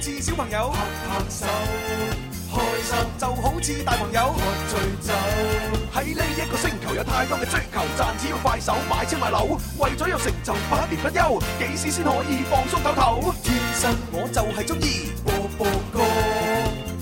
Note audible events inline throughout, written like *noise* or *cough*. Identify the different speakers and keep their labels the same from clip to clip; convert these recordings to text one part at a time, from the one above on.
Speaker 1: 似小朋友拍拍手，開心就好似大朋友喝醉酒。喺呢一個星球有太多嘅追求，賺錢要快手，買車買樓，為咗有成就百年不休，幾時先可以放鬆唞唞？天生我就係中意播播歌，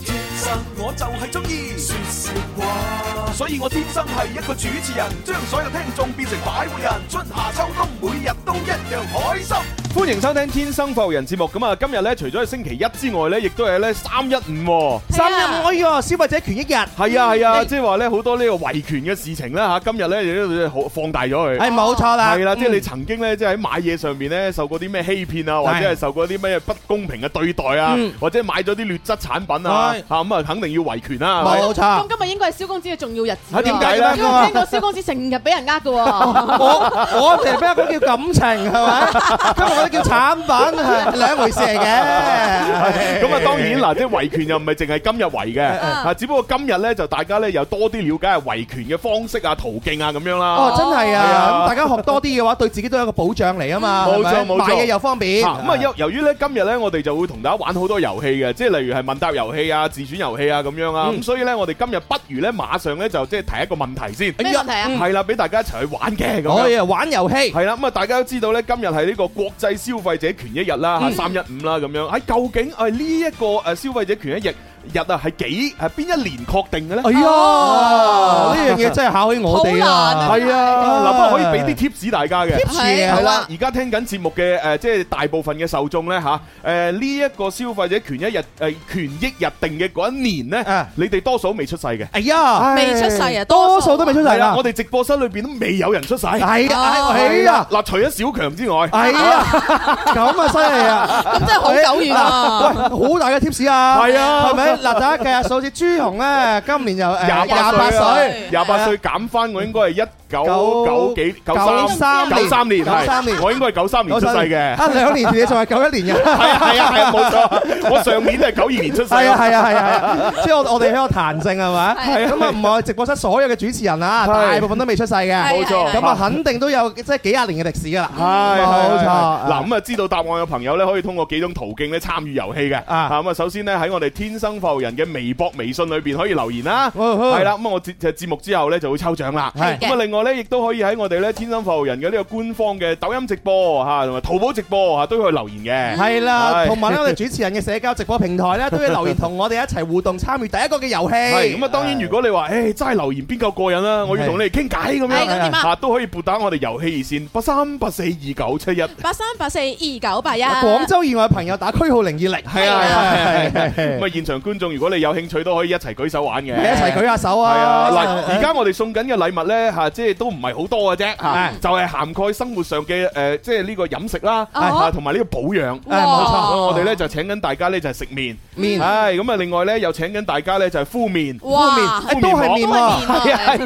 Speaker 1: 天生我就係中意説笑話，所以我天生係一個主持人，將所有聽眾變成擺渡人，春夏秋冬每日都一樣開心。
Speaker 2: 歡迎收聽《天生浮人》節目。咁啊，今日咧除咗係星期一之外咧，亦都係咧三一五。
Speaker 3: 三日可以喎，消費者權益日。
Speaker 2: 係啊係啊，即係話咧好多呢個維權嘅事情啦嚇，今日咧亦都好放大咗佢。
Speaker 3: 係冇錯啦。
Speaker 2: 係啦，即係你
Speaker 3: 嗯
Speaker 2: 曾經咧，即係喺買嘢上面咧受過啲咩欺騙啊，或者係
Speaker 3: 係
Speaker 2: 受過啲咩不公平嘅對待啊
Speaker 3: 嗯，
Speaker 2: 或者買咗啲劣質產品啊，
Speaker 3: 係
Speaker 2: 嚇咁啊，肯定要維權啦。係咪
Speaker 3: 冇錯。
Speaker 4: 咁今日應該係蕭公子嘅重要日子
Speaker 2: 啊
Speaker 4: 喎。
Speaker 2: 點解
Speaker 3: 咧
Speaker 4: 因為我聽過蕭公子成日俾人呃嘅喎。
Speaker 3: 我我成日俾人講叫感情係
Speaker 4: *laughs*
Speaker 3: 咪？今日我哋叫產品係兩回事嚟嘅。
Speaker 2: 咁啊，當然嗱，即係維權又唔係淨係今日維嘅，
Speaker 3: 嗯
Speaker 2: 啊，只不過今日咧就大家咧又多啲了解維權嘅方式啊、途徑啊咁樣啦。
Speaker 3: 哦，真係
Speaker 2: 係
Speaker 3: 啊！
Speaker 2: 啊
Speaker 3: 咁大家學多啲嘅話，對自己都有一個保障嚟啊嘛。
Speaker 2: 冇錯
Speaker 3: 係咪
Speaker 2: 冇錯
Speaker 3: 買嘢又方便。
Speaker 2: 啊咁啊，由由於咧今日咧，我哋就會同大家玩好多遊戲嘅，即係例如係問答遊戲啊、自選遊戲啊咁樣啊。咁所以咧，我哋今日不如咧馬上咧就即係提一個問題先，
Speaker 4: 咩問題啊？
Speaker 2: 係啦，俾大家一齊去玩嘅咁
Speaker 3: 可
Speaker 2: 樣。
Speaker 3: 以啊玩遊戲。
Speaker 2: 係啦，咁啊，大家都知道咧，今日係呢個國際消費者權益日啦，嚇三一五啦咁樣。喺究竟誒呢一個誒消費者權益日日啊係幾係邊一年確定嘅咧？
Speaker 3: 哎呀，
Speaker 4: 哦
Speaker 3: 呢樣嘢真係考起我哋
Speaker 4: 好難
Speaker 3: 啊！
Speaker 2: 係啊，嗱，不過可以俾啲 tips 大家嘅。
Speaker 3: 係啊
Speaker 4: 好
Speaker 2: 係啦
Speaker 4: 啊，。
Speaker 2: 而家聽緊節目嘅誒、呃即係大部分嘅受眾咧吓，誒呢一個消費者權益日誒、呃、權益日定嘅嗰一年咧，
Speaker 3: 啊
Speaker 2: 你哋多數未出世嘅，
Speaker 3: 哎呀，
Speaker 4: 未出世啊
Speaker 3: 多
Speaker 4: 多數
Speaker 3: 數都未出世
Speaker 2: 係啦，
Speaker 3: 啦
Speaker 2: 我。哋直播室裏邊都未有人出世，係
Speaker 3: 係啊，
Speaker 4: 哦
Speaker 3: 哎呀，
Speaker 2: 嗱，除咗小強之外，
Speaker 3: 哎呀，咁啊犀利啊！
Speaker 4: 咁真係好久遠啊！
Speaker 3: 喂，好大嘅 tips 啊！
Speaker 2: 係啊
Speaker 3: 係咪？嗱，大家計下數字，朱紅咧今年就誒
Speaker 2: 廿八
Speaker 4: 八
Speaker 3: 廿八
Speaker 2: 歲
Speaker 3: 歲
Speaker 4: 歲，
Speaker 2: 廿八歲減翻我應該係一九九幾
Speaker 3: 九
Speaker 2: 九三
Speaker 3: 三
Speaker 2: 九三年，
Speaker 3: 九三年
Speaker 2: 係我應該係九三年出世嘅。
Speaker 3: 啊兩年前你仲係九一年嘅。
Speaker 2: 係啊係啊係啊，冇錯，我上年都係九二年出世。
Speaker 3: 係啊係啊係啊係啊！即係我我哋喺度彈性係咪？
Speaker 4: 係
Speaker 3: 咁啊，唔係直播室所有嘅主持人啊，
Speaker 2: 係
Speaker 3: 大部分都未出世嘅，
Speaker 2: 冇錯。
Speaker 3: 咁啊，肯定都有即係幾廿年嘅歷史㗎啦。
Speaker 2: 係係
Speaker 3: 冇錯。
Speaker 2: 係嗱咁啊，知道答案嘅朋友咧，可以通過幾種途徑咧參與遊戲嘅。
Speaker 3: 啊
Speaker 2: 咁啊，首先咧喺我哋天生浮人嘅微博、微信裏邊可以留言啦。
Speaker 3: 哦呵
Speaker 2: 係啦，咁我節節目之後咧就會抽獎啦。
Speaker 3: 係
Speaker 2: 咁啊，另外咧亦都可以喺我哋咧天生浮人嘅呢個官方嘅抖音直播嚇，同埋淘寶直播啊嚇都可以留言嘅。
Speaker 3: 係啦，
Speaker 2: 係
Speaker 3: 同埋咧，我哋主持人嘅社交直播平台咧，都要留言同我哋一齊互動，參與第一個嘅遊戲。
Speaker 2: 係咁啊，當然如果你話誒齋留言邊夠過癮啦，我要同你哋傾偈咁
Speaker 4: 係咁點
Speaker 2: 樣
Speaker 4: 啊
Speaker 2: 嚇，都可以撥打我哋遊戲熱線八三八四二九七一。
Speaker 4: 八三八四二九八一。
Speaker 3: 廣州以外嘅朋友打區號零二零，
Speaker 2: 啊係啊係啊係啊，
Speaker 3: 係
Speaker 2: 咁啊現場觀眾如果你有興趣都可以一齊舉手玩嘅。
Speaker 3: 你一齊舉下手
Speaker 2: 係
Speaker 3: 啊！
Speaker 2: 啊，嗱，而家我哋送緊嘅禮物咧嚇，即係都唔係好多嘅啫嚇，
Speaker 3: 係
Speaker 2: 就係涵蓋生活上嘅誒，即係呢個飲食啦，
Speaker 4: 哦
Speaker 2: 啊同埋呢個保養。
Speaker 3: 誒冇錯
Speaker 2: 咁
Speaker 4: 哇
Speaker 2: 我哋咧就請緊大家咧就係食麵，
Speaker 3: 面
Speaker 2: 唉咁啊另外咧又請緊大家咧就係敷面，
Speaker 4: 哇！
Speaker 2: 敷
Speaker 3: 都
Speaker 2: 面
Speaker 3: *laughs* 係
Speaker 2: 膜啊
Speaker 3: 面
Speaker 4: 都
Speaker 3: 喎，
Speaker 4: 係面啊！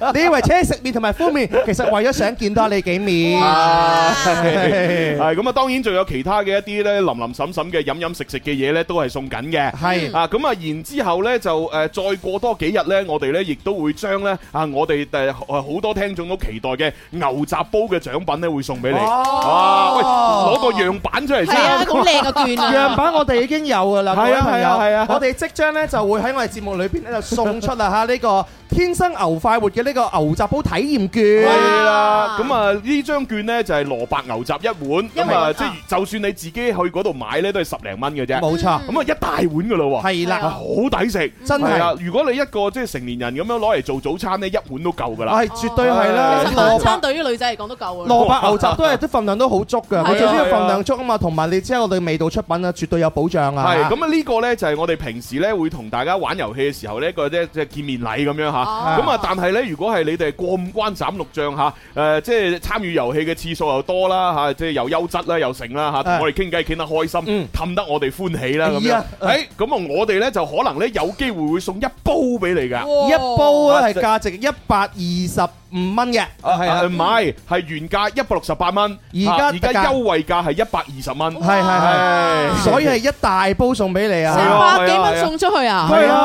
Speaker 3: 係喎，你以為車食面同埋敷面，其實為咗想見到你幾面。
Speaker 2: 啊係
Speaker 3: 係
Speaker 2: *laughs* 係咁啊，當然仲有其他嘅一啲咧林林沈沈嘅飲飲食食嘅嘢咧都係送緊嘅。
Speaker 3: 係
Speaker 2: 啊，咁啊，然之後咧就誒、呃再過多幾日咧，我哋咧亦都會將咧啊，我哋誒好多聽眾都期待嘅牛雜煲嘅獎品咧會送俾你。
Speaker 3: 哦
Speaker 2: 哇！喂，攞個樣板出嚟
Speaker 4: 係啊，
Speaker 2: 先。
Speaker 4: 咁靚嘅券
Speaker 3: 樣
Speaker 4: 啊！
Speaker 3: 版我哋已經有噶啦，各
Speaker 2: 係啊
Speaker 3: 位朋友，
Speaker 2: 係啊係啊
Speaker 3: 我哋即將咧就會喺我哋節目裏邊咧就送
Speaker 2: *laughs*
Speaker 3: 出啦嚇呢個天生牛快活嘅呢個牛雜煲體驗券，
Speaker 2: 係啦，咁啊呢張券呢就係蘿蔔牛雜一碗，
Speaker 4: 一
Speaker 2: 咁啊
Speaker 4: 碗
Speaker 2: 即係
Speaker 4: 啊
Speaker 2: 就算你自己去嗰度買呢，都係十零蚊嘅啫，
Speaker 3: 冇錯，
Speaker 2: 咁啊一大碗噶咯喎，
Speaker 3: 嗯係
Speaker 2: 啊
Speaker 3: 啦，
Speaker 2: 好抵食，
Speaker 3: 真係
Speaker 2: 係啊！如果你一個即係成年人咁樣攞嚟做早餐呢，一碗都夠噶啦。
Speaker 3: 係絕對係
Speaker 2: 啊
Speaker 3: 啦，
Speaker 4: 其實晚
Speaker 3: 蘿蔔
Speaker 4: 餐對於女仔嚟講都夠
Speaker 3: *laughs*
Speaker 4: 啊。
Speaker 3: 蘿蔔牛雜都係啲份量都好足㗎，
Speaker 4: 係
Speaker 3: 佢
Speaker 4: 啊
Speaker 3: 最主要份量足啊嘛，同埋你知我哋味道出品啊，絕對有保障啊。
Speaker 2: 係咁啊！呢個呢，就係我哋平時呢會同大家玩遊戲嘅時候呢個即即係見面禮咁樣吓。
Speaker 4: 哦
Speaker 2: 咁啊，但係呢，如果係你哋過五關斬六將吓，誒即係參與遊戲嘅次數又多啦吓，即係又優質啦又成啦吓，同
Speaker 3: 係
Speaker 2: 我哋傾偈傾得開心
Speaker 3: 啊嗯，
Speaker 2: 氹得我哋歡喜啦咁
Speaker 3: 哎
Speaker 2: 樣
Speaker 3: 呀。
Speaker 2: 誒咁啊，我哋呢，就可能呢，有機會會送一煲俾你㗎。
Speaker 4: 哇
Speaker 3: 一煲咧係價值一百二十五蚊嘅，
Speaker 2: 啊，
Speaker 3: 係啊。
Speaker 2: 唔係，係原價一百六十八蚊，
Speaker 3: 而家
Speaker 2: 啊而家
Speaker 3: 特價
Speaker 2: 優惠價係一百二十蚊，
Speaker 3: 係啊係
Speaker 2: 係
Speaker 3: 係，所以係一大煲送俾你
Speaker 2: 係
Speaker 3: 啊！
Speaker 2: 啊
Speaker 4: 三百幾蚊送出去啊，
Speaker 3: 係啊，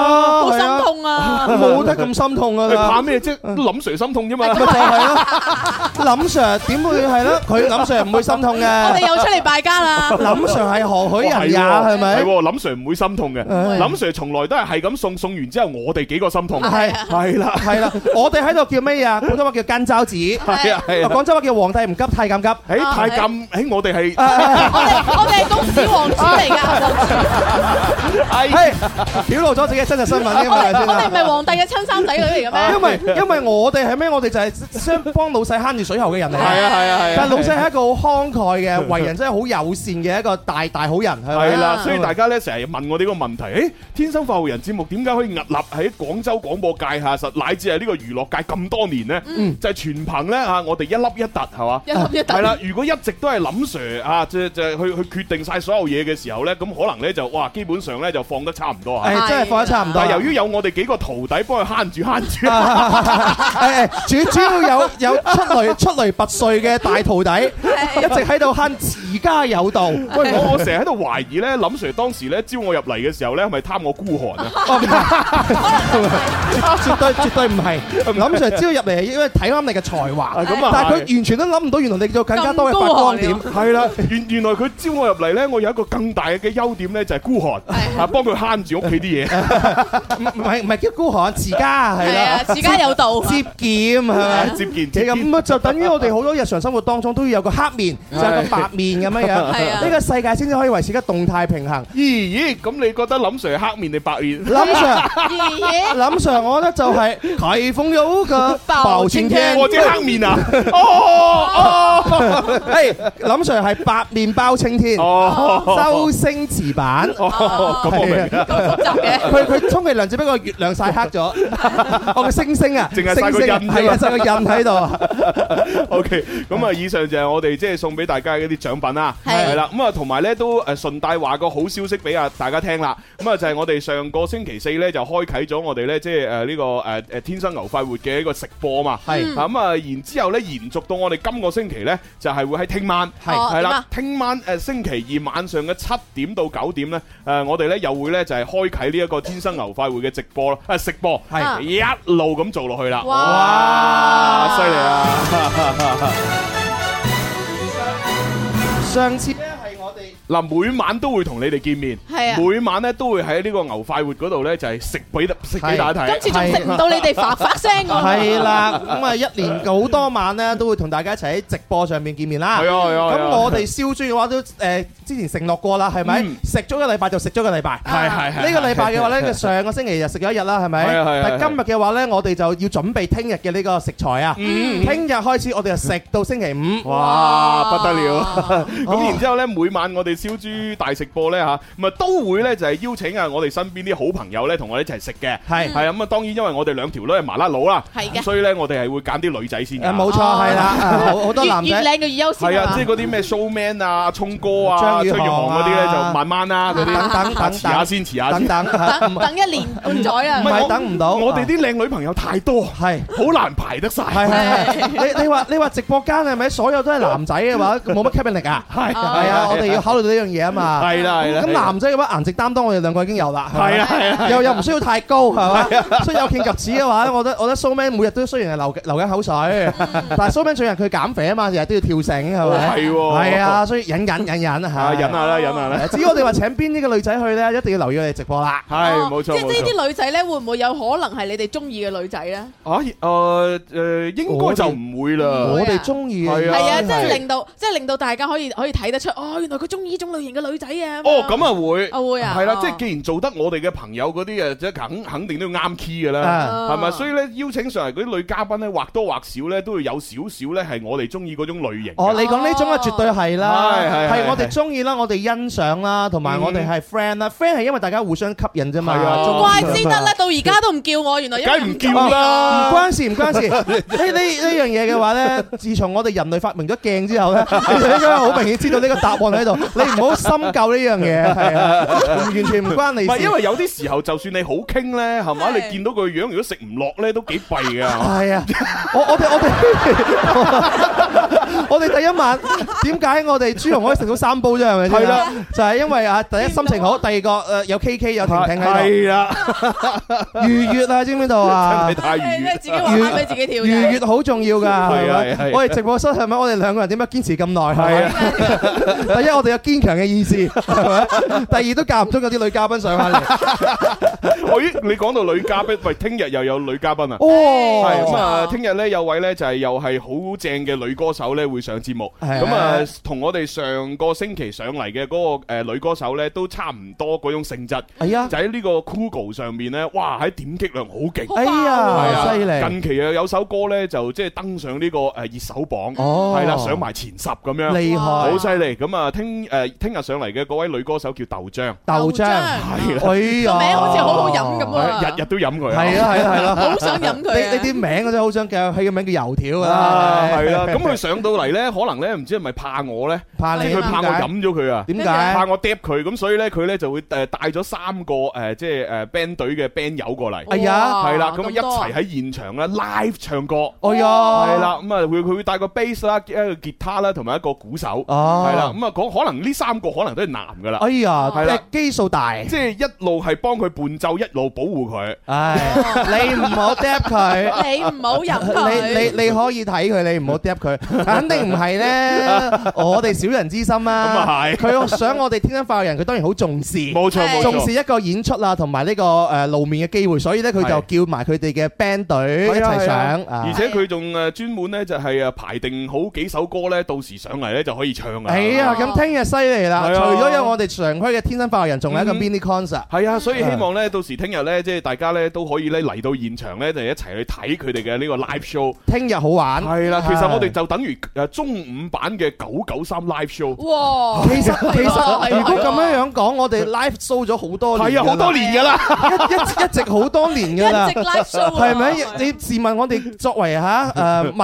Speaker 4: 好
Speaker 3: 係
Speaker 4: 心
Speaker 3: 啊，
Speaker 4: 痛啊！
Speaker 3: 冇得咁心痛
Speaker 2: *laughs* 你
Speaker 3: 噶
Speaker 2: 怕
Speaker 3: 啦。
Speaker 2: 咩啫？林 Sir 心痛啫嘛。
Speaker 3: 咪就係咯，林 Sir 點會係咯？佢林 Sir 唔會心痛
Speaker 4: 我哋
Speaker 3: 嘅。
Speaker 4: 又出嚟敗家啦，
Speaker 3: 林 Sir 係何許
Speaker 2: 哦哇係
Speaker 3: 哦人也？
Speaker 2: 喎
Speaker 3: 係咪
Speaker 2: 係？喎，林 Sir 唔會心痛嘅，
Speaker 4: 唉
Speaker 2: 林 Sir 從來都係係咁送，送完之後我哋幾個心痛。
Speaker 3: 係
Speaker 2: 係啦，
Speaker 3: 係啦，我哋喺度叫咩啊？廣州話叫間罩子，
Speaker 2: 係啊，係啊。
Speaker 3: 廣州話叫皇帝唔急太監急。
Speaker 2: 誒太監，誒我哋係，
Speaker 3: 啊
Speaker 4: 我哋我哋係公子王子嚟㗎，
Speaker 2: 係
Speaker 3: 係表露咗自己嘅真實身份
Speaker 4: 我
Speaker 3: 添
Speaker 2: *laughs*
Speaker 3: 嘛？係咪先
Speaker 4: 哋我哋唔
Speaker 3: 啊
Speaker 4: 係皇帝嘅親生仔女嚟嘅咩？
Speaker 3: 因為因為我哋係咩？我哋就係相幫老細慳住水喉嘅人嚟
Speaker 2: 係啊
Speaker 3: 嘅。
Speaker 2: 係啊係啊。
Speaker 3: 但係老細係一個好慷慨嘅，為人真係好友善嘅一個大大好人，係
Speaker 2: 係
Speaker 3: 咪？
Speaker 2: 啦，所以大家咧成日問我哋個問題，誒天生發號人節目點解可以屹立喺廣州廣播界下，實乃至係呢個娛樂界咁多年呢？
Speaker 3: 嗯
Speaker 2: 就係全憑咧啊，我哋一粒一突係
Speaker 3: *laughs*
Speaker 2: 嘛。
Speaker 4: 一粒一突
Speaker 2: 係啦，如果一直都係林 Sir 啊，即即去去決定晒所有嘢嘅時候咧，咁可能咧就哇，基本上咧就放得差唔多啊。啊
Speaker 3: 誒，真係放得差唔多。
Speaker 2: 但係由於有我哋幾個徒弟幫佢慳住慳住，
Speaker 3: 誒啊 *laughs* 誒主主要有有出
Speaker 2: *laughs*
Speaker 3: 類出類拔萃嘅大徒弟，一
Speaker 4: Dạ,
Speaker 3: 直喺度慳持家有道。
Speaker 2: 喂，我我成日喺度懷疑咧，林 Sir 當時咧招我入嚟嘅時候咧，係咪貪我孤寒啊？
Speaker 3: 哦唔係絕絕對絕對唔係，林 Sir 招入嚟係因為睇啱你嘅才華，
Speaker 2: 啊咁啊
Speaker 3: 但係
Speaker 2: 係
Speaker 3: 佢完全都諗唔到，原來你做更加多嘅發光點。
Speaker 2: *laughs*
Speaker 4: 咁
Speaker 2: 係啦，原原來佢招我入嚟咧，我有一個更大嘅優點咧，就係孤寒，
Speaker 4: 係
Speaker 2: 啊幫佢慳住屋企啲 *laughs* 嘢。
Speaker 3: 唔唔係唔係叫孤寒，持家係
Speaker 4: 係啊，
Speaker 3: 啦，
Speaker 4: 自家有道。
Speaker 3: 節儉係咪？
Speaker 2: 接見
Speaker 3: 嘅
Speaker 2: 接見，
Speaker 3: 咁啊，就等於我哋好多日常生活當中都要有個黑面，就有個白面咁樣
Speaker 4: 係啊
Speaker 3: 樣，呢個世界先至可以維持一個動態平衡。
Speaker 2: 咦咦，咁你覺得林 Sir 黑面定白面？
Speaker 3: 林 Sir， *laughs*
Speaker 4: 爺爺，
Speaker 3: 林 Sir，我覺得就係颱風有個爆晴天。
Speaker 2: 我即係黑 *laughs* 面啊！哦哦
Speaker 3: 誒，林 Sir 係白面包青天，
Speaker 2: 哦
Speaker 3: 周星馳版。
Speaker 2: 哦，咁我明啦。
Speaker 4: 咁複雜嘅，
Speaker 3: 佢佢充其量只不過月亮曬黑咗，我個星星啊，
Speaker 2: 淨係曬個
Speaker 3: 星星啊
Speaker 2: 印啫嘛
Speaker 3: 係啊，曬個印喺度啊。
Speaker 2: OK，咁啊，以上就係我哋即係送俾大家嘅一啲獎品啦，
Speaker 4: 嗯係
Speaker 2: 係啦，咁啊，同埋咧都誒順帶話個好消息俾啊大家聽啦，咁啊就係我哋上個星期四咧就開啟咗我哋咧即係呃誒呢個誒誒天生牛快活嘅一個食播嘛，
Speaker 3: 係
Speaker 4: 嗯
Speaker 2: 啊咁啊，然之後咧延續到我哋今個星期咧就係會喺聽晚。
Speaker 3: 係
Speaker 4: 哦
Speaker 2: 係
Speaker 4: 點
Speaker 2: 啦
Speaker 4: 啊，
Speaker 2: 聽晚誒星期二晚上嘅七點到九點咧，誒我哋咧又會咧就係開啟呢一個天生牛快活嘅直播啦，誒食播
Speaker 3: 係
Speaker 2: 一路咁做落去啦，
Speaker 4: 哇
Speaker 2: 哇，犀利啊！
Speaker 3: 上次咧係我哋。
Speaker 2: 嗱，每晚都會同你哋見面，
Speaker 4: 係啊
Speaker 2: 每晚咧都會喺呢個牛快活嗰度咧，就係食俾食俾
Speaker 3: 係
Speaker 2: 大家睇。
Speaker 4: 今次仲食唔到你哋發發聲喎。
Speaker 2: *laughs*
Speaker 3: 係啦，咁啊一年好多晚咧，都會同大家一齊喺直播上面見面啦。
Speaker 2: 係啊係啊係啊
Speaker 3: 咁我哋燒豬嘅話都誒之前承諾過啦，係咪
Speaker 2: 嗯？
Speaker 3: 食咗個禮拜就食咗個禮拜。
Speaker 2: 係係係
Speaker 3: 呢個禮拜嘅
Speaker 2: *laughs*
Speaker 3: 話咧，佢上個星期日食咗一日啦，係咪？
Speaker 2: 係啊係啊
Speaker 3: 但係今日嘅話咧，我哋就要準備聽日嘅呢個食材啊。
Speaker 2: 嗯
Speaker 3: 聽日開始，我哋就食到星期五。
Speaker 2: 哇，不得了！
Speaker 4: 哇！
Speaker 2: 咁然之後咧，每晚我哋燒豬大食播咧嚇，咁啊都會咧就係邀請啊我哋身邊啲好朋友咧同我哋一齊食嘅。
Speaker 3: 係
Speaker 2: 係啊，咁啊當然因為我哋兩條女係麻甩佬啦，
Speaker 4: 係嘅
Speaker 2: 咁所以咧我哋係會揀啲女仔先
Speaker 3: 誒
Speaker 2: 嘅。
Speaker 3: 冇錯，係啦，啊好好多
Speaker 4: 越
Speaker 3: 男
Speaker 4: 越
Speaker 3: 仔。
Speaker 4: 靚嘅越優
Speaker 2: 係
Speaker 4: 先
Speaker 2: 啊，
Speaker 4: 嘛
Speaker 2: 即係嗰啲咩 showman 啊、聰哥啊、
Speaker 3: 張
Speaker 2: 張
Speaker 3: 宇
Speaker 2: 宇
Speaker 3: 航啊
Speaker 2: 航嗰啲咧就慢慢啦，嗰
Speaker 3: 等
Speaker 2: 啲
Speaker 3: 等等
Speaker 2: 遲 *laughs* 下先，遲下
Speaker 3: 等
Speaker 2: 先。
Speaker 3: 等，唔
Speaker 4: 等等一年半載啦
Speaker 3: 唔。係等唔到。
Speaker 2: 我哋啲靚女朋友太多，
Speaker 3: 係。
Speaker 2: 好難排得 *laughs* 晒。
Speaker 3: 係係係，你你話你話直播間係咪所有都係男仔
Speaker 2: *laughs*
Speaker 3: 嘅話，冇乜吸引力啊？
Speaker 2: 係
Speaker 3: 係啊，我哋要考慮到呢樣嘢啊
Speaker 2: *laughs*
Speaker 3: 嘛。
Speaker 2: 係啦係啦。
Speaker 3: 咁男仔嘅話，顏值擔當我哋兩個已經有啦。咪
Speaker 2: 係啊係啊係啊
Speaker 3: 又又唔需要太高係嘛？所以有見及此嘅話咧，我覺得我覺得蘇 man 每日都雖然
Speaker 2: *laughs*
Speaker 3: 係流流緊口水，但係蘇 man 最近佢減肥啊嘛，日日都要跳繩係咪？
Speaker 2: 係喎
Speaker 3: 係啊，所以忍忍忍忍
Speaker 2: 啊，
Speaker 3: 嚇
Speaker 2: 忍下啦，忍下啦，
Speaker 3: 至於我哋話請邊啲嘅女仔去咧，一定要留意我哋直播啦。
Speaker 2: 係
Speaker 4: 哦
Speaker 2: 冇錯
Speaker 4: 即係
Speaker 2: 冇
Speaker 4: 即係
Speaker 2: 錯。
Speaker 4: 啲女仔咧，會唔會有可能係你哋中意嘅女仔咧？
Speaker 2: 啊，誒誒，應該就唔會
Speaker 3: 我
Speaker 2: 啦。
Speaker 3: 哋中意嘅
Speaker 2: 係啊
Speaker 4: 係啊，即係
Speaker 2: 係
Speaker 4: 令到即係令到大家可以可以睇得出，哦，原來佢中意呢種類型嘅女仔啊。
Speaker 2: 哦，咁啊會，
Speaker 4: 啊會啊
Speaker 2: 係啦
Speaker 4: 哦，
Speaker 2: 即係既然做得我哋嘅朋友嗰啲誒，即係肯肯定都要啱 key 嘅
Speaker 3: 啊
Speaker 2: 啦，係咪？所
Speaker 4: 以
Speaker 2: 以咧邀請上嚟嗰啲女嘉賓咧，或多或少咧都會有少少咧係我哋中意嗰種類型嘅。
Speaker 3: 哦，你講呢種啊，絕對係啦，
Speaker 2: 係係係嗯
Speaker 3: 係我哋中意啦，我哋欣賞啦，同埋我哋係 friend 啦，friend 係因為大家互相吸引啫嘛
Speaker 2: 係啊，
Speaker 3: 中意
Speaker 4: 怪之得咧，到而家都唔叫我，原來因為
Speaker 2: 梗係唔叫
Speaker 4: 中意
Speaker 3: 唔
Speaker 2: 啦
Speaker 3: 關事，唔
Speaker 2: *laughs*
Speaker 3: 關事。呢呢
Speaker 2: *laughs*
Speaker 3: 呢樣嘢嘅話咧，自從我哋人類發明咗鏡之後咧，你應該好明顯知道呢個答案喺喺度，你唔好深究呢樣嘢，
Speaker 2: *laughs*
Speaker 3: 係啊，完全唔關你
Speaker 2: 唔係，因
Speaker 3: 事。
Speaker 2: 為有啲時候就算你好傾咧，係嘛？
Speaker 4: 係
Speaker 2: 你見到佢樣，如果食唔落咧，都幾弊㗎。
Speaker 3: 係啊，我我哋我哋 *laughs* 我哋第一晚點解我哋豬紅可以食到三煲啫？係咪先啊？
Speaker 2: 係啦
Speaker 3: 就係因為啊，第一心
Speaker 2: *laughs*
Speaker 3: 情好，第二個誒有 K K 有婷婷喺
Speaker 2: 係啦，
Speaker 3: 度，愉悦啊，知唔知道啊
Speaker 2: *laughs* 真係？太愉
Speaker 4: 你
Speaker 2: 悦
Speaker 4: 你。自己玩翻俾自己跳
Speaker 3: 愉
Speaker 4: 啫
Speaker 3: 悦。好重要㗎，係
Speaker 2: 係啊係啊
Speaker 3: 咪？我哋直播室係咪？我哋兩個人點解堅持咁耐？係
Speaker 2: 係
Speaker 3: 啊，第一我哋有堅強嘅意
Speaker 2: *laughs*
Speaker 3: 志，係咪？第二都間唔中有啲女嘉賓上翻嚟，
Speaker 2: 我咦，你講到女嘉賓，喂，聽日又有女嘉賓啊！係咁
Speaker 3: 哦，
Speaker 2: 啊！
Speaker 4: 哦
Speaker 2: 聽日咧有位咧就係又係好正嘅女歌手咧會上節目，
Speaker 3: 係
Speaker 2: 咁啊同我哋上個星期上嚟嘅嗰個誒女歌手咧都差唔多嗰種性質，
Speaker 3: 哎呀
Speaker 2: 就，喺呢個 Google 上面咧，哇喺點擊量好勁。
Speaker 3: 哎呀，犀利！
Speaker 2: 近期又有首歌咧就即係登上呢個誒熱搜榜，
Speaker 3: 哦
Speaker 2: 係啦上埋前十咁樣，
Speaker 3: 厲害
Speaker 2: 好犀利！咁啊聽誒聽日上嚟嘅嗰位女歌手叫豆漿，
Speaker 3: 豆漿，
Speaker 4: 係
Speaker 2: 啦
Speaker 3: 哎呀，
Speaker 4: 個名好似好好飲咁啊
Speaker 2: 係日日都飲佢啊
Speaker 3: 係啊係啊
Speaker 4: *laughs*
Speaker 3: 係啦，
Speaker 4: 好想飲佢
Speaker 3: 你你啲
Speaker 4: 啊！
Speaker 3: 名我真係好想叫，佢嘅名叫油條㗎
Speaker 2: À, 啊，
Speaker 3: 啦，
Speaker 2: 係啦，咁佢上到嚟咧，可能咧唔知係咪怕我咧，
Speaker 3: 怕
Speaker 2: 即
Speaker 3: 你
Speaker 2: 係佢怕我
Speaker 3: 點解
Speaker 2: 飲咗佢啊。
Speaker 3: 點
Speaker 2: 怕
Speaker 3: 解？
Speaker 2: 我嗒佢，咁所以咧佢咧就會誒帶咗三個誒即係誒 band 隊嘅 band 友過嚟，
Speaker 3: 哎呀
Speaker 4: 哇
Speaker 2: 係啦，咁啊一
Speaker 4: 多啊
Speaker 2: 齊喺現場咧 live 唱歌，
Speaker 3: 哎呀，
Speaker 2: 係，啦，咁啊會佢會帶個 bass 啦，一個吉他啦，同埋一個鼓手，
Speaker 3: 哦，
Speaker 2: 係啦，，咁啊講可能呢三個可能都係男噶啦，
Speaker 3: 哎呀，
Speaker 2: 係啦
Speaker 3: 基數大。
Speaker 2: 即係一路係幫佢伴奏，一路保護佢，
Speaker 3: 唉，你唔好 d 佢。
Speaker 4: 你唔好飲
Speaker 3: 你
Speaker 4: 佢。
Speaker 3: 你你可以睇佢，你唔好 d 佢，肯定唔係咧。我哋小人之心
Speaker 2: 咁啊
Speaker 3: 啊，
Speaker 2: 係
Speaker 3: 佢想我哋天生化學人，佢當然好重視，
Speaker 2: 冇錯冇
Speaker 4: 係
Speaker 3: 重
Speaker 2: 錯
Speaker 3: 視。一個演出啊，同埋呢個誒路面嘅機會，所以咧佢就叫埋佢哋嘅 band 隊一
Speaker 2: 係啊
Speaker 3: 齊上
Speaker 2: 係啊而
Speaker 3: 啊。
Speaker 2: 且佢仲誒專門咧就係誒排定好幾首歌咧，到時上嚟咧就可以唱啊。
Speaker 3: 哎呀，咁聽日犀利啦！
Speaker 2: 係
Speaker 3: 除
Speaker 2: 啊
Speaker 3: 咗有我哋常規嘅天生化學人，仲有一個
Speaker 2: 嗯
Speaker 3: mini concert。
Speaker 2: 係啊，所以希望咧，到時聽日咧，即係大家咧都可以咧嚟到現場咧，就一齊去睇佢哋嘅呢個 live show。
Speaker 3: 聽日好玩。
Speaker 2: 係啦，其實
Speaker 3: 係
Speaker 2: 我哋就等於誒中午版嘅九九三 live show。
Speaker 4: 哇！
Speaker 2: *laughs*
Speaker 3: 其實其
Speaker 4: 係喎
Speaker 3: 實如果咁樣
Speaker 4: 係喎
Speaker 3: 樣講，我哋 live show 咗好多年
Speaker 2: 啊係啊，
Speaker 3: 㗎啦
Speaker 2: 好多年㗎啦，
Speaker 3: 一一一直好多年㗎啦
Speaker 4: *laughs* 一直。live show 啊
Speaker 3: 係咪？你自問我哋作為嚇 誒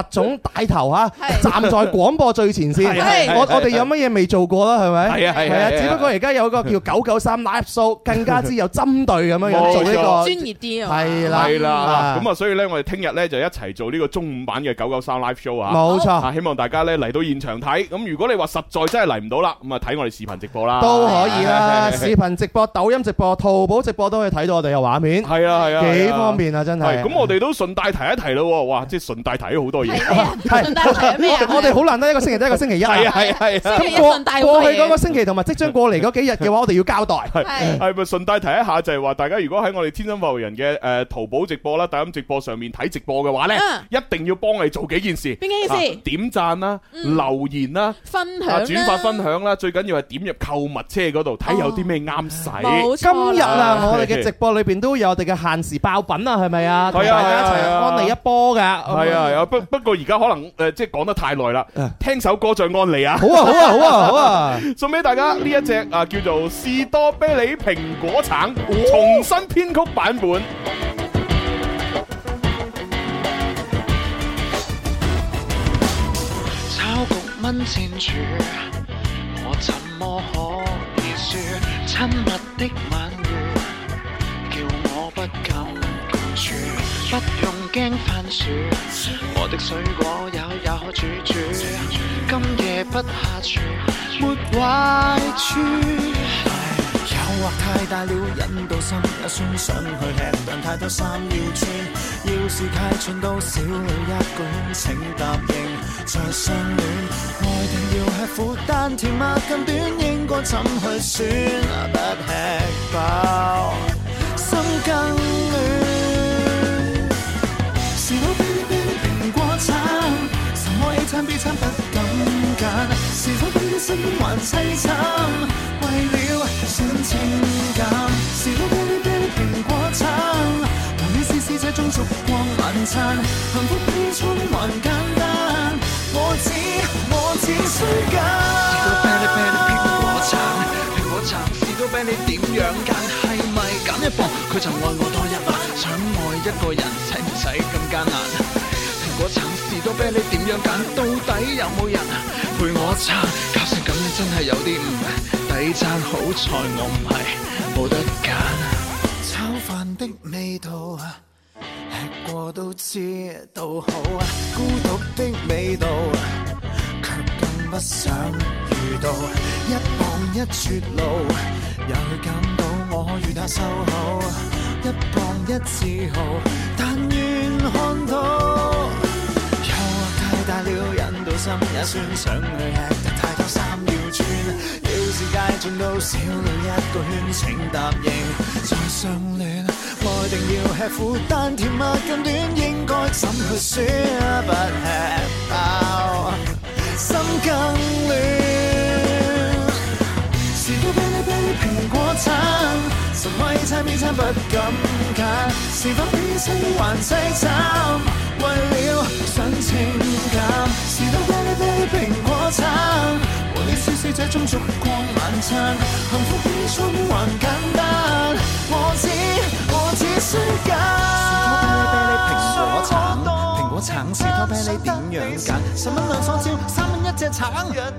Speaker 2: *laughs*
Speaker 3: 物種帶頭嚇，
Speaker 4: 係
Speaker 3: 站在廣播最前線，
Speaker 2: 係
Speaker 4: 係
Speaker 3: 我
Speaker 2: 係
Speaker 3: 我哋有乜嘢未做過啦？係咪？
Speaker 2: 係啊係啊係啊
Speaker 3: 只不過而家有個叫九九三 live show，更加之有針對咁樣樣
Speaker 2: 冇錯
Speaker 3: 做呢
Speaker 4: 專業啲啊！
Speaker 3: 係啦
Speaker 2: 係啦
Speaker 3: 啊。
Speaker 2: 咁啊，所以咧，我哋聽日咧就一齊做呢個中午版嘅九九三 live show
Speaker 3: 個，
Speaker 2: 啊。
Speaker 3: 冇錯
Speaker 2: 啊，希望大家咧嚟到現場睇。咁如果你話實在真係嚟唔到啦，咁啊睇我哋視頻直播啦。
Speaker 3: 都可以啦。
Speaker 2: 係啊
Speaker 3: 視頻直播、抖音直播、淘寶直播都可以睇到我哋嘅畫面，
Speaker 2: 係啊係啊，係啊
Speaker 3: 幾方。便啊！真
Speaker 2: 係
Speaker 3: 係。
Speaker 2: 咁，我哋都順帶提一提咯。哇，即係順帶提咗好多嘢。
Speaker 4: 係咩啊？
Speaker 3: 係
Speaker 4: 順帶係咩啊？
Speaker 3: 我哋好難得一個星期得一個星期一啊。
Speaker 2: 係啊係啊係啊。
Speaker 4: 星期一順帶
Speaker 3: 過
Speaker 4: 好
Speaker 3: 過
Speaker 4: 多
Speaker 3: 去嗰個
Speaker 4: 嘢。
Speaker 3: 星期同埋即將過嚟嗰幾日嘅話，我哋要交代。
Speaker 4: 係
Speaker 2: 係咪順帶提一下，就係話大家如果喺我哋天生發育人嘅誒淘寶直播啦、抖音直播上面睇直播嘅話呢，
Speaker 4: 嗯
Speaker 2: 一定要幫我哋做幾件事。
Speaker 4: 邊幾件事
Speaker 2: 啊點讚啦、
Speaker 4: 嗯
Speaker 2: 留言啦、
Speaker 4: 分享
Speaker 2: 啊
Speaker 4: 啦哦
Speaker 2: 轉發分享啦，最緊要係點入購物車嗰度睇有啲咩啱使。
Speaker 4: 冇
Speaker 3: 今
Speaker 4: 錯
Speaker 3: 日
Speaker 4: 啦。
Speaker 2: *laughs*
Speaker 3: 啊，我哋嘅直播裏邊都有我哋嘅限時爆品啊，係咪啊？同
Speaker 2: 係啊
Speaker 3: 大家一齊
Speaker 2: 係啊
Speaker 3: 安利一波噶。
Speaker 2: 係啊，係啊，不不過而家可能誒，即係講得太耐啦
Speaker 3: 嗯，
Speaker 2: 聽首歌再安利啊！
Speaker 3: 好啊，好啊，好啊，好
Speaker 2: *laughs*
Speaker 3: 啊！
Speaker 2: 送俾大家呢一隻啊，叫做士多啤梨蘋果橙
Speaker 3: 哦
Speaker 2: 重新編曲版本。
Speaker 5: 炒焗蚊煎煮，我怎麼可以輸？親密的晚語，叫我不敢共處，不用驚番薯，我的水果也有煮煮，今夜不下廚，沒壞處。
Speaker 6: 誘惑太大了，引到心也酸，想去吃，但太多衫要穿。要是太蠢都少了一管，請答應再相戀。愛定要吃苦，但甜蜜更短，應該怎去選？不吃飽，心更亂。是到啤哩啤哩蘋果橙，什麼 A 餐 B 餐不敢揀，是否偏啲身邊還凄慘？為了想情感，是到啤哩啤哩蘋果橙，無意試試這種燭光晚餐，幸福比春還簡單，我只我只需
Speaker 5: 士多啤梨啤梨蘋
Speaker 6: 揀。
Speaker 5: 果橙，蘋果橙士多啤梨點樣揀？係咪揀一磅佢就愛我多一萬？想愛一個人使唔使咁艱難？蘋果橙士多啤梨點樣揀？到底有冇人陪我撐？搞成咁樣真真係有啲唔抵爭，好彩我唔係冇得揀。
Speaker 6: 炒飯的味道啊，吃過都知道好啊，孤獨的味道啊，卻更不想遇到。一望一絕路，也許減到我與他修好。一望一自豪，但願看到。誘惑太大了，引到心也酸，想去吃得太多衫要穿，要是街盡到小了一個圈，請答應再相戀，愛定要吃苦，但甜蜜更短，應該怎去選？不吃飽，心更亂。是否啤梨啤梨蘋果橙，什麼 A 餐 B 餐不敢揀，是否偏西還西餐，為了想清減，是否啤梨啤梨蘋果橙，和你試試這種燭光晚餐，幸福比初戀還簡單，我只我只需
Speaker 5: 是否啤梨啤梨蘋果
Speaker 6: 揀。
Speaker 5: 橙
Speaker 6: 蘋果橙士多啤梨點樣揀？十蚊兩梳蕉，三蚊一隻橙。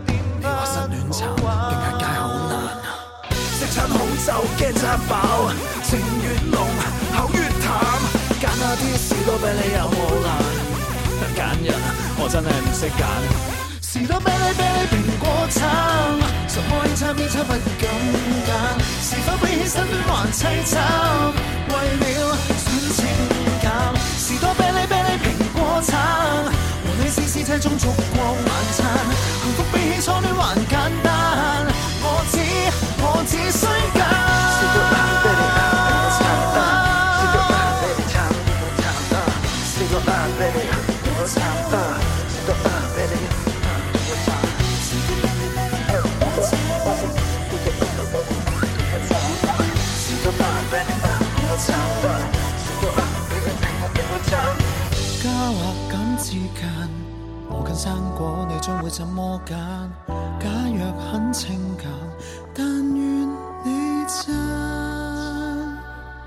Speaker 6: 你話失戀橙定係街好難？
Speaker 1: 食餐好酒驚餐飽，情越濃口越淡，
Speaker 6: 揀嗰啲士多啤梨又好難。
Speaker 5: 揀人，我真係唔識揀。
Speaker 6: 士多啤梨啤梨蘋果橙，什麼 A 餐 B 餐不敢揀，是否比起身邊還凄慘？為了想情減，士多啤梨啤梨蘋果橙，和你試試這種燭光晚餐，幸福比起初戀還簡單，我只我只需揀。加或減之間，我近生果，你將會怎麼揀？假若很清減，但願你真。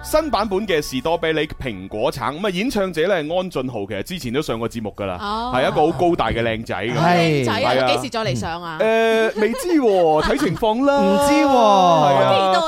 Speaker 2: 新版本嘅士多啤梨蘋果橙咁啊，演唱者咧係安俊豪，其實之前都上過節目噶啦，
Speaker 4: 哦
Speaker 2: 係一個好高大嘅靚仔咁。
Speaker 3: 係
Speaker 4: 靚仔
Speaker 2: 係
Speaker 4: 啊，
Speaker 2: 啊
Speaker 4: 幾時再嚟上啊？
Speaker 2: 誒未知喎，睇情況啦。
Speaker 3: 唔知喎
Speaker 2: 係
Speaker 4: 好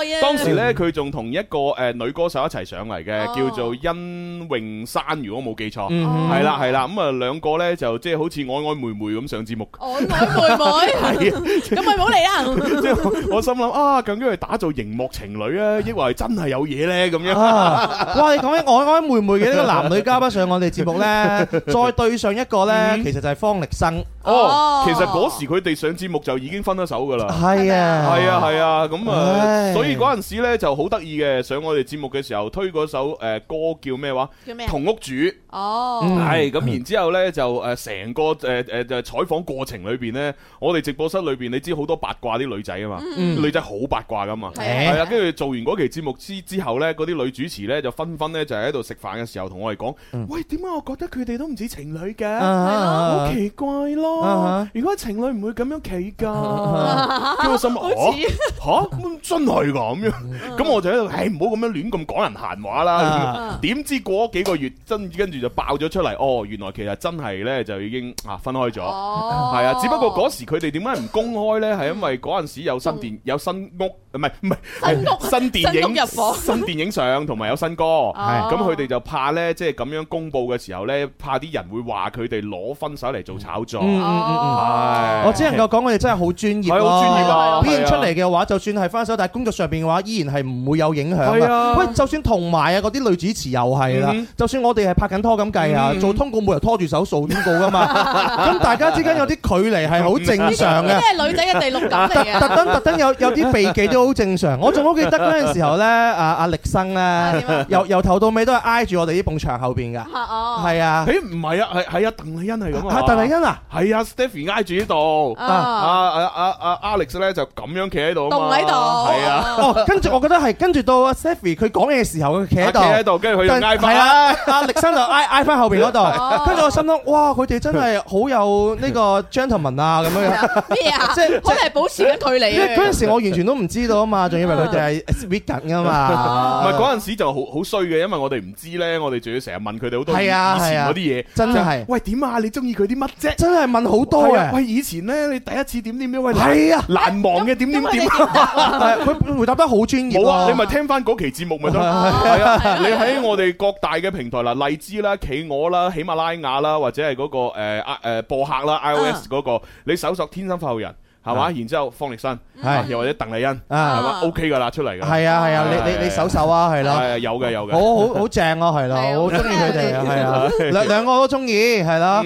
Speaker 4: 期待啊
Speaker 2: 當時咧，佢仲同一個誒女歌手一齊上嚟嘅，
Speaker 4: 哦
Speaker 2: 叫做殷詠珊，如果冇記錯，
Speaker 3: 嗯
Speaker 2: 係啦係啦。咁啊兩個咧就即係好似曖曖昧昧咁上節目。
Speaker 4: 我妹
Speaker 2: *laughs*
Speaker 4: 妹妹， *laughs* 咁咪冇嚟啦。
Speaker 2: 即係我我心諗啊，究竟係打造熒幕情侶啊，抑或係真係有嘢咧咁樣？
Speaker 3: 啊！哇！你講起曖曖昧昧嘅呢個男女嘉賓上我哋節目
Speaker 2: *laughs*
Speaker 3: 咧，再對上一個咧，
Speaker 2: 嗯
Speaker 3: 其實就係方力申，
Speaker 2: 哦，其實嗰時佢哋上節目就已經分咗手噶啦。
Speaker 3: 係啊，
Speaker 2: 係啊係啊，咁啊，
Speaker 3: 唉
Speaker 2: 所以嗰陣時咧就好得意嘅，上我哋節目嘅時候推嗰首誒歌叫咩話？
Speaker 4: 叫咩啊？
Speaker 2: 同屋主係
Speaker 4: 哦，
Speaker 3: 嗯
Speaker 2: 咁，然之後咧就誒成個誒誒就採訪過程裏邊咧，我哋直播室裏邊你知好多八卦啲女仔啊嘛，
Speaker 3: 嗯
Speaker 2: 女仔好八卦噶嘛。
Speaker 4: 係
Speaker 2: 係
Speaker 4: 啊
Speaker 2: 啊，跟住做完嗰期節目之之後咧，嗰啲女主持咧就紛紛咧就喺度食飯嘅時候同我哋講：，喂，點解我覺得佢哋都唔似情侶嘅？好
Speaker 3: 嗯啊
Speaker 2: 奇怪
Speaker 3: 啊
Speaker 2: 咯
Speaker 3: 哈！
Speaker 2: 如果情侶唔會咁樣企㗎，
Speaker 3: 啊
Speaker 2: *laughs* 跟住我心
Speaker 4: 好
Speaker 2: 諗哦
Speaker 4: 似
Speaker 2: 吓嚇咁真係㗎咁樣，咁我就喺度，唉唔好咁樣亂咁講人閒話啦
Speaker 3: 嗯啊。
Speaker 2: 點知過咗幾個月，真跟住就爆咗出嚟，哦，原來其實真係咧就已經啊分開咗。
Speaker 4: 哦，
Speaker 2: 係啊，只不過嗰時佢哋點解唔公開呢？係因為嗰陣時有新電有新屋，唔係唔係
Speaker 4: 新屋
Speaker 2: 新電
Speaker 4: 嗯新屋
Speaker 2: 影
Speaker 4: 入伙
Speaker 2: 新電影上，同埋有新歌。
Speaker 4: 哦
Speaker 2: 咁佢哋就怕呢，即係咁樣公佈嘅時候呢，怕啲人會話佢哋攞分手嚟做炒作。
Speaker 3: 嗯嗯嗯嗯。
Speaker 2: 係
Speaker 3: 我只能夠講，我哋真係好專業
Speaker 2: 係
Speaker 3: 咯
Speaker 2: 好專業啊
Speaker 3: 表現
Speaker 2: 係啊
Speaker 3: 出嚟嘅話，就算係分手，但係工作上邊嘅話，依然係唔會有影響
Speaker 2: 係啊
Speaker 3: 嘅。喂，就算同埋啊嗰啲女主持又係啦
Speaker 2: 嗯，
Speaker 3: 就算我哋係拍緊拖咁計啊
Speaker 2: 嗯，
Speaker 3: 做通告每日拖住手數通告 *laughs* 噶嘛，咁大家之間有啲距離係好正 *laughs* 常
Speaker 4: 呢
Speaker 3: 嘅。
Speaker 4: 啲係女仔嘅第六感嚟
Speaker 3: 特
Speaker 4: 嘅。
Speaker 3: 登特登有有啲避忌都好 *laughs* 正常，我仲好記得嗰陣時候咧，阿阿力生
Speaker 4: 啊
Speaker 3: 咧
Speaker 4: 點啊，
Speaker 3: 由由頭到尾都係挨住我哋呢埲牆後邊㗎，
Speaker 4: 嚇哦，
Speaker 3: 係 *laughs* 啊，
Speaker 2: 誒唔係啊，係係啊，鄧麗欣係咁啊。
Speaker 3: 啊鄧麗欣啊，
Speaker 2: 係啊，Stephy 挨住呢度。
Speaker 4: 啊
Speaker 2: 啊啊啊啊 Alex 咧就咁樣企喺度啊
Speaker 4: 動
Speaker 2: 嘛，
Speaker 4: 喺度
Speaker 2: 係啊，
Speaker 3: *laughs* 哦，跟住我覺得係跟住到阿 Stephy 佢講嘢嘅時候，佢企喺
Speaker 2: 企
Speaker 3: 度。
Speaker 2: 喺度，跟住佢就
Speaker 3: 但
Speaker 2: 嗌
Speaker 3: 係
Speaker 2: 翻。
Speaker 3: 啊，阿力生就挨挨翻後邊嗰
Speaker 2: *laughs*
Speaker 3: 度，跟住我心諗，哇！佢哋真係好有呢個 gentleman 啊
Speaker 2: *laughs*
Speaker 3: 咁樣樣。
Speaker 4: 咩啊？
Speaker 3: *laughs* 即係
Speaker 4: 可能係保持緊距離
Speaker 3: 因為嗰
Speaker 4: 嘅。
Speaker 3: 陣時我完全都唔知道啊嘛，仲以為
Speaker 2: *laughs*
Speaker 3: 佢哋係 speak 緊噶
Speaker 2: 唔
Speaker 3: 嘛。
Speaker 2: 係嗰陣時就好好衰嘅，因為我哋唔知咧，我哋仲要成日問佢哋好多以
Speaker 3: 係啊
Speaker 2: 以
Speaker 3: 係
Speaker 2: 前
Speaker 3: 啊
Speaker 2: 嗰啲嘢。
Speaker 3: 真係
Speaker 2: 喂點啊？你中意佢啲乜啫？
Speaker 3: 真係問好多
Speaker 2: 係啊
Speaker 3: 嘅，
Speaker 2: 喂，以前咧你第一次點點點，喂
Speaker 3: 係啊
Speaker 2: 難忘嘅點點
Speaker 4: 因為你
Speaker 2: *laughs* 點。
Speaker 3: 係佢回答得好專業
Speaker 2: 冇啊，
Speaker 3: 喎
Speaker 2: 你咪聽翻嗰期節目咪得
Speaker 3: 哦
Speaker 2: 咯。
Speaker 4: 係
Speaker 2: 係
Speaker 4: 啊
Speaker 2: 啊，你喺我哋各大嘅平台啦，荔枝啦、企鵝啦、喜馬拉雅啦，或者係嗰個誒啊誒播客啦、iOS 嗰個，你搜索天生發號人係嘛，
Speaker 3: 啊
Speaker 2: 然之後方力申，
Speaker 3: 係
Speaker 2: 啊又或者鄧麗欣係
Speaker 3: 啊，
Speaker 2: 嘛，OK 噶啦，出嚟噶。
Speaker 3: 係啊係啊，你你你搜搜啊，係
Speaker 2: 係
Speaker 3: 咯，
Speaker 2: 啊，有嘅有
Speaker 3: 好
Speaker 2: 嘅。
Speaker 3: 好好正啊，係咯，
Speaker 4: 係啊
Speaker 3: 我好中意佢哋啊，
Speaker 2: *laughs*
Speaker 3: 係啊，兩兩個都中意，係啦，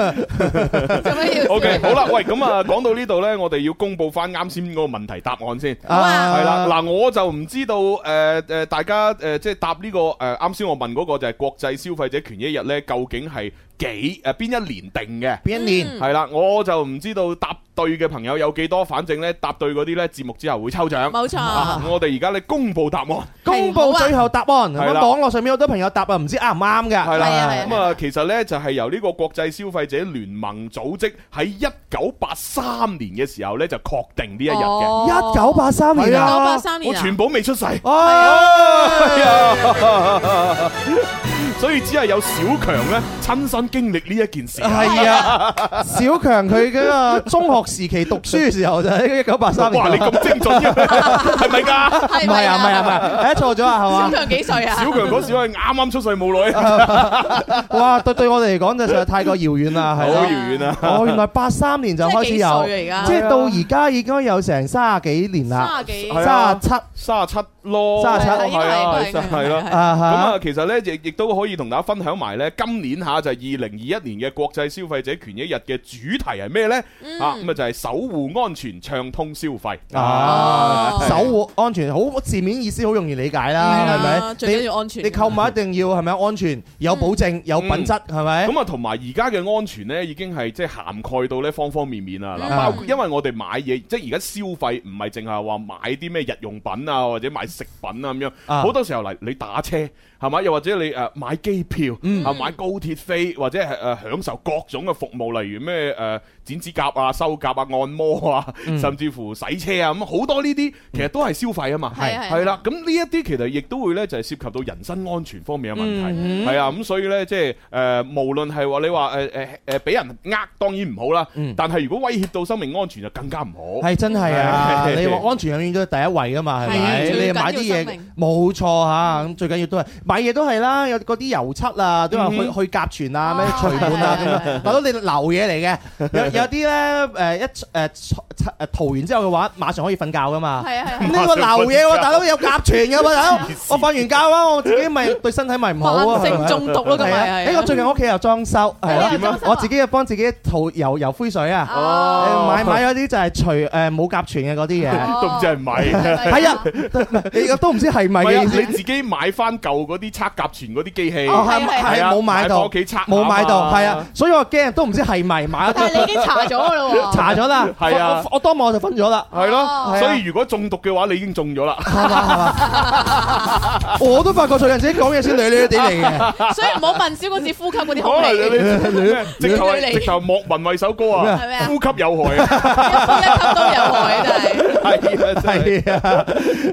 Speaker 4: 做乜要
Speaker 2: O K，好啦，喂，咁啊，講到呢度呢，我哋要公佈翻啱先嗰個問題答案先。
Speaker 4: 好啊
Speaker 2: 係啦，嗱，我就唔知道誒誒，大家誒即係答呢個誒啱先我問嗰個就係國際消費者權益日呢，究竟係幾呃誒邊一年定嘅？
Speaker 3: 邊一年
Speaker 4: 嗯
Speaker 2: 係啦，我就唔知道答對嘅朋友有幾多，反正呢，答對嗰啲呢，節目之後會抽獎。
Speaker 4: 冇錯。
Speaker 2: 啊我哋而家咧公佈答案，係
Speaker 3: 公佈最後答案，
Speaker 2: 係
Speaker 3: 咁
Speaker 2: 啦
Speaker 3: 網絡上面好多朋友答啊，唔知啱唔啱㗎，
Speaker 4: 係啊係啊
Speaker 2: 咁啊，其實呢，就係由呢個國際消費者聯盟組織喺一九八三年嘅時候呢，就確定呢一日嘅。
Speaker 3: 一九八三年
Speaker 4: 一九
Speaker 3: 啊
Speaker 4: 八，三
Speaker 2: 我
Speaker 4: 年啊
Speaker 2: 全部未出世， *laughs* 哎
Speaker 3: 哦，
Speaker 2: 呀所以只係有小強呢親身經歷呢一件事。
Speaker 3: 係啊，小強佢嗰個中學時期讀書嘅時候就喺一九八三年，
Speaker 2: 哇！你咁精準嘅，係咪㗎？
Speaker 4: 係
Speaker 3: 唔係啊，唔係啊，唔係
Speaker 4: 啊。
Speaker 3: 啊，睇錯咗啊，係嘛
Speaker 4: 小？強幾歲啊？
Speaker 2: 小強嗰時係啱啱出世冇耐，
Speaker 3: 哇，對對我哋嚟講就實在太過遙遠啦，
Speaker 2: 好
Speaker 3: 係咯。
Speaker 2: 遙遠啊！
Speaker 3: 哦，原來八三年就開始有，
Speaker 4: 即係幾歲啊而家
Speaker 3: 即係到而家已經有成三十幾年啦，
Speaker 4: 卅幾
Speaker 2: 係啊
Speaker 3: 三十七啊
Speaker 2: 三十七咯，
Speaker 3: 37
Speaker 2: 係啊，
Speaker 4: 哦應該係應該
Speaker 2: 係
Speaker 4: 係
Speaker 2: 咯。
Speaker 4: 係
Speaker 2: 咁
Speaker 3: 嚇
Speaker 2: 啊，其實咧亦亦都可以同大家分享埋咧，今年吓就係二零二一年嘅國際消費者權益日嘅主題係咩咧？
Speaker 4: 嗯
Speaker 2: 啊，咁啊就係守護安全，暢通消費。
Speaker 3: 啊
Speaker 4: 哦！
Speaker 3: 守護安全，好字面意思好容易理解啦，
Speaker 4: 係啊
Speaker 3: 係
Speaker 4: 最緊
Speaker 3: 咪？
Speaker 4: 要安全嗯
Speaker 3: 你你購物一定要係咪安全、有保證、有品質，係咪？
Speaker 2: 咁啊，同埋而家嘅安全咧，已經係即係涵蓋到咧方方面面啊！嗱，
Speaker 4: 嗯
Speaker 2: 包括因為我哋買嘢，即係而家消費唔係淨係話買啲咩日用品啊，或者買食品啊咁樣，
Speaker 3: 啊
Speaker 2: 好多時候嚟你打車係咪？又或者你誒買機票啊，買高鐵飛，或者係誒享受各種嘅服務，例如咩誒剪指甲啊、修甲啊、按摩啊，甚至乎洗車啊，咁好多呢啲其實都係消費啊嘛，
Speaker 4: 係係
Speaker 2: 係啦。咁呢一啲其實亦都會咧就係涉及到人身安全方面嘅問
Speaker 4: 嗯
Speaker 2: 題，係啊，咁所以咧即係誒，無論係話你話誒誒誒俾人呃，當然唔好啦，但係如果威脅到生命安全就更加唔好。
Speaker 3: 係真係啊！
Speaker 2: 係
Speaker 3: 你話安全永遠都係第一位噶嘛，係
Speaker 4: 係啊
Speaker 3: 咪？
Speaker 4: 最
Speaker 3: 你
Speaker 4: 緊要
Speaker 3: 買啲嘢
Speaker 4: 生命
Speaker 3: 冇錯嚇，咁最緊要都係買嘢都係啦，有嗰啲油漆啊，都有去
Speaker 2: 嗯
Speaker 3: 去甲醛啊，咩
Speaker 4: 哦
Speaker 3: 除蟎
Speaker 4: *laughs*
Speaker 3: 啊
Speaker 4: 係
Speaker 3: 咁
Speaker 4: 係
Speaker 3: 啊
Speaker 4: 係係。
Speaker 3: 大佬你流嘢嚟嘅，
Speaker 4: *laughs*
Speaker 3: 有有啲咧誒一誒誒塗完之後嘅話，馬上可以瞓覺噶嘛。
Speaker 4: 係啊係
Speaker 3: 咁
Speaker 4: 啊，
Speaker 3: 呢個流嘢喎，大佬有甲醛嘅喎，大佬
Speaker 2: 黐線
Speaker 3: 我瞓完覺啊，我自己咪對身體咪唔好啊。
Speaker 4: 慢
Speaker 3: 係咪
Speaker 4: 性中毒咯，咁
Speaker 3: 係啊！
Speaker 4: 咪係
Speaker 3: 誒，我最近屋企又裝修，係
Speaker 4: 你又裝
Speaker 3: 啦
Speaker 4: 修，啊
Speaker 3: 我自己又幫自己塗油油灰水啊。誒
Speaker 4: 哦，
Speaker 3: 買買咗啲就係除誒冇甲醛嘅嗰啲嘢，
Speaker 2: 都唔知係咪。 *laughs*
Speaker 4: 아,
Speaker 3: 係啊，你都唔知係咪
Speaker 2: 係啊，
Speaker 3: 嘅意思
Speaker 2: 你自己買翻舊嗰啲測甲醛嗰啲機器，
Speaker 3: 哦，係
Speaker 4: 係係
Speaker 3: 係
Speaker 2: 啊
Speaker 3: 冇買
Speaker 2: 返
Speaker 3: 到
Speaker 2: 屋，企測下
Speaker 3: 冇買到，
Speaker 2: 嘛
Speaker 3: 係啊，，所以我驚都唔知係咪買咗
Speaker 4: 但係你已經查咗啦
Speaker 3: *laughs*
Speaker 4: 喎，
Speaker 3: 查咗啦，
Speaker 2: 係啊
Speaker 3: 我我我當晚我就分咗啦，
Speaker 2: 係
Speaker 4: 哦
Speaker 2: 咯。
Speaker 3: 係啊
Speaker 2: 所以如果中毒嘅話，你已經中咗啦。
Speaker 3: 係嘛係嘛，我都發覺最近自己講嘢先捋捋地嚟嘅，
Speaker 4: 所以唔好問小公子呼吸嗰啲
Speaker 2: 可
Speaker 4: 空
Speaker 2: 能
Speaker 4: 氣，
Speaker 2: 你
Speaker 3: *laughs*
Speaker 4: 一
Speaker 2: 直頭係直頭莫文蔚首歌啊
Speaker 4: 係咩，啊
Speaker 2: 呼吸有害啊。
Speaker 4: 呼一吸都有害，真係。
Speaker 2: *laughs* 係啊，真係
Speaker 3: 係啊，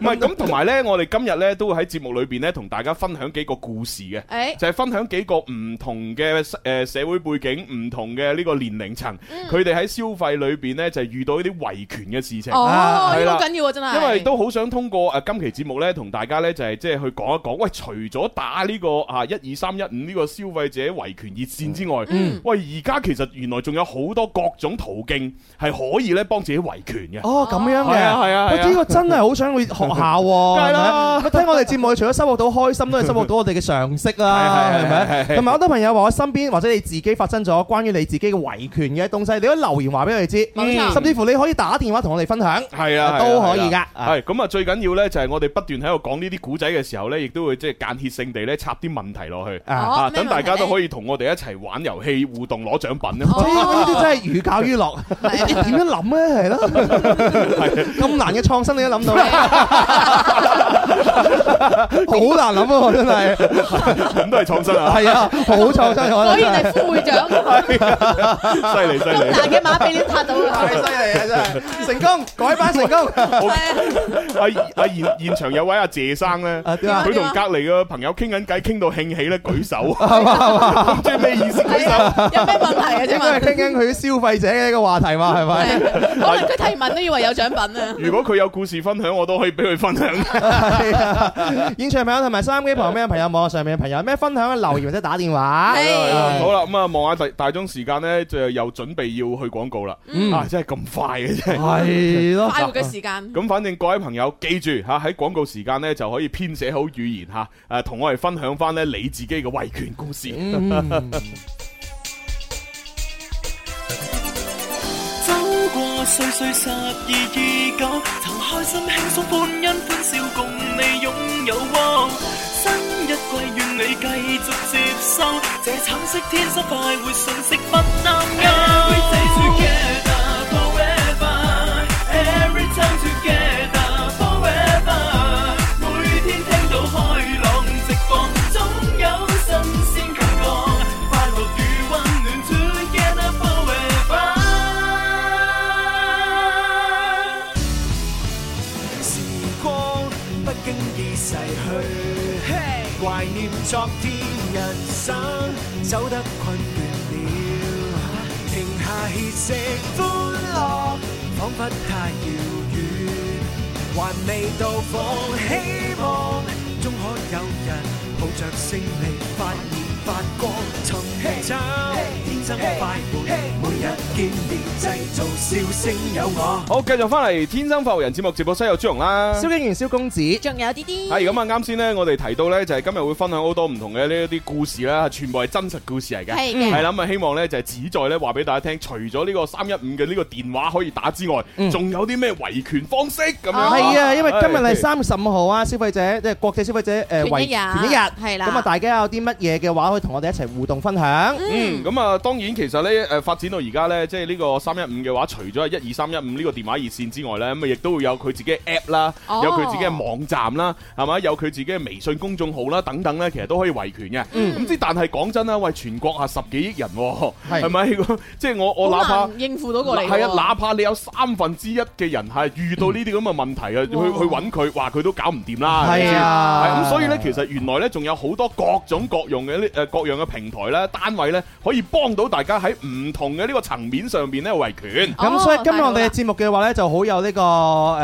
Speaker 2: 唔係咁，同埋呢，我哋今日呢都會喺節目裏邊呢，同大家分享幾個故事嘅，
Speaker 4: 誒，
Speaker 2: 就係分享幾個唔同嘅誒社會背景、唔同嘅呢個年齡層，
Speaker 3: 嗯
Speaker 2: 佢哋喺消費裏邊呢，就係遇到一啲維權嘅事情。
Speaker 4: 어, 哦，
Speaker 2: 係
Speaker 4: 呢個
Speaker 2: 啦
Speaker 4: 好緊要啊，真係。
Speaker 2: 因為都好想通過誒今期節目呢，同大家呢就係即係去講一講，喂，除咗打呢個啊一二三一五呢個消費者維權熱線之外，
Speaker 3: 嗯
Speaker 2: 喂，而家其實原來仲有好多各種途徑係可以呢幫自己維權嘅。
Speaker 3: 哦咁樣嘅，
Speaker 2: 係啊係啊係啊
Speaker 3: 喂呢個真係好想去學下
Speaker 2: *laughs*
Speaker 3: 喎，
Speaker 2: 梗係
Speaker 3: 係
Speaker 2: 啦
Speaker 3: 咪？咪聽我哋節目，除咗收穫到開心，都係收穫到我哋嘅常識啦，
Speaker 2: 係係係
Speaker 3: 係
Speaker 2: 係係
Speaker 3: 咪？同埋好多朋友話我身邊或者你自己發生咗關於你自己嘅維權嘅東西，細，你可以留言話俾我哋知，
Speaker 4: 冇錯
Speaker 3: 甚至乎你可以打電話同我哋分享，
Speaker 2: 係啊，
Speaker 3: 都可以㗎啊
Speaker 2: 係咁啊，最緊要咧就係我哋不斷喺度講呢啲古仔嘅時候咧，亦都會即係間歇性地咧插啲問題落去
Speaker 3: 啊
Speaker 4: 哦
Speaker 2: 啊，
Speaker 4: 咩
Speaker 2: 等大家
Speaker 4: 問題
Speaker 2: 都
Speaker 4: 呢
Speaker 2: 可以同我哋一齊玩遊戲互動攞獎品
Speaker 4: 哦
Speaker 2: 啊！
Speaker 3: 呢呢啲真係寓教
Speaker 2: *laughs*
Speaker 3: 於樂，
Speaker 4: 아, 예.
Speaker 3: 你點樣諗咧？係咯，咁難嘅創新你都諗到，好難諗啊！
Speaker 2: *laughs*
Speaker 3: 真係，
Speaker 2: 咁都係創新啊！
Speaker 3: 係啊，好創新我
Speaker 4: 果
Speaker 3: 覺得真
Speaker 4: 然係副會長，
Speaker 2: *laughs* 犀利犀
Speaker 4: 咁
Speaker 2: 利！
Speaker 4: 難嘅馬俾你拍到啦。
Speaker 3: 係太犀利啊！真係成功改版
Speaker 4: *laughs*
Speaker 3: 成功，
Speaker 4: 아,
Speaker 2: 어. 阿阿現現場有位阿謝生咧，
Speaker 3: 啊點啊
Speaker 2: 佢同隔離嘅朋友傾緊偈，傾到興起咧，舉
Speaker 4: *laughs*
Speaker 2: 手， *laughs* 唔知咩意思舉
Speaker 4: 係
Speaker 2: 手。
Speaker 4: 啊，有咩問題啊？
Speaker 3: 應
Speaker 4: 啫
Speaker 3: 該係
Speaker 4: 嘛，
Speaker 3: 傾緊佢消費者嘅一個話題嘛，
Speaker 4: 예.
Speaker 3: 係咪？
Speaker 4: 可能佢提問都以為有獎品啊。
Speaker 2: 如果佢有故事分享，我都可以俾佢分享。
Speaker 3: *laughs* 係啊！現場朋友同埋收音機旁邊嘅朋友、網上面嘅朋友，有咩分享嘅留言或者打電話，
Speaker 4: *laughs* 係
Speaker 2: 好啦，咁啊，望下大大鐘時間咧，就又準備要去廣告啦。
Speaker 4: 嗯
Speaker 2: 啊，真係咁快嘅啫！
Speaker 3: 係咯，
Speaker 4: 快活嘅時間，
Speaker 2: 咁反正各位朋友記住嚇，喺廣告時間咧就可以編寫好語言嚇，誒同我哋分享翻咧你自己嘅維權故事。
Speaker 3: 嗯
Speaker 6: 走過歲歲十二二九，曾開心輕鬆歡欣歡笑共你擁有。哇新一季願你繼續接收，這橙色天生快活信息不擔憂。Every day together forever, every time together forever，每天聽到開朗直播，總有新鮮感覺，快樂與溫暖 together forever。
Speaker 1: 時光不經意逝去，懷念昨天，人生走得困倦了，停下歇息，歡樂彷彿太遙遠，還未到訪，希望終可有人抱着勝利發現發光，尋找天生快活，每日見面製造笑聲有我。
Speaker 2: 好，繼續翻嚟《天生浮人》節目直播室有朱容啦。
Speaker 3: 蕭敬元、蕭公子。
Speaker 4: 仲有啲啲。
Speaker 2: 係咁啊！啱先咧，我哋提到咧，就係今日會分享好多唔同嘅呢一啲故事啦，全部係真實故事嚟嘅。
Speaker 4: 係嘅
Speaker 2: 係啦，咁啊，希望咧就係旨在咧話俾大家聽，除咗呢個三一五嘅呢個電話可以打之外，仲有啲咩維權方式咁樣？
Speaker 3: 嗯係啊，因為今日
Speaker 2: 唉
Speaker 3: 係三月十五號啊，消費者即係國際消費者誒
Speaker 4: 權益
Speaker 3: 維
Speaker 4: 日
Speaker 3: 權一日，
Speaker 4: 係啦
Speaker 3: 咁啊，大家有啲乜嘢嘅話，可以同我哋一齊互動分享。
Speaker 2: 嗯，咁啊，當然其實咧，誒發展到而家咧，即係呢個三一五嘅話，除咗係一二三一五呢個電話熱線之外咧，咁啊，亦都會有佢自己嘅 app 啦，
Speaker 4: 哦
Speaker 2: 有佢自己嘅網站啦，係咪？有佢自己嘅微信公眾號啦，等等咧，其實都可以維權嘅。
Speaker 4: 嗯
Speaker 2: 咁之但係講真啦，喂，全國啊十幾億人喎，
Speaker 3: 係
Speaker 2: 係咪？即係我我哪
Speaker 4: 好
Speaker 2: 怕
Speaker 4: 難應付到過嚟喎。
Speaker 2: 係啊，哪怕你有三分之一嘅人係遇到呢啲咁嘅問題啊，去去揾佢，話佢都搞唔掂啦。係咪
Speaker 3: 係
Speaker 2: 先係
Speaker 3: 啊，
Speaker 2: 咁，所以咧，其實原來咧，仲有好多各種各樣嘅呢誒各樣嘅平台咧、單位咧，可以幫到大家喺唔同嘅呢個層面上邊咧維權。
Speaker 3: 咁
Speaker 4: 哦
Speaker 3: 所以今日我哋嘅
Speaker 4: 大佬啊
Speaker 3: 節目嘅話咧，就好有呢個誒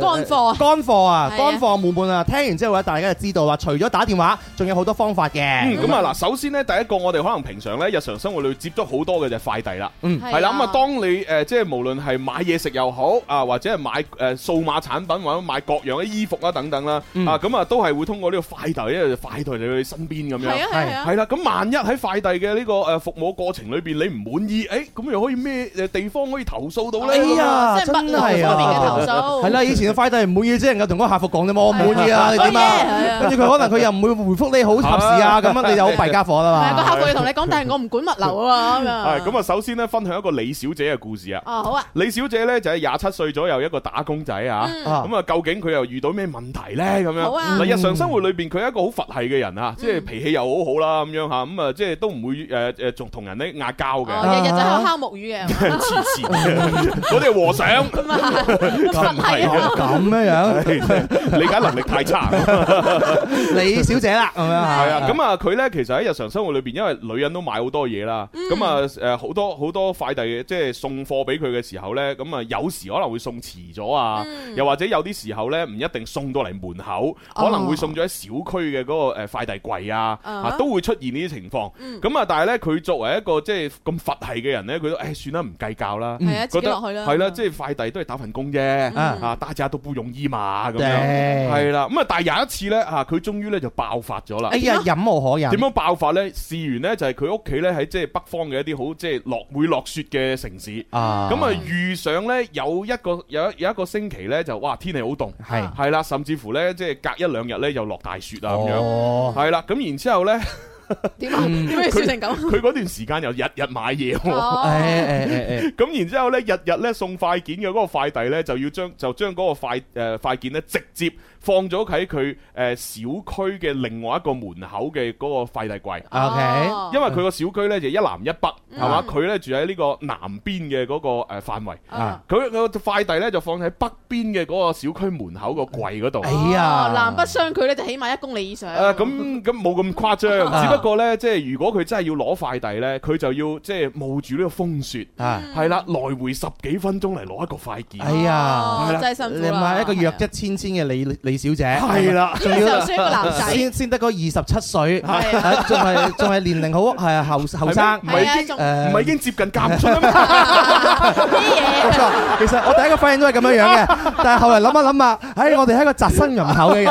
Speaker 4: 乾貨
Speaker 3: 乾貨啊，
Speaker 4: 係啊
Speaker 3: 乾貨滿滿啊！聽完之後咧，大家就知道啦。除咗打電話，仲有好多方法
Speaker 2: 嗯，
Speaker 3: 嘅。
Speaker 2: 咁啊嗱，首先咧，第一個我哋可能平常咧日常生活裏接觸好多嘅就係快遞啦，
Speaker 3: 嗯
Speaker 2: 係啦，咁啊，當你誒即係無論係買嘢食又好啊，或者係買誒數碼產品或者買各樣嘅衣服啦等等啦，啊咁啊都係會通過呢個快遞，因為快遞你去身邊咁樣
Speaker 4: 係。啊係啊
Speaker 2: 係啦，咁萬一喺快遞嘅呢個誒服務過程裏邊，你唔滿意，誒咁又可以咩誒地方可以投訴到
Speaker 4: 哎
Speaker 2: 呢？
Speaker 4: 呀
Speaker 3: 真
Speaker 4: 真係
Speaker 3: 係
Speaker 4: 物流方
Speaker 3: 啊
Speaker 4: 面嘅投訴
Speaker 3: 係啦，以前嘅快遞唔滿意，只能夠同嗰個客服講啫嘛，我唔滿意啊，你點
Speaker 4: 係
Speaker 3: 啊？
Speaker 4: 啊
Speaker 3: 跟住佢可能佢又唔會回覆你好合時啊，咁樣你就好弊家伙啦
Speaker 4: 係啊，
Speaker 3: 嘛。
Speaker 4: 個客服要同你講，但係我唔管物流啊嘛。
Speaker 2: 係咁
Speaker 4: 啊。
Speaker 2: 啊，首先咧分享一個李小姐嘅故事啊。
Speaker 4: 哦，好啊。
Speaker 2: 李小姐呢，就係廿七歲左右一個打工仔啊，
Speaker 3: 啊
Speaker 2: 咁啊究竟佢又遇到咩問題呢？咁樣
Speaker 4: 嗯好啊嗯
Speaker 2: 嗱，日常生活裏邊佢係一個好佛系嘅人啊，即係脾氣又好好啦，咁樣吓，咁啊即係都唔會誒誒仲同人咧嗌交
Speaker 4: 哦，
Speaker 2: 嘅，
Speaker 4: 日日就喺度烤木魚嘅。
Speaker 2: 呃黐線
Speaker 4: *laughs*
Speaker 2: 嘅，嗰啲係和尚。 *laughs*
Speaker 4: 咁啊，咁佛系啊。
Speaker 3: 咁樣樣，
Speaker 2: 理解能力太差，
Speaker 3: 李小姐啦，咁樣嚇
Speaker 2: 係啊，咁啊佢咧其實喺日常生活裏邊，因為女人都買好多嘢啦，咁啊誒好多好多快遞即係送貨俾佢嘅時候咧，咁啊有時可能會送遲咗啊，又或者有啲時候咧唔一定送到嚟門口，可能會送咗喺小區嘅嗰個誒快遞櫃哦啊，嗯
Speaker 4: 啊
Speaker 2: 啊都會出現呢啲情況。咁啊，但係咧佢作為一個即係咁佛系嘅人咧，佢都誒唉，算啦，唔計較啦，
Speaker 4: 係
Speaker 2: 覺
Speaker 4: 啊自己
Speaker 2: 得
Speaker 4: 落去啦
Speaker 2: 係啦，即係快遞都係打份工啫，啊，大家都不容易嘛，咁樣
Speaker 3: 對
Speaker 2: 係啦。咁啊，但係有一次咧，啊，佢終於咧就爆發咗啦
Speaker 3: 哎。呀，忍無可忍
Speaker 2: 點。樣爆發咧？事源咧就係佢屋企咧喺即係北方嘅一啲好即係落會落雪嘅城市。
Speaker 3: 啊，
Speaker 2: 咁啊，遇上咧有一個有一有一個星期咧就哇天氣好凍，
Speaker 3: 係
Speaker 2: 係啦，甚至乎咧即係隔一兩日咧又落大雪啊咁樣，
Speaker 3: 哦，
Speaker 2: 係啦，咁然之後咧
Speaker 4: 點啊？點解要笑成咁？
Speaker 2: *laughs* 佢嗰段時間又日日買嘢喎。
Speaker 3: 誒
Speaker 4: 哦
Speaker 3: 誒誒誒，
Speaker 2: 咁然之後咧，日日咧送快件嘅嗰個快遞咧，就要將就將嗰個快誒、呃快件咧，直接放咗喺佢誒小區嘅另外一個門口嘅嗰個快遞櫃。
Speaker 3: OK，
Speaker 4: 哦
Speaker 2: 因為佢個小區咧就一南一北，
Speaker 3: 嗯
Speaker 2: 係嘛？佢咧住喺呢個南邊嘅嗰個誒範圍，
Speaker 4: 啊
Speaker 2: 佢佢個快遞咧就放喺北邊嘅嗰個小區門口個櫃嗰度。
Speaker 3: 哎呀
Speaker 4: 哦南北相距咧就起碼一公里以上。
Speaker 2: 誒咁咁冇咁誇張，
Speaker 3: 啊
Speaker 2: 只不過呢，即係如果佢真係要攞快遞呢，佢就要即係冒住呢個風雪，
Speaker 3: 啊，
Speaker 2: 係啦，來回十幾分鐘嚟攞一個快件，
Speaker 3: 哎呀，
Speaker 4: 哦真係辛苦
Speaker 3: 你
Speaker 4: 啦
Speaker 3: 買一個弱質千千嘅李李小姐，
Speaker 2: 係啦，
Speaker 3: 仲
Speaker 4: 呢個時
Speaker 3: 要
Speaker 4: 候需要一個男仔，
Speaker 3: 先先得個二十七歲，
Speaker 4: 係啊
Speaker 3: 啊仲係仲係年齡好係後後生
Speaker 2: 係。咩唔係
Speaker 4: 係啊，
Speaker 2: 已經
Speaker 3: *laughs*
Speaker 4: 仲
Speaker 2: 唔
Speaker 3: 誒
Speaker 2: 係已經接近嫁唔出啊啦咩？
Speaker 3: 冇錯， *laughs* 其實我第一個反應都係咁樣樣
Speaker 4: *laughs*
Speaker 3: 嘅，但係後嚟諗一諗啊，唉，我哋係一個宅心仁厚
Speaker 4: *laughs*
Speaker 3: 嘅人，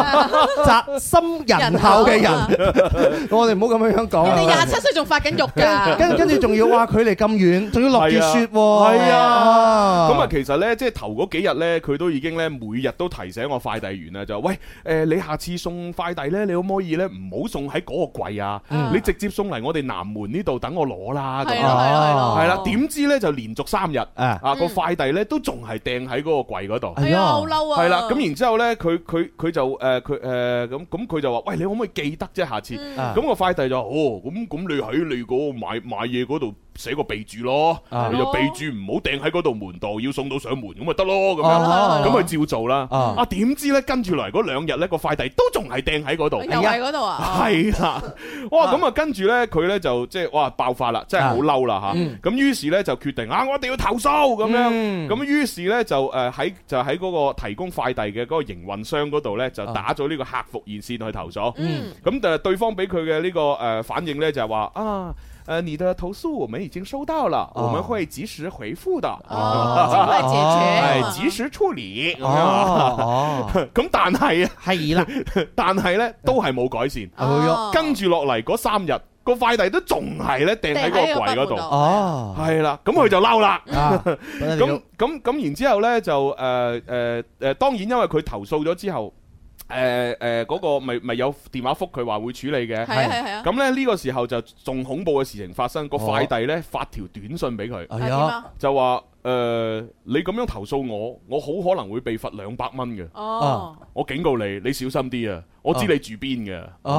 Speaker 3: 宅心仁厚嘅人，我哋唔好咁樣樣講
Speaker 4: 人哋
Speaker 3: 啊
Speaker 4: 廿。七歲仲發緊育㗎，
Speaker 3: 跟跟住仲要話距離咁遠，仲要落住雪喎。
Speaker 2: 係啊，
Speaker 3: 哦
Speaker 2: 咁啊，其實呢，即係頭嗰幾日呢，佢都已經呢，每日都提醒我快遞員啊，就話喂誒，你下次送快遞呢，你可唔可以呢？唔好送喺嗰個櫃啊？
Speaker 4: 嗯
Speaker 2: 你直接送嚟我哋南門呢度等我攞啦。咁
Speaker 4: 係
Speaker 2: 樣
Speaker 4: 咯係咯係
Speaker 3: 哦
Speaker 4: 咯，
Speaker 2: 係啦，點知呢，就連續三日
Speaker 3: 啊
Speaker 2: 啊個快遞呢，都仲係掟喺嗰個櫃嗰度。
Speaker 4: 係啊，好嬲啊！
Speaker 2: 係啦，咁然之後咧，佢佢佢就誒佢誒咁咁佢就話：喂，你可唔可以記得啫？下次
Speaker 3: 啊
Speaker 2: 咁個快遞就話哦，咁咁你喺你嗰個買買嘢嗰度寫個備註咯，
Speaker 3: 啊
Speaker 2: 你就備註唔好掟喺嗰度門度，要送到上門咁咪得咯咁樣。
Speaker 3: 哦
Speaker 2: 咁佢照做啦。
Speaker 3: 啊
Speaker 2: 啊，點知咧跟住嚟嗰兩日咧個快遞都仲係掟喺嗰
Speaker 3: 哎
Speaker 2: 度。哎
Speaker 4: 又係嗰度啊，
Speaker 2: 係啦，哇！咁啊，跟住呢，佢呢就即係哇爆發啦，
Speaker 3: 啊
Speaker 2: 真係好嬲啦吓。咁於是呢，就決定啊，我一定要投訴咁樣。
Speaker 3: 嗯
Speaker 2: 咁於是呢，就誒喺就喺嗰個提供快遞嘅嗰個營運商嗰度呢，
Speaker 3: 啊
Speaker 2: 就打咗呢個客服熱線去投訴。
Speaker 4: 嗯
Speaker 2: 咁但係對方俾佢嘅呢個誒反應呢，就係話啊。誒，你的投訴我們已經收到了，
Speaker 3: 哦
Speaker 2: 我們會及時回覆的，*laughs*
Speaker 4: 哦，請佢
Speaker 2: 係
Speaker 4: 解決，
Speaker 2: 及時處理。咁樣啊
Speaker 3: 哦哦，
Speaker 2: *laughs* 咁但係啊，
Speaker 3: 係啦，
Speaker 2: 但係呢，都係冇改善。
Speaker 4: 哦
Speaker 2: 跟住落嚟嗰三日，個快遞都仲係咧掟喺嗰個櫃嗰
Speaker 4: 掟喺個
Speaker 2: 度，
Speaker 4: 櫃
Speaker 3: 哦，
Speaker 2: 係啦，咁佢就嬲啦。
Speaker 3: 啊，
Speaker 2: 咁咁咁，然之後咧就誒誒誒，當然因為佢投訴咗之後，誒誒嗰個咪咪有電話覆佢話會處理嘅。
Speaker 4: 係啊係啊係啊，
Speaker 2: 咁咧呢個時候就仲恐怖嘅事情發生，個
Speaker 3: 哦
Speaker 2: 快遞咧發條短信俾佢，
Speaker 3: 係
Speaker 4: 係點
Speaker 3: 啊，
Speaker 4: 啊？
Speaker 2: 就話誒你咁樣投訴我，我好可能會被罰兩百蚊嘅，
Speaker 4: 哦，
Speaker 2: 我警告你，你小心啲啊！我知你住邊嘅，
Speaker 3: 哦。
Speaker 4: 哦，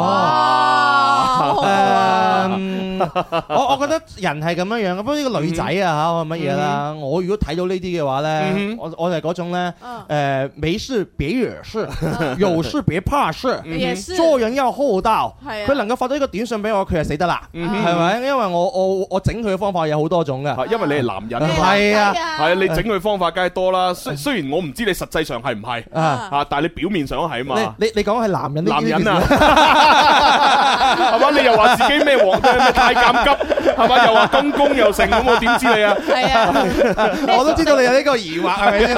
Speaker 2: 啊
Speaker 3: 誒，嗯我我覺得人係咁樣樣嘅，不過呢個女仔啊嚇，我乜嘢啦？我如果睇到呢啲嘅話
Speaker 2: 嗯
Speaker 3: 咧
Speaker 2: 哼，
Speaker 3: 我我係嗰種咧，
Speaker 4: 嗯
Speaker 3: 誒，沒事別惹
Speaker 2: *laughs*
Speaker 3: 事，有事別怕事，
Speaker 2: 嗯
Speaker 4: 也是
Speaker 3: 做人要厚道。
Speaker 4: 係啊
Speaker 3: 佢能夠發到呢個短信俾我，佢係死得啦，
Speaker 2: 嗯
Speaker 3: 係咪？因為我我我整佢嘅方法有好多種嘅，
Speaker 2: 啊因為你係男人啊嘛。
Speaker 3: 係啊
Speaker 2: 系啊，你整佢方法梗係多啦。雖雖然我唔知你實際上係唔係
Speaker 3: 啊
Speaker 2: 啊，但係你表面上係嘛。
Speaker 3: 你你你講係男人呢
Speaker 2: 男人啊，
Speaker 3: 呢件事啊
Speaker 2: 係嘛？你又話自己咩皇帝咩太監急，係嘛？又話公公又成，咁我點知你啊？
Speaker 4: 係啊，
Speaker 3: 我都知道你有呢個疑惑係咪先？有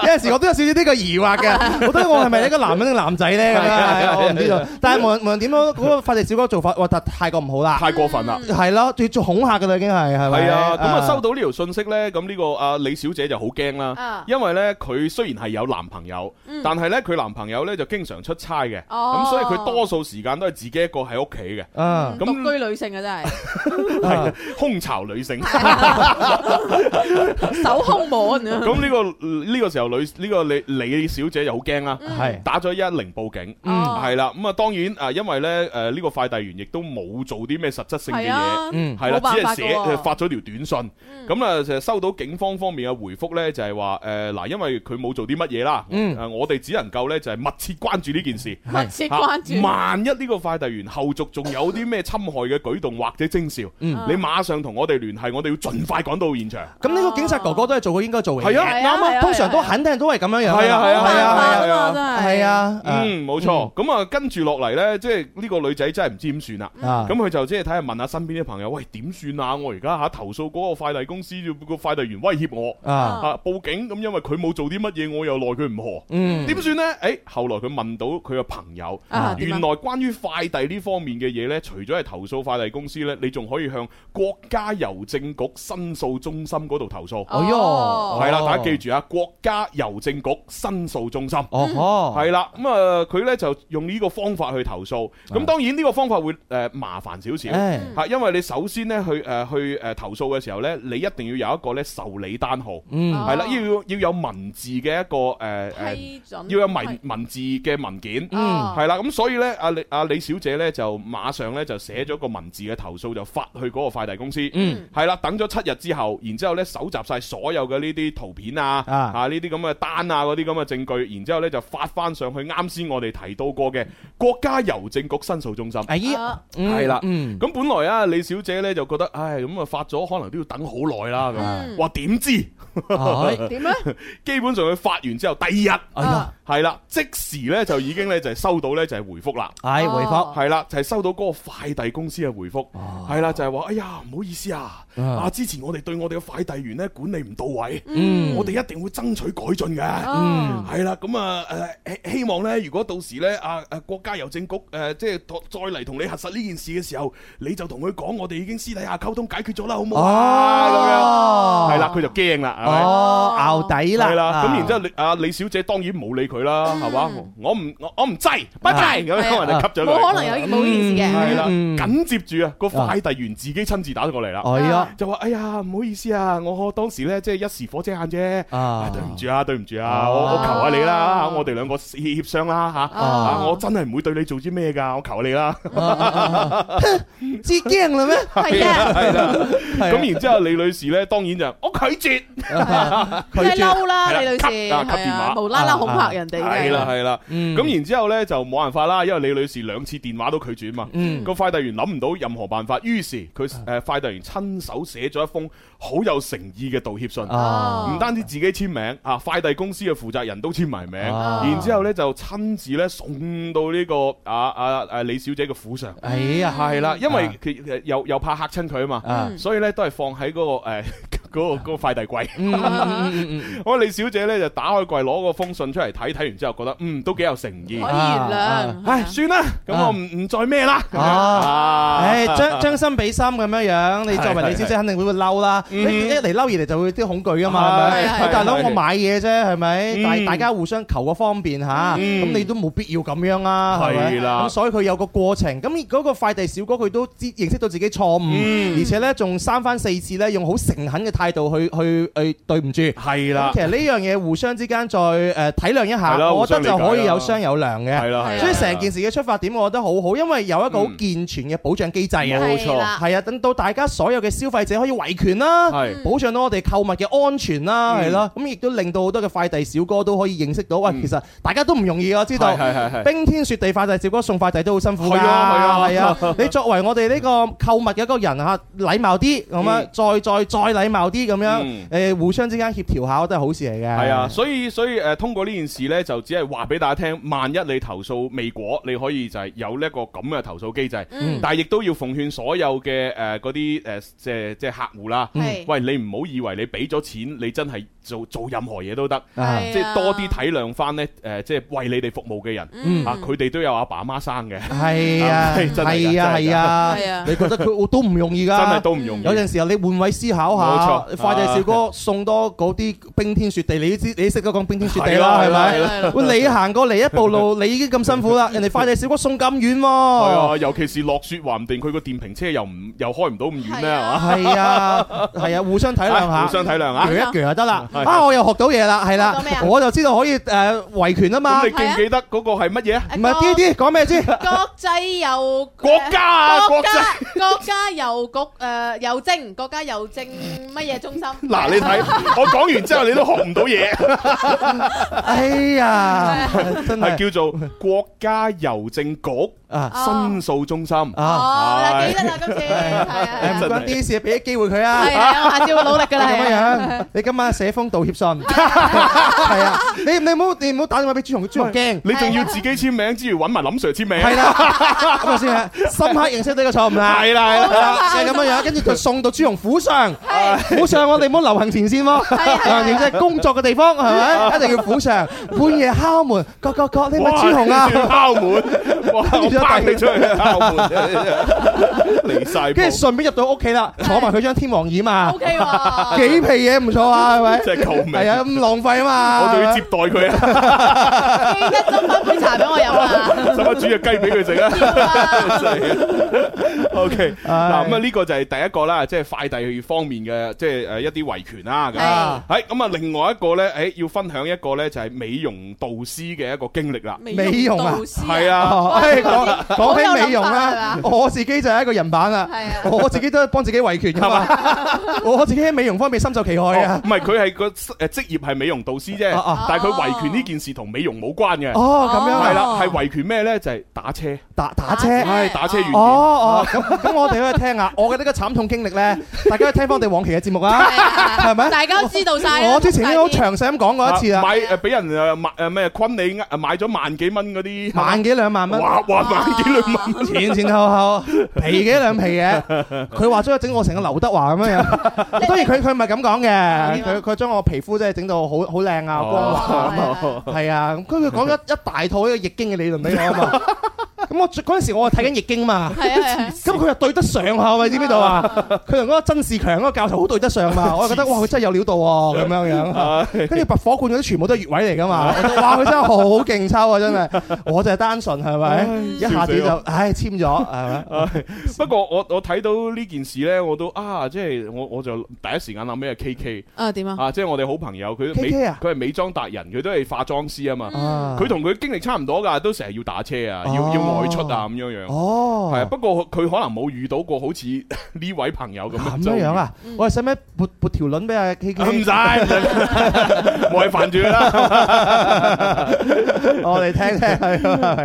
Speaker 3: 陣時我都有少少呢個疑惑嘅，我覺得我係咪一個男人定男仔咧咁樣？係啊我唔知道。但係無論無論點樣，嗰個法律小哥做法，哇，太太過唔好啦。
Speaker 2: 太過分啦！
Speaker 3: 係咯，仲要做恐嚇㗎啦，已經係係咪？
Speaker 2: 係啊，咁啊收到呢條信息呢，咁呢個阿李小姐就好驚啦
Speaker 4: 啊，嗯
Speaker 2: 因為呢，佢雖然係有男朋友，但係呢，佢男朋友呢就經常出差嘅，
Speaker 4: 哦
Speaker 2: 咁所以佢多數時間都係自己一個喺屋企
Speaker 4: *laughs*
Speaker 2: 嘅，
Speaker 3: 啊
Speaker 2: 咁
Speaker 4: 獨居女性啊，真係。
Speaker 2: *laughs* 係空巢女
Speaker 4: *laughs*
Speaker 2: 性。
Speaker 4: 手空滿啊！
Speaker 2: 咁呢個呢個時候女呢個李李小姐就好驚啦，
Speaker 4: 嗯
Speaker 3: 係
Speaker 2: 打咗一一零報警，
Speaker 4: 哦
Speaker 2: 係啦，咁啊當然啊，因為咧誒呢個快遞員亦都冇做啲咩實質性嘅
Speaker 4: 係
Speaker 2: 嘢，
Speaker 4: 啊，
Speaker 3: 嗯
Speaker 2: 係啦，
Speaker 4: 冇辦
Speaker 2: 只
Speaker 4: 法
Speaker 2: 係
Speaker 4: 㗎
Speaker 2: 寫
Speaker 4: 喎嗯
Speaker 2: 發咗條短信，咁啊就收到警方方面嘅回覆咧，就係話誒嗱，因為佢冇做啲乜嘢啦，
Speaker 3: 嗯
Speaker 2: 誒我哋只能夠咧就係密切關注呢件事。
Speaker 4: 密切關
Speaker 2: 嚇
Speaker 4: 注。
Speaker 2: 萬一呢個快遞員後續仲有啲咩侵害嘅舉動或者徵兆，你
Speaker 4: 啊
Speaker 2: 馬上同我哋聯繫，我哋要盡快趕到現場。
Speaker 3: 咁呢個警察哥哥都係做過應該做嘅嘢。
Speaker 2: 係啊
Speaker 4: 係啊
Speaker 3: 啱
Speaker 4: 係
Speaker 3: 啊，
Speaker 4: 啊
Speaker 3: 通常都肯定都係咁樣樣㗎嘛。
Speaker 2: 係啊係啊
Speaker 3: 係啊係啊
Speaker 2: 係啊
Speaker 4: 係啊，真係
Speaker 3: 係，啊，
Speaker 2: 嗯，冇錯。咁啊，跟住落嚟呢，即係呢個女仔真係唔知點算啦。
Speaker 3: 啊
Speaker 2: 咁佢就即係睇下問下身邊啲朋友，喂點算啊？我而家嚇投訴嗰個快遞公司，個快遞員威脅我。
Speaker 3: 啊，
Speaker 2: 啊！報警咁，因為佢冇做啲乜嘢，我又奈佢唔何。
Speaker 3: 嗯
Speaker 2: 點算呢？誒，後來佢問到佢嘅朋友，
Speaker 4: 啊點啊
Speaker 2: 原來關於快遞呢方面嘅嘢呢，除咗係投訴快遞公司呢，你仲可以向國家郵政局申訴中心嗰度投訴。
Speaker 4: 哦
Speaker 3: 哦喲，
Speaker 2: 係啦，大家記住啊，國家郵政局申訴中心。
Speaker 3: 哦呵，
Speaker 2: 係啦，咁啊，佢呢就用呢個方法去投訴。咁當然呢個方法會誒麻煩少少。
Speaker 3: 啊誒
Speaker 2: 嚇，因為你首先咧去誒、呃去誒、呃投訴嘅時候咧，你一定要有一個咧受理單號，
Speaker 3: 嗯
Speaker 2: 係啦、要要有文字嘅一個誒誒、呃呃
Speaker 4: 批准
Speaker 2: 要有文文字嘅文件。
Speaker 4: 嗯
Speaker 2: 係啦，咁所以呢，阿李阿李小姐呢，就馬上呢，就寫咗個文字嘅投訴，就發去嗰個快遞公司。
Speaker 4: Ừ.
Speaker 3: 嗯，
Speaker 2: 係啦，等咗七日之後，然之後咧搜集晒所有嘅呢啲圖片啊，
Speaker 3: 啊
Speaker 2: 啊呢啲咁嘅單啊，嗰啲咁嘅證據，然之後呢，就發翻上去啱先我哋提到過嘅國家郵政局申訴中心。
Speaker 3: 阿姨，
Speaker 4: 啊
Speaker 3: 嗯
Speaker 2: 係啦
Speaker 3: 嗯，
Speaker 2: 咁本來啊，李小姐咧就覺得，唉，咁啊發咗可能都要等好耐啦咁。
Speaker 4: 嗯
Speaker 2: 哇，點知 *laughs*
Speaker 3: 哎
Speaker 4: 點咧？
Speaker 2: 基本上佢發完之後，第二日
Speaker 4: Ờ.
Speaker 3: 哎呀，
Speaker 2: 係啦，即時咧就已經咧就係收到咧就係回覆啦。
Speaker 3: 哎回覆
Speaker 4: 哦
Speaker 2: 係啦，就係收到嗰個快遞公司嘅回覆，係啦，就係話，哎呀，唔好意思啊，
Speaker 3: 哦啊
Speaker 2: 啊，之前我哋對我哋嘅快遞員咧管理唔到位，
Speaker 4: Ừ.
Speaker 3: 嗯哦
Speaker 2: 我哋一定會爭取改進嘅。
Speaker 4: 嗯
Speaker 2: 係啦，咁啊誒，希希望咧，如果到時咧啊誒國家郵政局誒、即係再再嚟同你核實呢件事嘅時候，你就同佢講，我哋已經私底下溝通解決咗啦，好唔
Speaker 3: Ờ.
Speaker 2: 好啊？
Speaker 3: 哦
Speaker 2: 咁樣係啦，佢就驚啦，係咪？
Speaker 3: 哦，拗底啦，
Speaker 2: 係啦，咁然之後
Speaker 3: 後
Speaker 2: 李啊李小姐當然冇理佢啦，係嘛？我唔我我唔制，不制
Speaker 3: 啊
Speaker 2: 咁樣，人哋吸咗佢。嗯
Speaker 4: 冇可能有冇呢件事嘅。
Speaker 2: 係啦，
Speaker 3: 嗯
Speaker 2: 緊接住啊個快遞員自己親自打咗過嚟啦。
Speaker 3: 哎呀，
Speaker 2: 就話：哎呀，唔好意思啊，我當時咧即係一時火遮眼啫，
Speaker 3: 啊
Speaker 2: 啊對唔住啊，對唔住啊，
Speaker 3: 哦
Speaker 2: 我我求下你啦，啊我哋兩個協協商啦嚇，啊
Speaker 4: 哦
Speaker 2: 我真係唔會對你做啲咩㗎，我求下你啦。
Speaker 3: 知驚啦咩？
Speaker 4: 係啊，
Speaker 2: 係啦，
Speaker 3: 係
Speaker 2: *laughs*
Speaker 3: 啊
Speaker 2: 咁然之後李女士咧，當然就我拒絕，
Speaker 4: 梗係嬲
Speaker 2: 係
Speaker 4: 啦，
Speaker 2: 啦
Speaker 4: 李女士
Speaker 2: 吸啊吸
Speaker 4: 係
Speaker 2: 電話
Speaker 4: 啊，無啦啦恐嚇人哋嘅
Speaker 2: 係啦係啦，
Speaker 3: 嗯
Speaker 2: 咁然之後咧就冇辦法啦，因為李女士兩次電話都拒絕啊嘛，
Speaker 3: 嗯啊
Speaker 2: 個快遞員諗唔到任何辦法，於是佢誒快遞員親手寫咗一封好有誠意嘅道歉信。
Speaker 4: Ờ.
Speaker 3: 啊，
Speaker 2: 唔單止自己簽名啊，快遞公司嘅負責人都簽埋名，
Speaker 3: 啊
Speaker 2: 然之後咧就親自咧送到呢個啊啊啊李小姐嘅府上。
Speaker 3: 哎呀，
Speaker 2: 係啦，因為
Speaker 3: 啊
Speaker 2: 佢又又怕嚇親佢啊嘛，
Speaker 4: Ờ.
Speaker 3: 啊
Speaker 2: 所以咧都係放喺嗰個誒 *laughs* 嗰個嗰個快遞櫃。
Speaker 4: Ừ.
Speaker 3: 嗯嗯嗯嗯
Speaker 2: 我李小姐咧就打開櫃攞個封信出嚟睇，睇完之後覺得嗯都幾有誠意
Speaker 4: 可以。原諒。
Speaker 2: 唉，算啦，咁
Speaker 3: 啊
Speaker 2: 我唔唔再咩啦。
Speaker 3: 啊
Speaker 2: 啊
Speaker 3: 唉，將將心比心咁樣樣，你作為李小姐肯定會會嬲啦，一
Speaker 2: 嗯
Speaker 3: 一嚟嬲，二嚟就會啲恐懼啊嘛，
Speaker 2: 係
Speaker 3: 係咪？
Speaker 2: 係
Speaker 3: 喂大佬，
Speaker 2: 係
Speaker 3: 我買嘢啫，係咪？
Speaker 2: 嗯
Speaker 3: 大大家互相求個方便吓，
Speaker 2: 嗯
Speaker 3: 咁你都冇必要咁樣啦，係咪？
Speaker 2: 係啦
Speaker 3: 咁所以佢有個過程，咁嗰個快遞小哥佢都知認識到自己錯
Speaker 2: 嗯
Speaker 3: 誤，而且咧仲三番四次咧用好誠懇嘅態度去去去對唔住。
Speaker 2: 係啦
Speaker 3: 咁，其實呢樣嘢互相之間再誒體諒一
Speaker 2: 係啦
Speaker 3: 下，我覺得
Speaker 2: 互相
Speaker 3: 就
Speaker 2: 理解啦
Speaker 3: 可以有商有量嘅
Speaker 2: 係。啦，
Speaker 4: 啊
Speaker 2: 係啦
Speaker 3: 啊所以成件事嘅出發點，我覺得好好，因為有一個好
Speaker 2: 嗯
Speaker 3: 健全嘅保障機制啊。
Speaker 2: 冇錯
Speaker 4: 係啦
Speaker 3: 係啊，等到大家所有嘅消費者可以維權啦
Speaker 2: 係，
Speaker 3: 保障到我哋購物嘅安全啦，
Speaker 2: 啊嗯
Speaker 3: 係咯，咁亦都令到好多嘅快遞小哥都可以認識到，喂，
Speaker 2: 嗯
Speaker 3: 其實大家都唔容易啊，我知道
Speaker 2: 係係係係。
Speaker 3: 冰天雪地快遞小哥送快遞都好辛苦㗎，
Speaker 2: 係啊係
Speaker 3: 係
Speaker 2: 啊 *laughs*
Speaker 3: 啊。你作為我哋呢個購物嘅一個人嚇，禮貌啲咁
Speaker 2: 嗯
Speaker 3: 樣，再再再禮貌啲咁
Speaker 2: 嗯
Speaker 3: 樣，誒互相之間協調下都係好事嚟嘅。
Speaker 2: 係啊，所以所以誒、呃通過呢件事呢，就只係話俾大家聽，萬一你投訴未果，你可以就係有呢一個咁嘅投訴機制，
Speaker 4: 嗯
Speaker 2: 但係亦都要奉勸所有嘅誒嗰啲誒即係即係客戶啦，
Speaker 3: 嗯
Speaker 4: 係
Speaker 2: 喂，你唔好以為你俾咗錢，你真係做做任何嘢都得，
Speaker 3: 啊
Speaker 4: 係啊
Speaker 2: 即係多啲體諒翻呢，誒、呃即係為你哋服務嘅人，
Speaker 4: 嗯
Speaker 2: 啊，佢哋都有阿爸媽生嘅，
Speaker 3: 係啊，
Speaker 2: 係真係㗎
Speaker 3: 係啊，
Speaker 2: 真係㗎
Speaker 3: 係啊
Speaker 4: 係啊，
Speaker 3: 你覺得佢 *laughs* 都唔容易㗎，
Speaker 2: 真係都唔容易
Speaker 3: 有。陣時候你換位思考
Speaker 2: 冇錯
Speaker 3: 下，快遞小哥送多嗰啲冰天雪地，你都知你都識得講冰天雪地啦，
Speaker 2: 係啦
Speaker 3: 係
Speaker 2: 係
Speaker 4: 啦係啦
Speaker 3: 咪？喂，你行過嚟一
Speaker 2: *laughs*
Speaker 3: 步路，你已經咁辛苦啦，人哋快遞小哥送咁遠
Speaker 2: 係
Speaker 3: 喎。
Speaker 2: 啊，尤其是落雪，話唔定佢個電瓶車又唔又開唔到咁遠呢，
Speaker 4: 係
Speaker 2: 係
Speaker 4: 啊
Speaker 2: 嘛？
Speaker 3: 係啊，係啊，互相體諒
Speaker 2: 啊
Speaker 3: 下，
Speaker 2: 互相體諒啊
Speaker 3: 鋸一鋸就得啦。
Speaker 2: 係
Speaker 3: 啊，我又學到嘢啦，係
Speaker 4: 學
Speaker 3: 啦
Speaker 4: 到咩啊，
Speaker 3: 我就知道可以誒維權啊嘛
Speaker 2: 咁。你記唔記得嗰個係乜嘢啊？
Speaker 4: À,
Speaker 3: 唔係啲啲
Speaker 2: *laughs*
Speaker 3: 講咩先？
Speaker 4: 國際郵
Speaker 2: 國家啊
Speaker 4: 國 *laughs*
Speaker 2: 國
Speaker 4: 家國家郵局誒郵政國家郵政乜嘢中心？
Speaker 2: 嗱，你睇 *laughs* 我講完之後，你都學唔到嘢，
Speaker 3: 哎呀，真係
Speaker 4: *laughs*
Speaker 2: 係叫做國家郵政局
Speaker 3: 啊
Speaker 2: 申訴中心。
Speaker 3: 啊！
Speaker 4: 哦，你記得啦，今次
Speaker 3: 誒唔
Speaker 4: 係啊，
Speaker 3: 關啲事，俾啲機會佢啊！
Speaker 4: 係啊，我下次會努力㗎啦，
Speaker 3: 咁
Speaker 4: 係啊
Speaker 3: 樣樣，你今晚寫封道歉信，係啊！你你唔好你唔好打電話俾朱紅，朱紅驚。
Speaker 2: 你
Speaker 4: 啊
Speaker 2: 仲要自己簽名之餘揾埋林 Sir 簽名。
Speaker 3: 係啦，咁啊先啊，深刻認識到呢個錯誤啦。
Speaker 2: 係啦，係
Speaker 3: 係
Speaker 2: 啦。
Speaker 3: 啦，就係咁樣樣，跟住就送到朱紅府上，府上我哋唔好流行前線
Speaker 4: 係
Speaker 3: 喎，
Speaker 4: 係
Speaker 3: 流行前線係工作嘅地方係咪？一定要府上，半夜敲門，各各各，你咪朱紅
Speaker 2: 哇你仲要
Speaker 3: 啊！
Speaker 2: 敲門，哇！我拋你出去敲門， *laughs* 離晒
Speaker 3: 跟住
Speaker 2: 譜，
Speaker 3: 順便入到屋企啦，坐埋佢張天王椅嘛，
Speaker 4: ，OK 喎，
Speaker 3: 幾皮嘢唔錯啊，係咪？
Speaker 2: 真係救命！
Speaker 3: 係啊，咁浪費啊嘛。
Speaker 2: 我仲要接待佢啊，
Speaker 4: 記得斟翻杯茶俾我飲啊！
Speaker 2: 使乜煮只雞俾佢食啊？真係 OK，嗱咁啊，呢個就係第一個啦，即係快遞方面嘅，即係誒一啲維權啦。咁
Speaker 4: 係
Speaker 2: 係咁啊，另外一個咧，誒要分享一個咧，就係美容導師嘅一個經歷啦。
Speaker 3: 美容啊
Speaker 4: 導師
Speaker 2: 係啊，
Speaker 3: 哦，
Speaker 4: 哇
Speaker 3: 唉，
Speaker 4: 嗰
Speaker 3: 講
Speaker 4: 啲
Speaker 3: 講
Speaker 4: 好
Speaker 3: 起
Speaker 4: 有
Speaker 3: 美容
Speaker 4: 諗法
Speaker 3: 啦
Speaker 4: 係，嘛
Speaker 3: 我自己就係一個人版啦
Speaker 4: 係啊，
Speaker 3: 我自己都係幫自己維權噶嘛， *laughs* 我自己喺美容方面深受其害
Speaker 2: 哦
Speaker 3: 啊。
Speaker 2: 唔係佢係個誒職業係美容導師啫
Speaker 3: 哦哦，
Speaker 2: 但係佢維權呢件事同美容冇關嘅。
Speaker 3: 哦，咁樣
Speaker 2: 係
Speaker 3: 啊
Speaker 2: 啦，係維權咩咧？就係打車，
Speaker 3: 打打車。
Speaker 4: 打車
Speaker 2: 係打車軟件。
Speaker 3: 哦哦，咁咁我哋可以聽下，我嘅呢個慘痛經歷
Speaker 4: *laughs*
Speaker 3: 咧，大家可以聽翻我哋往期嘅節目啊，係咪？
Speaker 4: 大家都知道晒啦
Speaker 3: 我之前已經好詳細咁講過一次
Speaker 2: 啊
Speaker 3: 啦，
Speaker 2: 買誒俾人誒買誒咩昆你呃買咗萬幾蚊嗰啲，
Speaker 3: 萬幾兩萬蚊，
Speaker 2: 哇哇萬幾兩萬蚊，
Speaker 3: 前前後
Speaker 4: *laughs*
Speaker 3: 後皮幾兩皮嘅，佢話將佢整我成個劉德華咁樣
Speaker 4: *laughs*
Speaker 3: 樣。當然佢佢唔係咁講嘅，佢佢將我皮膚真係整到好好靚
Speaker 2: *laughs*
Speaker 3: 啊，光滑啊咁啊。
Speaker 4: 哦
Speaker 3: 係啊，咁佢佢講咗一大套呢個易經嘅理論俾我啊
Speaker 4: *laughs*
Speaker 3: 嘛。咁我最嗰陣時我係睇緊易經嘛，
Speaker 4: 係啊係啊，
Speaker 3: 咁佢又對得上啊，我知唔知道啊？佢同嗰個曾仕強嗰個教授好對得上嘛，我就覺得哇，佢真係有料到喎咁樣
Speaker 4: *laughs*
Speaker 3: 樣。
Speaker 2: 唉
Speaker 3: *laughs* 跟住拔火罐嗰啲全部都係穴位嚟
Speaker 2: *laughs*
Speaker 3: 㗎嘛，我覺得哇，佢真係好勁抽啊，真係。我就係單純係咪？一下子就
Speaker 2: 笑死
Speaker 3: 唉簽咗係咪？
Speaker 2: 不過我我睇到呢件事咧，我都啊，即係我我就第一時間諗起係 K K
Speaker 4: 啊點啊？
Speaker 2: 啊，即係我哋好朋友，佢
Speaker 3: K
Speaker 2: 美
Speaker 3: K 啊
Speaker 2: 佢係美妝達人，佢都係化妝師啊嘛，
Speaker 3: 啊
Speaker 2: *laughs* 佢同佢經歷差唔多㗎，都成日要打車啊，要
Speaker 3: 哦
Speaker 2: 要外出啊咁樣樣。
Speaker 3: 哦，
Speaker 2: 係啊，不過佢可能冇遇到過好似 *laughs* 呢位朋友咁
Speaker 3: 咁
Speaker 2: 樣
Speaker 3: 樣樣啊！我哋使唔使撥撥條輪俾阿 K
Speaker 2: 就？唔
Speaker 3: K？
Speaker 2: 使，
Speaker 3: *laughs*
Speaker 2: 冇嘢煩住佢啦。
Speaker 3: 啊我哋聽聽 係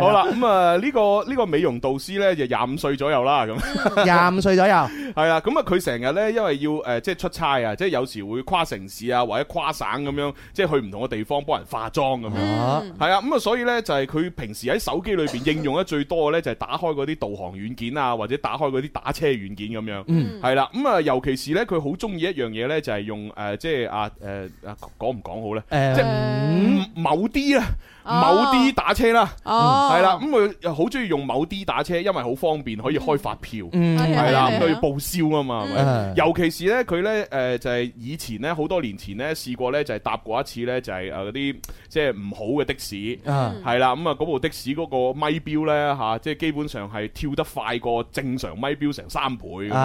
Speaker 2: *laughs* 好啦，咁啊呢個呢個美容導師咧就廿五歲左右啦，咁
Speaker 3: 廿五歲左右。
Speaker 2: 係啦，咁啊佢成日咧因為要誒即係出差啊，即係有時會跨城市啊或者跨省咁樣，即係去唔同嘅地方幫人化妝咁
Speaker 4: 嗯
Speaker 2: 樣。
Speaker 3: 啊
Speaker 2: 係啊，咁啊，所以咧就係佢平時喺手機裏邊應用得最多嘅咧，就係打開嗰啲導航軟件啊，或者打開嗰啲打車軟件咁樣。
Speaker 3: 嗯
Speaker 2: 係啦，咁啊，尤其是咧，佢好中意一樣嘢咧，就係用誒，即係啊誒啊，講唔講好咧？即係
Speaker 3: 誒，
Speaker 2: 嗯某啲啊，
Speaker 4: 哦
Speaker 2: 某啲打車啦。
Speaker 4: 哦，
Speaker 2: 係啦，咁佢又好中意用某啲打車，因為好方便，可以開發票，
Speaker 3: 嗯，
Speaker 4: 係
Speaker 2: 係啦，
Speaker 4: 係
Speaker 2: 咁
Speaker 4: 啊
Speaker 2: 佢要報銷啊嘛，係咪？
Speaker 3: 誒，
Speaker 2: 尤其是咧，佢咧誒就係以前咧好多年前咧試過咧，就係搭過一次咧，就係誒呃嗰啲即係唔好嘅的士，
Speaker 3: 啊，
Speaker 2: 係啦，咁啊嗰部的士嗰個咪錶咧嚇，即係基本上係跳得快過正常咪錶成三倍咁樣。
Speaker 3: 啊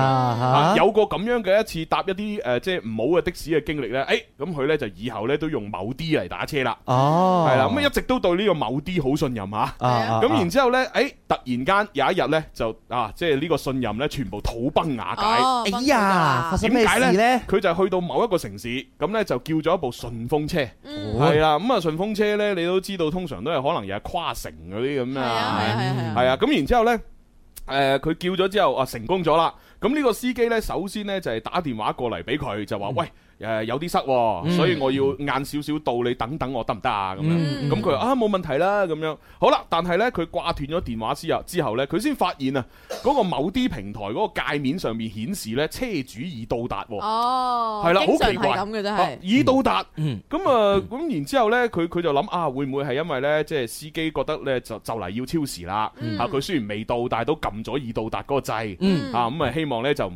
Speaker 2: 啊，有個咁樣嘅一次搭一啲誒即係唔好嘅的士嘅經歷咧，誒咁佢咧就以後咧都用某啲嚟打車啦，
Speaker 3: 哦，
Speaker 2: 係啦，咁啊一直都對呢個某啲好信任嚇。
Speaker 3: 啊，
Speaker 2: 咁然之後呢，誒突然間有一日呢，就啊，即係呢個信任呢，全部土崩瓦解。
Speaker 4: 哦，
Speaker 3: 哎呀，發
Speaker 4: 崩潰啊
Speaker 3: 生咩事咧？
Speaker 2: 佢就去到某一個城市，咁呢就叫咗一部順風車，
Speaker 3: 哦
Speaker 4: 嗯
Speaker 2: 係啦。咁啊順風車呢，你都知道，通常都係可能又係跨城嗰啲咁
Speaker 4: 係啊係啊
Speaker 2: 啊，
Speaker 4: 係啊係啊。
Speaker 2: 係啊。咁然之後呢，誒佢叫咗之後啊成功咗啦。咁呢個司機呢，首先呢就係打電話過嚟俾佢，就話
Speaker 4: 嗯
Speaker 2: 喂誒有啲塞喎，所以我要晏少少到，你等等我得唔得啊？咁樣。
Speaker 3: 嗯
Speaker 2: 咁佢話啊冇問題啦咁樣，好啦，但係呢，佢掛斷咗電話之後之後咧，佢先發現啊，嗰個某啲平台嗰個界面上面顯示呢，車主已到達喎，
Speaker 4: 哦，
Speaker 2: 係啦，
Speaker 4: 經
Speaker 2: 好
Speaker 4: 常
Speaker 2: 奇怪，
Speaker 4: 係咁嘅真
Speaker 2: 啊
Speaker 4: 係。
Speaker 2: 已到達，
Speaker 3: 嗯
Speaker 2: 咁啊咁然之後呢，佢佢就諗啊，會唔會係因為呢？即係司機覺得呢，就就嚟要超時啦，啊佢雖然未到，但係都撳咗已到達嗰個掣，
Speaker 3: 嗯
Speaker 2: 啊咁啊希望呢，就唔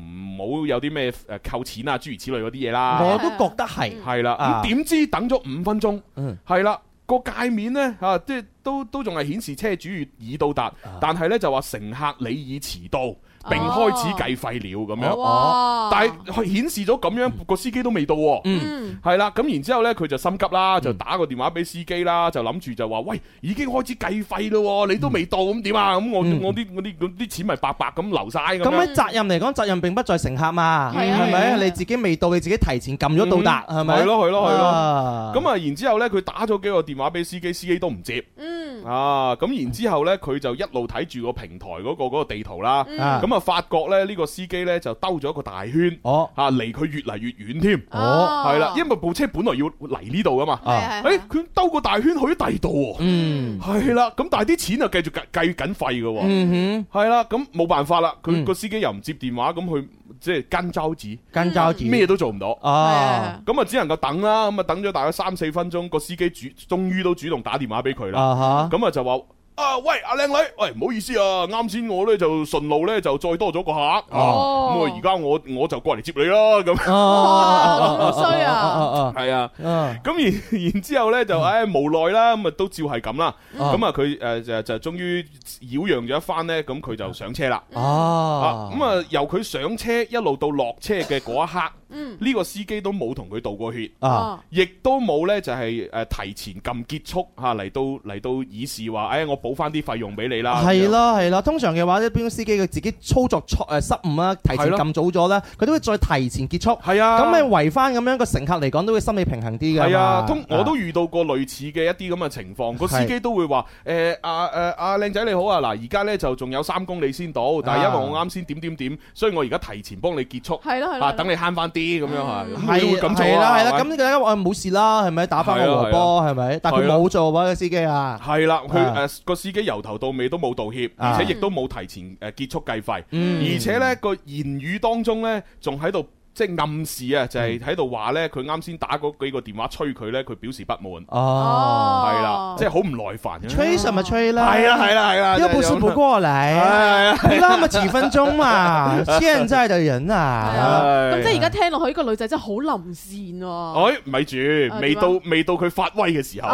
Speaker 2: 好有啲咩誒扣錢啊諸如此類嗰啲嘢啦，
Speaker 3: 我都覺得係
Speaker 2: 係啦，
Speaker 3: 嗯啊
Speaker 2: 咁點知等咗五分鐘。
Speaker 3: 嗯
Speaker 2: 係啦，個界面呢，啊，即係都都仲係顯示車主已到達，
Speaker 3: 啊
Speaker 2: 但係呢就話乘客你已遲到，並
Speaker 3: 哦
Speaker 2: 開始計費了咁樣。
Speaker 4: 哇！
Speaker 2: 但係佢顯示咗咁樣，個司機都未到喎。
Speaker 4: 嗯
Speaker 2: 係啦，咁然之後呢，佢就心急
Speaker 3: 嗯
Speaker 2: 啦，就打個電話俾司機啦，就諗住就話：喂，已經開始計費咯喎，你都未到，咁點啊？咁我
Speaker 3: 嗯
Speaker 2: 我啲我啲咁啲錢咪白白咁流晒咁
Speaker 3: 咁
Speaker 2: 樣。
Speaker 3: 喺責任嚟講，責任並不在乘客嘛，
Speaker 4: 係啊
Speaker 3: 係
Speaker 4: 係
Speaker 3: 咪？
Speaker 4: 啊
Speaker 3: 你自己未到，你自己提前撳咗到達，
Speaker 2: 嗯
Speaker 3: 係咪？
Speaker 2: 係咯係咯係咯
Speaker 3: 啊
Speaker 2: 咁啊，然之後呢，佢打咗幾個電話俾司機，司機都唔接。
Speaker 4: 嗯，
Speaker 2: 啊，咁然之後呢，佢就一路睇住個平台嗰個嗰個地圖啦。
Speaker 3: 啊
Speaker 2: 咁啊，發覺咧呢個司機呢，就兜咗一個大圈，
Speaker 3: 哦
Speaker 2: 嚇離佢越嚟越遠添。
Speaker 3: 哦
Speaker 2: 係啦，因為部車本來要嚟呢度噶嘛。
Speaker 3: 啊
Speaker 2: 誒，佢兜個大圈去咗第二度喎。
Speaker 3: 嗯
Speaker 2: 係啦，咁但係啲錢啊繼續計計緊費嘅喎。
Speaker 3: 嗯哼，
Speaker 2: 係啦，咁冇辦法啦，佢
Speaker 3: 嗯
Speaker 2: 個司機又唔接電話，咁佢即係跟周子，
Speaker 3: 跟交子
Speaker 2: 咩都做唔到。
Speaker 3: 啊
Speaker 2: 咁啊，只能夠等啦，咁啊等咗大概三四分鐘，個司機主終於都主動打電話俾佢啦。
Speaker 3: 啊
Speaker 2: 咁啊就話。啊喂，阿靚女，喂，唔好意思啊，啱先我咧就順路咧就再多咗個客，啊
Speaker 4: 哦
Speaker 2: 咁啊而家我我就過嚟接你啦，咁
Speaker 3: 吓啊啊
Speaker 2: 係啊，
Speaker 3: 啊
Speaker 2: 咁然 *laughs* 然之後咧就唉無奈啦，咁啊都照係咁啦，
Speaker 3: 啊
Speaker 2: 咁啊佢誒就就終於擾攘咗一番咧，咁佢就上車啦，啊
Speaker 3: 啊
Speaker 2: 咁啊由佢上車一路到落車嘅嗰一刻，
Speaker 4: 嗯
Speaker 2: 呢個司機都冇同佢道過歉。
Speaker 3: 啊
Speaker 4: 哦
Speaker 2: 亦都冇呢，就係誒提前撳結束嚇嚟到嚟到以示話，誒我補翻啲費用俾你啦。
Speaker 3: 係啦係啦，通常嘅話咧，邊司機佢自己操作錯呃誒失誤啦，提前
Speaker 2: 係咯
Speaker 3: 撳早咗咧，佢都會再提前結束，
Speaker 2: 咁樣，係啊，
Speaker 3: 咁咪圍翻咁樣個乘客嚟講都會心理平衡啲嘅。
Speaker 2: 係啊，通我都遇到過類似嘅一啲咁嘅情況，個司機都會話誒啊誒啊靚仔你好啊，嗱而家呢就仲有三公里先到，但
Speaker 3: 啊
Speaker 2: 係因為我啱先點點點，所以我而家提前幫你結束，
Speaker 4: 係咯係咯
Speaker 2: 啊等你慳翻啲咁樣嚇，咁
Speaker 3: 嗯係
Speaker 2: 你都會咁做
Speaker 3: 係啦
Speaker 2: 啊
Speaker 3: 係啦，
Speaker 2: 係
Speaker 3: 咁
Speaker 2: 咪
Speaker 3: 呢個咧哎我冇事啦，係咪打翻
Speaker 2: 係
Speaker 3: 個
Speaker 2: 啊
Speaker 3: 和波係咪？但佢
Speaker 2: 係啊
Speaker 3: 冇做啊，個司機啊。
Speaker 2: 係啦，
Speaker 3: 啊
Speaker 2: 佢誒個司機由頭到尾都冇道歉，
Speaker 3: 啊
Speaker 2: 而且亦都冇提前誒結束計費，
Speaker 3: 嗯
Speaker 2: 而且呢個言語當中呢，仲喺度即係暗示啊，就
Speaker 3: 嗯
Speaker 2: 係喺度話呢，佢啱先打嗰幾個電話催佢呢，佢表示不滿，
Speaker 3: 哦，
Speaker 2: 係啦，即係好唔耐煩嘅。
Speaker 3: 吹什麼吹啦？
Speaker 2: 係啦，係啦，係啦，
Speaker 3: 又
Speaker 2: 真
Speaker 3: 不
Speaker 2: 係
Speaker 3: 是
Speaker 2: 有
Speaker 3: 不過來，
Speaker 2: 係係
Speaker 3: 那麼幾分啊鐘 *laughs* 嘛。現在的人
Speaker 4: 係
Speaker 3: 啊，
Speaker 4: 啊
Speaker 2: 唉
Speaker 4: 咁即係而家聽落去，呢個女仔真係好臨線 *laughs* 喎。
Speaker 2: 哎，咪住，未到未到佢發威嘅時候，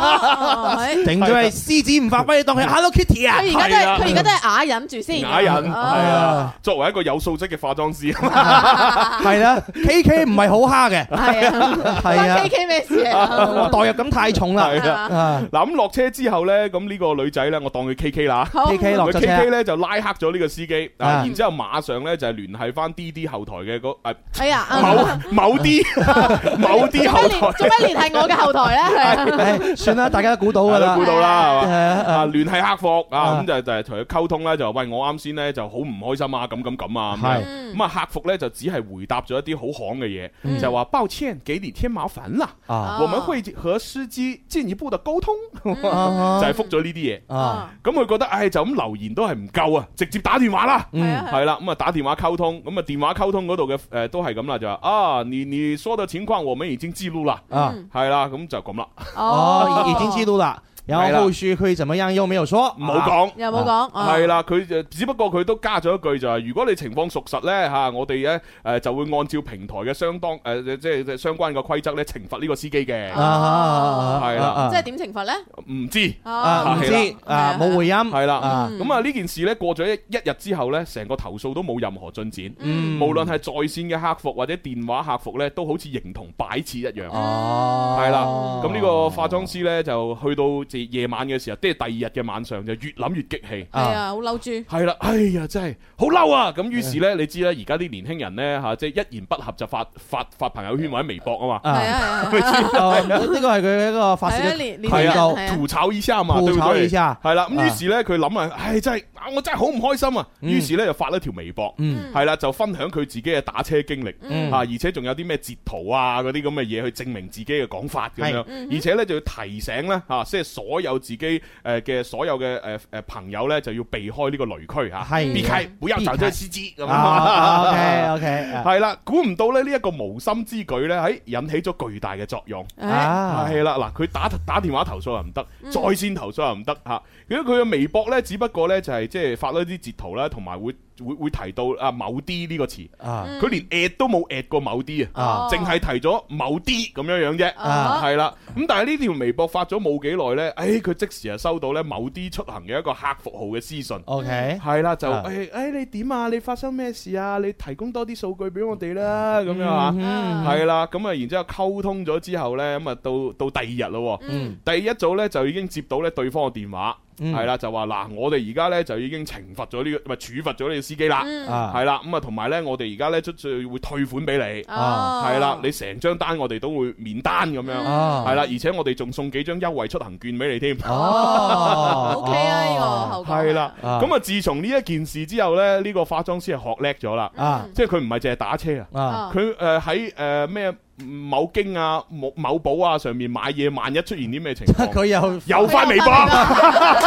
Speaker 4: 哦係
Speaker 3: 定咗係獅子唔發威， *laughs* 當佢 Hello Kitty 啊。
Speaker 4: 佢而家都係
Speaker 2: 係啊
Speaker 4: 佢而家都係啞忍住先。
Speaker 2: *laughs* 啞忍係
Speaker 4: 哦
Speaker 2: 啊，作為一個有素質嘅化妝師， *laughs*
Speaker 3: 係啦，K K 唔係好蝦 *laughs* 嘅，
Speaker 4: 係啊，
Speaker 3: 係啊
Speaker 4: 關 K K 咩事啊？
Speaker 3: 哇代入感太重啦。
Speaker 2: 係啊。
Speaker 3: 啊
Speaker 2: 嗱咁落車之後呢，咁呢個女仔呢，我當佢 K K 啦。
Speaker 4: 好
Speaker 3: ，K K 落咗
Speaker 2: K K
Speaker 3: 車，
Speaker 2: 咧就拉黑咗呢個司機，啊
Speaker 3: 啊
Speaker 2: 然之後馬上咧就係聯繫翻 D D 後台嘅嗰誒
Speaker 4: 哎呀，啊
Speaker 2: 某某啲某啲後
Speaker 4: 做咩連
Speaker 2: 台哎
Speaker 4: 做咩聯繫我嘅
Speaker 2: *laughs*
Speaker 4: 後台咧？啊
Speaker 3: 唉，算啦，大家都估到㗎
Speaker 2: 係啦，
Speaker 3: 啦
Speaker 2: 估。到啦，係嘛？啊，
Speaker 3: 誒
Speaker 2: 聯繫客服啊，
Speaker 3: 啊
Speaker 2: 咁就就係同佢溝通咧，就話喂我啱先咧就好唔開心啊，咁咁咁啊，咁
Speaker 3: 係
Speaker 2: 樣
Speaker 4: 嗯
Speaker 2: 咁啊客服咧就只係回答咗一啲好行嘅嘢，就話抱歉，給你添麻煩啦，
Speaker 3: 啊
Speaker 2: 我們會和司機進一步的溝通，
Speaker 3: 啊
Speaker 2: 就
Speaker 3: 啊
Speaker 2: 係覆咗呢啲嘢。
Speaker 4: 哦
Speaker 3: 啊！
Speaker 2: 咁佢覺得唉就咁留言都係唔夠啊，直接打電話
Speaker 3: 嗯
Speaker 2: 啦。
Speaker 4: 係啊，係啊
Speaker 2: 係啦，咁啊打電話溝通，咁啊電話溝通嗰度嘅誒都係咁啦，就話啊，你你說的情況我們已經記錄啦，
Speaker 4: 嗯
Speaker 3: 啊
Speaker 2: 係啦，咁就咁啦，
Speaker 4: 啊
Speaker 3: 哦，已已經知道啦。然
Speaker 2: 係啦
Speaker 3: 後後續佢怎麼樣又沒有說，
Speaker 2: 唔好講。
Speaker 4: 又冇講。啊
Speaker 2: 係啦，佢就只不過佢都加咗一句就係，如果你情況屬實呢，嚇，我哋呢誒就會按照平台嘅相當誒即係相關嘅規則呢，懲罰呢個司機嘅
Speaker 3: 啊啊啊，
Speaker 2: 係啦
Speaker 3: 啊
Speaker 4: 即係點懲罰咧？
Speaker 2: 唔知
Speaker 3: 啊
Speaker 4: 啊
Speaker 3: 唔知
Speaker 2: 係
Speaker 3: 啊冇回音
Speaker 2: 係啦。
Speaker 4: 嗯
Speaker 3: 啊
Speaker 2: 咁啊呢件事呢，過咗一一日之後呢，成個投訴都冇任何進展，
Speaker 3: 嗯
Speaker 2: 無論係在線嘅客服或者電話客服呢，都好似形同擺設一樣。
Speaker 3: 哦
Speaker 2: 係啦，咁呢個化妝師呢，就去到即係夜晚嘅時候，即係第二日嘅晚上就越諗越激氣。
Speaker 4: 係啊，好嬲住。
Speaker 2: 係啦，哎呀，真係好嬲啊！咁於是呢，你知啦，而家啲年輕人呢，嚇，即係一言不合就發發發朋友圈或者微博
Speaker 3: *laughs*
Speaker 2: 啊嘛，
Speaker 4: 係啊係啊，
Speaker 3: 哦呢個係佢一個發
Speaker 4: 係啊，
Speaker 3: 泄嘅
Speaker 4: 連連
Speaker 3: 係
Speaker 4: 係
Speaker 3: 啊
Speaker 4: 啊，係啊
Speaker 2: 吐槽一下嘛，
Speaker 3: 吐
Speaker 2: 對
Speaker 3: 槽
Speaker 2: 不對
Speaker 3: 一？下，
Speaker 2: 係啦，咁
Speaker 3: 啊
Speaker 2: 於是呢，佢諗啊，唉，真係啊我真係好唔開心啊！
Speaker 3: 嗯
Speaker 2: 於是呢，就發咗條微博，
Speaker 3: 嗯
Speaker 2: 係啦，就分享佢自己嘅打車經歷。
Speaker 3: 嗯
Speaker 2: 啊，而且仲有啲咩截圖啊，嗰啲咁嘅嘢去證明自己嘅講法咁樣
Speaker 3: 係，
Speaker 2: 而且咧就要提醒咧嚇，即係所有自己誒嘅所有嘅誒誒朋友咧就要避開呢個雷區嚇，
Speaker 3: 係
Speaker 2: 避開，不要找這司機咁
Speaker 3: 啊
Speaker 2: 樣。
Speaker 3: ，OK OK
Speaker 2: *laughs* 係啦，估唔到咧呢一個無心之舉咧，喺引起咗巨大嘅作用。
Speaker 4: 唉
Speaker 3: 啊，
Speaker 2: 係啦，嗱，佢打打電話投訴又唔得，在線投訴又唔得嚇。如果佢嘅微博咧，只不過咧就係即係發咗啲截圖啦，同埋會會會提到啊某啲呢個詞，
Speaker 3: 啊
Speaker 2: 佢連 at 都冇 at 過某啲啊。
Speaker 4: 哦
Speaker 3: 啊
Speaker 2: 淨係提咗某啲咁樣樣啫，
Speaker 3: 啊
Speaker 2: 係啦。咁但係呢條微博發咗冇幾耐呢，誒佢即時就收到呢某啲出行嘅一個客服號嘅私信。
Speaker 3: ，OK
Speaker 2: 係啦，就
Speaker 3: 啊
Speaker 2: 誒誒你點啊？你發生咩事啊？你提供多啲數據俾我哋啦，咁樣啊，
Speaker 3: 嗯
Speaker 2: 係啦。咁啊，然之後溝通咗之後呢，咁啊到到第二日咯喎，
Speaker 3: 嗯
Speaker 2: 第一早呢，就已經接到呢對方嘅電話，
Speaker 3: 嗯
Speaker 2: 係啦，就話嗱，我哋而家呢，就已經懲罰咗呢個，唔係處罰咗呢個司機啦，
Speaker 4: 嗯
Speaker 3: 啊
Speaker 2: 係啦，咁啊同埋咧，我哋而家咧出最會退款俾你，
Speaker 4: 哦
Speaker 2: 係啦，你成張單我哋都會免單咁樣，
Speaker 3: 啊
Speaker 2: 係啦，而且我哋仲送幾張優惠出行券俾你添。
Speaker 3: 哦
Speaker 4: OK 啊，呢個後果
Speaker 2: 係啦，
Speaker 3: 啊
Speaker 2: 咁啊，自從呢一件事之後咧，呢個化妝師係學叻咗啦，
Speaker 3: 啊
Speaker 2: 即係佢唔係淨係打車啊。
Speaker 3: 啊
Speaker 2: 佢誒喺誒咩某京啊、某某寶啊上面買嘢，萬一出現啲咩情況，
Speaker 3: 佢又
Speaker 2: 又翻微博，
Speaker 4: 啊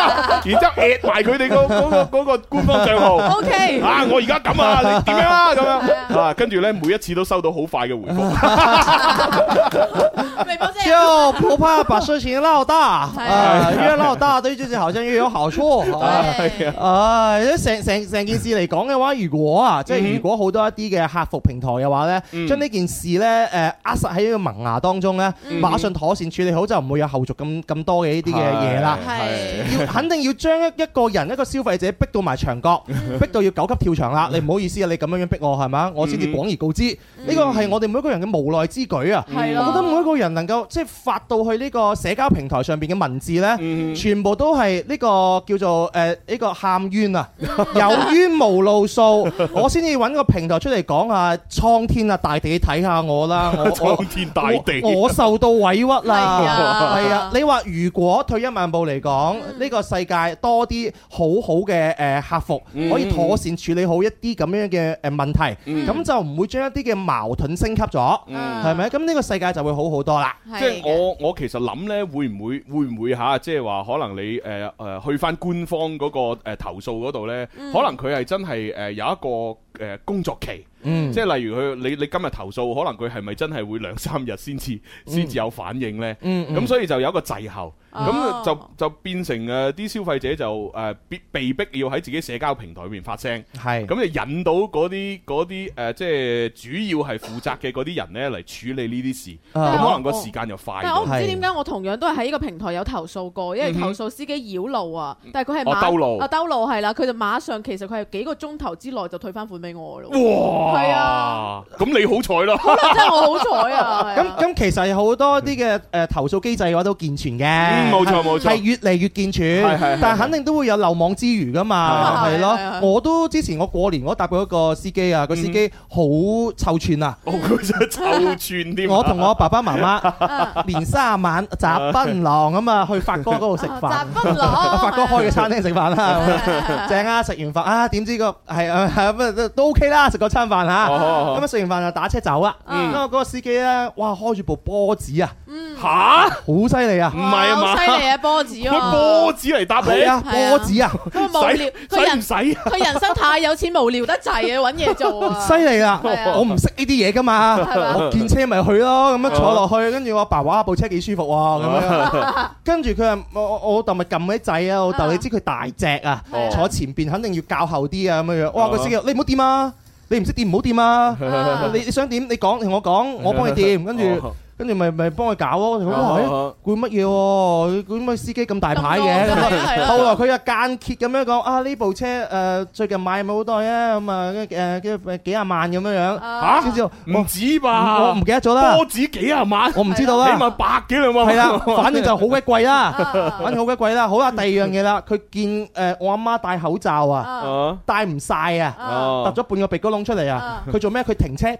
Speaker 2: 然之後 at 埋佢哋個嗰個嗰個官方帳號。
Speaker 4: O K，
Speaker 2: 啊！我而家咁啊，你點樣啊？咁樣
Speaker 4: 係
Speaker 2: 啊，跟住咧，每一次都收到好快嘅回覆。 *laughs*
Speaker 4: 啊微博姐，
Speaker 3: 就不怕把事情闹大，
Speaker 4: *laughs* 哎
Speaker 3: 啊，越闹大对自己好像越有好处。啊
Speaker 4: 係
Speaker 3: 啊！成成成件事嚟講嘅話，如果
Speaker 4: 嗯
Speaker 3: 啊，即係如果好多一啲嘅客服平台嘅話呢，將呢件事呢誒扼實喺呢個萌芽當中呢，
Speaker 4: 嗯
Speaker 3: 馬上妥善處理好，就唔會有後續咁咁多嘅呢啲嘅嘢啦。
Speaker 2: 啊
Speaker 4: 係
Speaker 3: 要肯定要將一一個人一個消費者逼到埋牆
Speaker 4: *laughs*
Speaker 3: 角，逼到要九級跳牆
Speaker 4: 嗯
Speaker 3: 啦！你唔好意思啊，你咁樣樣逼我係嘛？我先至廣而告之，呢個係我哋每一個人嘅無奈之舉啊！
Speaker 4: 係咯
Speaker 3: 我覺得每一個人能夠即係發到去呢個社交平台上邊嘅文字呢，全部都係呢個叫做誒呢個喊冤啊，有冤無路訴，我先至揾個平台出嚟講下，蒼天啊大地睇下我啦，我我
Speaker 2: 蒼天大地
Speaker 3: 我我受到委屈啦，
Speaker 4: *laughs* 係啊嗯
Speaker 3: 係啊！你話如果退一萬步嚟講，呢個世界多啲好好嘅誒客服，
Speaker 2: 嗯
Speaker 3: 可以妥善處理好一啲咁樣嘅誒問題，咁就唔會將一啲嘅矛盾升級咗。
Speaker 2: 嗯
Speaker 3: 係咪？咁呢個世界就會好好多啦。
Speaker 2: 即係我我其實諗咧，會唔會會唔會嚇？即係話可能你誒誒去翻官方嗰個誒呃投訴嗰度咧，可能佢係真係誒有一個誒工作期。
Speaker 3: 嗯
Speaker 2: 即係例如佢你你今日投訴，可能佢係咪真係會兩三日先至先至有反應呢？
Speaker 3: 嗯嗯
Speaker 2: 咁所以就有一個滯後，
Speaker 4: 哦
Speaker 2: 咁就就變成誒啲消費者就誒必被逼要喺自己社交平台裏面發聲，
Speaker 3: 係
Speaker 2: 咁就引到嗰啲嗰啲誒即係主要係負責嘅嗰啲人呢嚟處理呢啲事，
Speaker 3: 啊
Speaker 2: 咁可能個時間就快
Speaker 4: 哦但係我唔
Speaker 2: 咗。
Speaker 4: 知點解我同樣都係喺呢個平台有投訴過，因為投訴司機繞路啊，但係佢係
Speaker 2: 哦
Speaker 4: 馬
Speaker 2: 嗯兜路
Speaker 4: 啊兜路係啦，佢就馬上其實佢係幾個鐘頭之內就退翻款俾我咯，
Speaker 2: 哇！
Speaker 4: 係啊，
Speaker 2: 咁你好彩啦。
Speaker 4: 真係我好彩啊！係
Speaker 3: 咁
Speaker 4: 啊
Speaker 3: 咁其實好多啲嘅誒投訴機制嘅話都健全嘅，
Speaker 2: 嗯冇錯冇錯
Speaker 3: 係越嚟越健全
Speaker 2: 係係係，
Speaker 3: 但係肯定都會有漏網之魚噶嘛，
Speaker 4: 係
Speaker 3: 係咯
Speaker 4: 係係。係
Speaker 3: 我都之前我過年我搭過一個司機啊，個司
Speaker 2: 嗯
Speaker 3: 機好臭串啊！
Speaker 2: *laughs* 我佢真係臭串添啊。*laughs*
Speaker 3: 我同我爸爸媽 *laughs*
Speaker 4: 啊
Speaker 3: 媽年卅晚雜檳榔咁啊，去發哥嗰度食
Speaker 4: *laughs* 啊
Speaker 3: 飯
Speaker 4: 雜。不落，
Speaker 3: 發哥開嘅
Speaker 4: 啊
Speaker 3: 餐廳食飯
Speaker 4: *laughs*
Speaker 3: 啦，
Speaker 4: 係
Speaker 3: 正啊！食完飯啊，點知個係啊係啊不過都都 OK 啦，食嗰餐飯嚇。
Speaker 2: 哦哦哦
Speaker 3: 咁啊食完飯就打車走啦。
Speaker 4: 嗯
Speaker 3: 咁啊嗰個司機咧，哇開住部波子啊，
Speaker 2: 嚇，
Speaker 3: 好犀利啊！
Speaker 2: 唔係啊嘛
Speaker 4: 哇好犀利啊波子
Speaker 2: 佢
Speaker 4: 啊！
Speaker 2: 波子嚟答你
Speaker 3: 係啊，
Speaker 4: 嗯係啊
Speaker 3: 波子啊，
Speaker 4: 佢無聊，佢人
Speaker 2: 使唔使啊？
Speaker 4: 佢人生太有錢無聊得滯啊，揾嘢做啊！
Speaker 3: 犀利啦！
Speaker 4: 係啊
Speaker 3: 我唔識呢啲嘢噶嘛，
Speaker 4: 係嘛
Speaker 3: 我見車咪去咯，咁樣坐落去，跟住我爸話啊部車幾舒服喎，咁
Speaker 2: 啊
Speaker 3: 樣。跟住佢話我我我老豆咪撳嗰啲掣啊，我老豆
Speaker 4: 啊
Speaker 3: 你知佢大隻啊
Speaker 2: 哦，
Speaker 3: 坐前邊肯定要較後啲啊，咁樣樣。哇！
Speaker 2: 啊
Speaker 3: 個司機你唔好掂啊！你唔識掂唔好掂啊！
Speaker 4: 啊
Speaker 3: 你你想點？你講同我講，我幫你掂，跟住
Speaker 2: 哦
Speaker 3: 跟住咪咪幫佢搞咯。佢話
Speaker 2: 哦哦
Speaker 3: 哎管乜嘢喎？管乜司機咁大牌
Speaker 4: 咁多係啊係
Speaker 3: 嘅？
Speaker 4: 啊
Speaker 3: 後來佢又間歇咁樣講啊，呢部車誒最近買冇好多啊，咁啊誒幾幾廿萬咁樣樣
Speaker 4: 啊
Speaker 3: 先知道
Speaker 2: 唔止吧？
Speaker 3: 哎我唔記得咗啦
Speaker 2: 波，子幾廿萬，
Speaker 3: 我唔知道
Speaker 2: 起
Speaker 3: 啦
Speaker 2: 碼。百幾兩萬。
Speaker 3: 係
Speaker 2: *laughs*
Speaker 3: 啦，反正就好鬼貴啦，
Speaker 4: 啊
Speaker 3: 反正好鬼貴啦。好啦，第二樣嘢啦，佢見誒我阿媽戴口罩啊，
Speaker 4: 啊
Speaker 2: 啊
Speaker 3: 戴唔晒啊。
Speaker 4: 啊
Speaker 2: 哦
Speaker 3: 突咗半個鼻哥窿出嚟啊！佢做咩？佢停車，嗶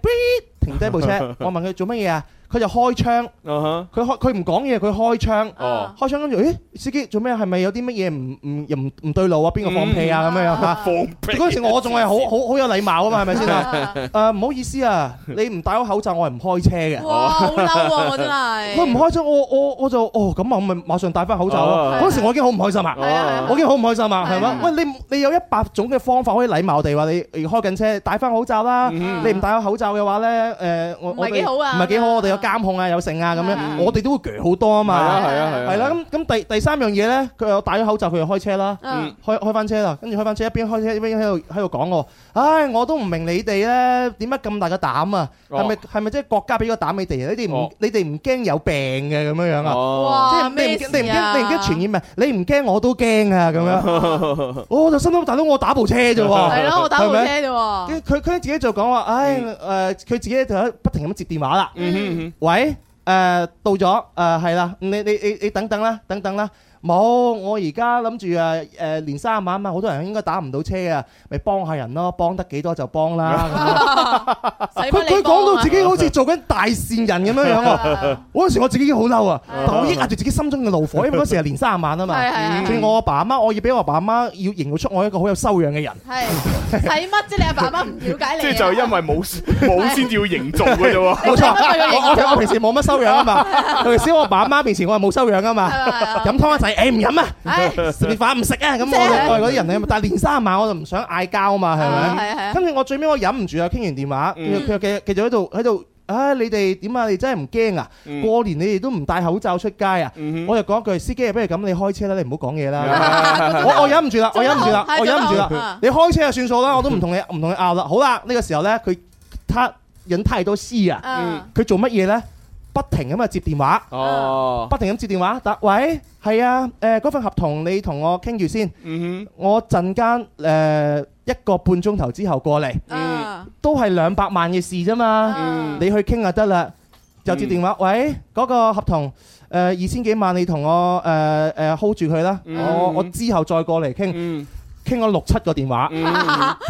Speaker 3: 停低部車。我問佢做乜嘢啊？佢就開窗，
Speaker 2: 啊
Speaker 3: 佢開佢唔講嘢，佢開窗，
Speaker 2: 哦
Speaker 3: 開窗跟住，咦司機做咩？係咪有啲乜嘢唔唔又唔唔對路啊？邊個放屁啊？咁樣樣
Speaker 2: 哈，
Speaker 3: 嚇。
Speaker 2: 放屁！
Speaker 3: 嗰陣時我仲係好好好有禮貌啊嘛，係咪先 *laughs* 啊？誒唔好意思啊，你唔戴好口罩，我係唔開車嘅。
Speaker 4: 哇！好嬲啊！我真係
Speaker 3: 佢唔開車，我我我就哦咁啊，我咪馬上戴翻口罩咯。
Speaker 2: 啊
Speaker 3: 嗰陣時我已經好唔開心啊！
Speaker 4: 係啊係啊
Speaker 3: 我已經好唔開心啊，係嘛
Speaker 4: 係？
Speaker 3: 喂，你你有一百種嘅方法可以禮貌地話你你開緊車，戴翻口罩啦。
Speaker 2: 嗯
Speaker 3: 你唔戴個口罩嘅話咧，誒，我
Speaker 4: 唔係
Speaker 3: 我哋
Speaker 4: 幾好啊
Speaker 3: 唔係幾好，
Speaker 4: 咁樣
Speaker 3: 我哋有監控啊，有剩啊，咁樣
Speaker 4: 嗯
Speaker 3: 我哋都會鋸好多
Speaker 2: 係啊
Speaker 3: 啊嘛。
Speaker 2: 係啊係啊！
Speaker 3: 係啦，咁咁第第三樣嘢咧，佢又戴咗口罩，佢就開車啦，
Speaker 4: 嗯
Speaker 3: 開開翻車啦，跟住開翻車一邊開車一邊喺度喺度講我，唉，我都唔明你哋咧點解咁大個膽啊？
Speaker 2: 哦
Speaker 3: 係咪係咪即係國家俾個膽你哋？啊你哋唔
Speaker 2: 哦
Speaker 3: 你哋唔驚有病嘅咁樣樣啊？
Speaker 2: 哦
Speaker 4: 哇
Speaker 3: 即係你唔
Speaker 4: 咩
Speaker 3: 驚
Speaker 4: 事
Speaker 3: 你唔驚
Speaker 4: 啊
Speaker 3: 你唔驚傳染病，你唔驚我都驚啊咁樣。
Speaker 2: 哦
Speaker 3: 我就心諗大佬，我打部車啫
Speaker 2: *laughs*
Speaker 3: 喎。
Speaker 4: 係咯，我打部車
Speaker 3: 係咪
Speaker 4: 啫喎。
Speaker 3: 跟佢佢自己就講話，唉
Speaker 2: 嗯
Speaker 3: 誒，佢自己就喺不停咁接電話啦。
Speaker 2: 嗯哼
Speaker 3: 呃嗯喂誒，到咗誒係啦，你你你你等等啦，等等啦。冇，我而家諗住誒誒年三十晚啊嘛，好多人應該打唔到車啊，咪幫下人咯，幫得幾多就幫
Speaker 4: *laughs*
Speaker 3: 啦。佢佢
Speaker 4: 使乜你
Speaker 3: 講
Speaker 4: 幫
Speaker 3: 到
Speaker 4: 啊
Speaker 3: 自己好似做緊大善人咁樣樣
Speaker 4: *laughs*
Speaker 3: 喎。嗰陣時我自己已經好嬲啊，但我抑壓住自己心中嘅怒火，因為嗰陣時係年卅晚啊
Speaker 4: 係係
Speaker 3: 嘛。
Speaker 4: 係
Speaker 3: 仲要我阿爸阿媽，我要俾我阿爸阿媽要營造出我一個好有修養
Speaker 4: *laughs*
Speaker 3: 嘅人。
Speaker 4: 係使乜啫？你阿爸媽唔了解你啊，
Speaker 2: 即係就係因為冇
Speaker 4: *laughs*
Speaker 2: 冇先至要營造嘅啫喎。
Speaker 3: 冇錯，我我我平時冇乜修養啊
Speaker 4: *laughs*
Speaker 3: 嘛，尤其是我阿爸阿媽面前我係冇修養啊嘛
Speaker 4: 係咪係咪，
Speaker 3: 飲湯一陣，誒唔飲啊，
Speaker 4: 唉
Speaker 3: 食完飯唔食啊，咁
Speaker 4: 即係
Speaker 3: 我我係嗰啲人嚟啊嘛，但係年三十晚我就唔想嗌交啊嘛，係
Speaker 4: 啊
Speaker 3: 咪？
Speaker 4: 係啊係啊
Speaker 3: 跟住我最尾我忍唔住啊，傾完電話，
Speaker 2: 嗯
Speaker 3: 佢佢佢繼續喺度喺度。唉，你哋點啊？你真係唔驚啊？
Speaker 2: 嗯
Speaker 3: 過年你哋都唔戴口罩出街啊！
Speaker 2: 嗯哼
Speaker 3: 我就講一句，司機啊，不如咁，你開車啦，你唔好講嘢啦。
Speaker 4: *laughs* 啊
Speaker 3: 我我忍唔住啦，我忍唔住啦，
Speaker 4: 真係好嗯
Speaker 3: 我忍唔住
Speaker 4: 真係好
Speaker 3: 啦
Speaker 4: 嗯。
Speaker 3: 你開車就算數啦，我都唔同你唔同你拗啦。好啦，呢個時候咧，佢他引太多絲啊。
Speaker 4: 啊
Speaker 3: 佢做乜嘢呢？不停咁啊接電話，
Speaker 2: 哦，
Speaker 3: 不停咁接電話。打喂，係啊，誒、嗰份合同你同我傾住先，
Speaker 2: 嗯
Speaker 3: 我陣間誒一個半鐘頭之後過嚟，
Speaker 4: 啊
Speaker 3: 都係兩百萬嘅事啫嘛，
Speaker 2: 嗯
Speaker 4: 啊
Speaker 3: 你去傾就得啦。就接電話，喂，嗰、個合同誒二千幾萬，你同我誒誒 hold 住佢啦，
Speaker 2: 嗯
Speaker 3: 我我之後再過嚟
Speaker 2: 哼，
Speaker 3: 傾，
Speaker 2: 嗯
Speaker 3: 傾咗六七個電話，
Speaker 2: 嗯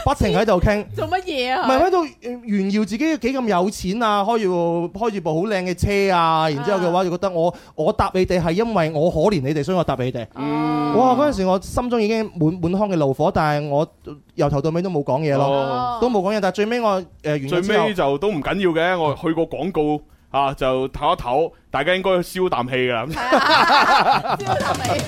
Speaker 3: 不停喺度傾。
Speaker 4: 做乜嘢
Speaker 3: 唔
Speaker 4: 啊？
Speaker 3: 係喺度炫耀自己幾咁有錢啊，開住開住部好靚嘅車啊，然之後嘅話就覺得我我答你哋係因為我可憐你哋，所以我答你哋。
Speaker 2: 嗯
Speaker 3: 哇！嗰陣時我心中已經滿滿腔嘅怒火，但係我由頭到尾都冇講嘢咯，
Speaker 2: 哦
Speaker 3: 都冇講嘢。但係最尾我誒呃完
Speaker 2: 最
Speaker 3: 咗之後
Speaker 2: 尾，就都唔緊要嘅，我去過廣告啊，就唞一唞，大家應該消啖氣㗎啦。
Speaker 4: 招答你。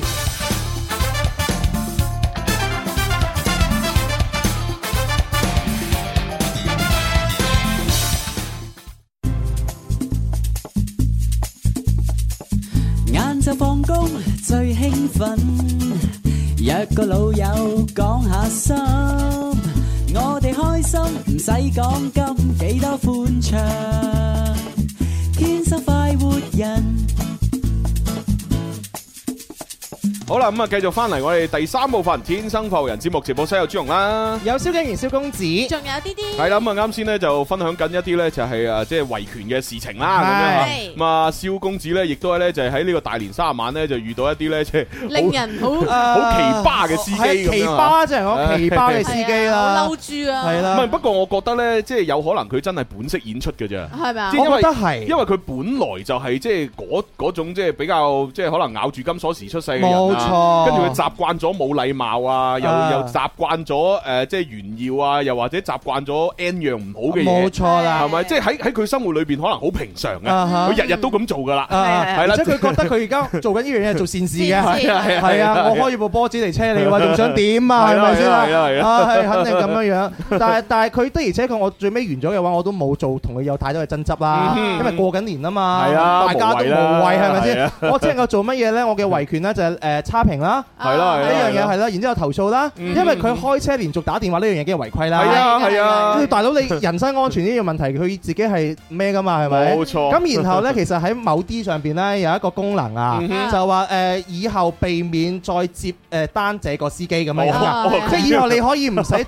Speaker 7: 晏晝放工最興奮，約個老友講下心，我哋開心唔使講金，幾多歡暢，天生快活人。
Speaker 2: 好啦，咁啊，繼續翻嚟我哋第三部分《天生浮人》節目直播室有朱容啦。
Speaker 3: 有蕭敬元、蕭公子，
Speaker 4: 仲有啲啲
Speaker 2: 系啦，咁啊，啱先咧就分享緊一啲咧就係啊，即係維權嘅事情啦，咁樣
Speaker 4: 係
Speaker 2: 嚇咁啊，蕭公子咧亦都係咧就係喺呢個大年卅晚咧就遇到一啲咧即係
Speaker 4: 令
Speaker 2: 好
Speaker 4: 人好
Speaker 2: 好奇葩嘅司機
Speaker 3: 啊係
Speaker 2: 咁樣
Speaker 3: 奇
Speaker 2: 啊
Speaker 3: 葩即係講奇葩嘅司
Speaker 2: *laughs*
Speaker 3: 機啦
Speaker 4: 好，嬲住啊，
Speaker 3: 係
Speaker 2: 唔係，不
Speaker 3: 啦，
Speaker 2: 過我覺得咧即係有可能佢真係本色演出嘅啫。
Speaker 4: 係咪啊
Speaker 2: 即？係因為
Speaker 3: 我覺得係
Speaker 2: 因。為佢本來就係即係嗰嗰種即係比較即係可能咬住金鎖匙出世嘅人啊
Speaker 3: 冇錯
Speaker 2: 跟住佢習慣咗冇禮貌啊，又
Speaker 3: 啊
Speaker 2: 又習慣咗誒即係炫耀啊，又或者習慣咗 N 樣唔好嘅
Speaker 3: 冇
Speaker 2: 嘢，
Speaker 3: 錯啦
Speaker 2: 係，咪？即係喺喺佢生活裏邊可能好平常
Speaker 3: 啊
Speaker 2: 嘅，
Speaker 3: 哈
Speaker 2: 佢日日都咁做噶啦，
Speaker 3: 啊
Speaker 2: 係啦
Speaker 3: 而且佢覺得佢而家做緊呢樣嘢係做善事嘅，
Speaker 4: 善事係啊
Speaker 2: 係啊
Speaker 3: 係
Speaker 2: 係啊
Speaker 3: 啊，
Speaker 2: *laughs*
Speaker 3: 我開住部波子嚟車你話仲想點啊？
Speaker 2: 係
Speaker 3: 係
Speaker 2: 啦
Speaker 3: 咪先
Speaker 2: 係啦係啦
Speaker 3: 啊？啊，係肯定咁樣樣。但係 *laughs* 但係佢的而且確，我最尾完咗嘅話，我都冇做同佢有太多嘅爭執啦，
Speaker 2: 嗯
Speaker 3: 因為過緊年啊嘛，
Speaker 2: 係啊
Speaker 3: 大家都
Speaker 2: 無謂
Speaker 3: 無
Speaker 2: 啦
Speaker 3: 謂係咪
Speaker 2: 係
Speaker 3: 先
Speaker 2: 啊？
Speaker 3: *laughs* 我只能夠做乜嘢咧？我嘅維權咧就係誒差評啦。
Speaker 2: 係啦 *laughs* 係
Speaker 3: 呢
Speaker 2: 啦
Speaker 3: 樣嘢係啦，然之後投訴啦，
Speaker 2: 嗯
Speaker 3: 因為佢開車連續打電話呢樣嘢已經係違規
Speaker 2: 係
Speaker 3: 啦。
Speaker 2: 啊係啊
Speaker 3: 跟住，大佬你人身安全呢樣問題，佢自己係咩噶嘛？係咪？
Speaker 2: 冇錯，
Speaker 3: 咁然後呢，其 *laughs* 實喺某啲上邊呢，有一個功能啊，
Speaker 2: 嗯
Speaker 3: 就話誒、呃以後避免再接誒、呃、單這個司機咁樣樣
Speaker 4: 哦
Speaker 3: 㗎，
Speaker 4: 哦
Speaker 3: 即係以後你可以唔使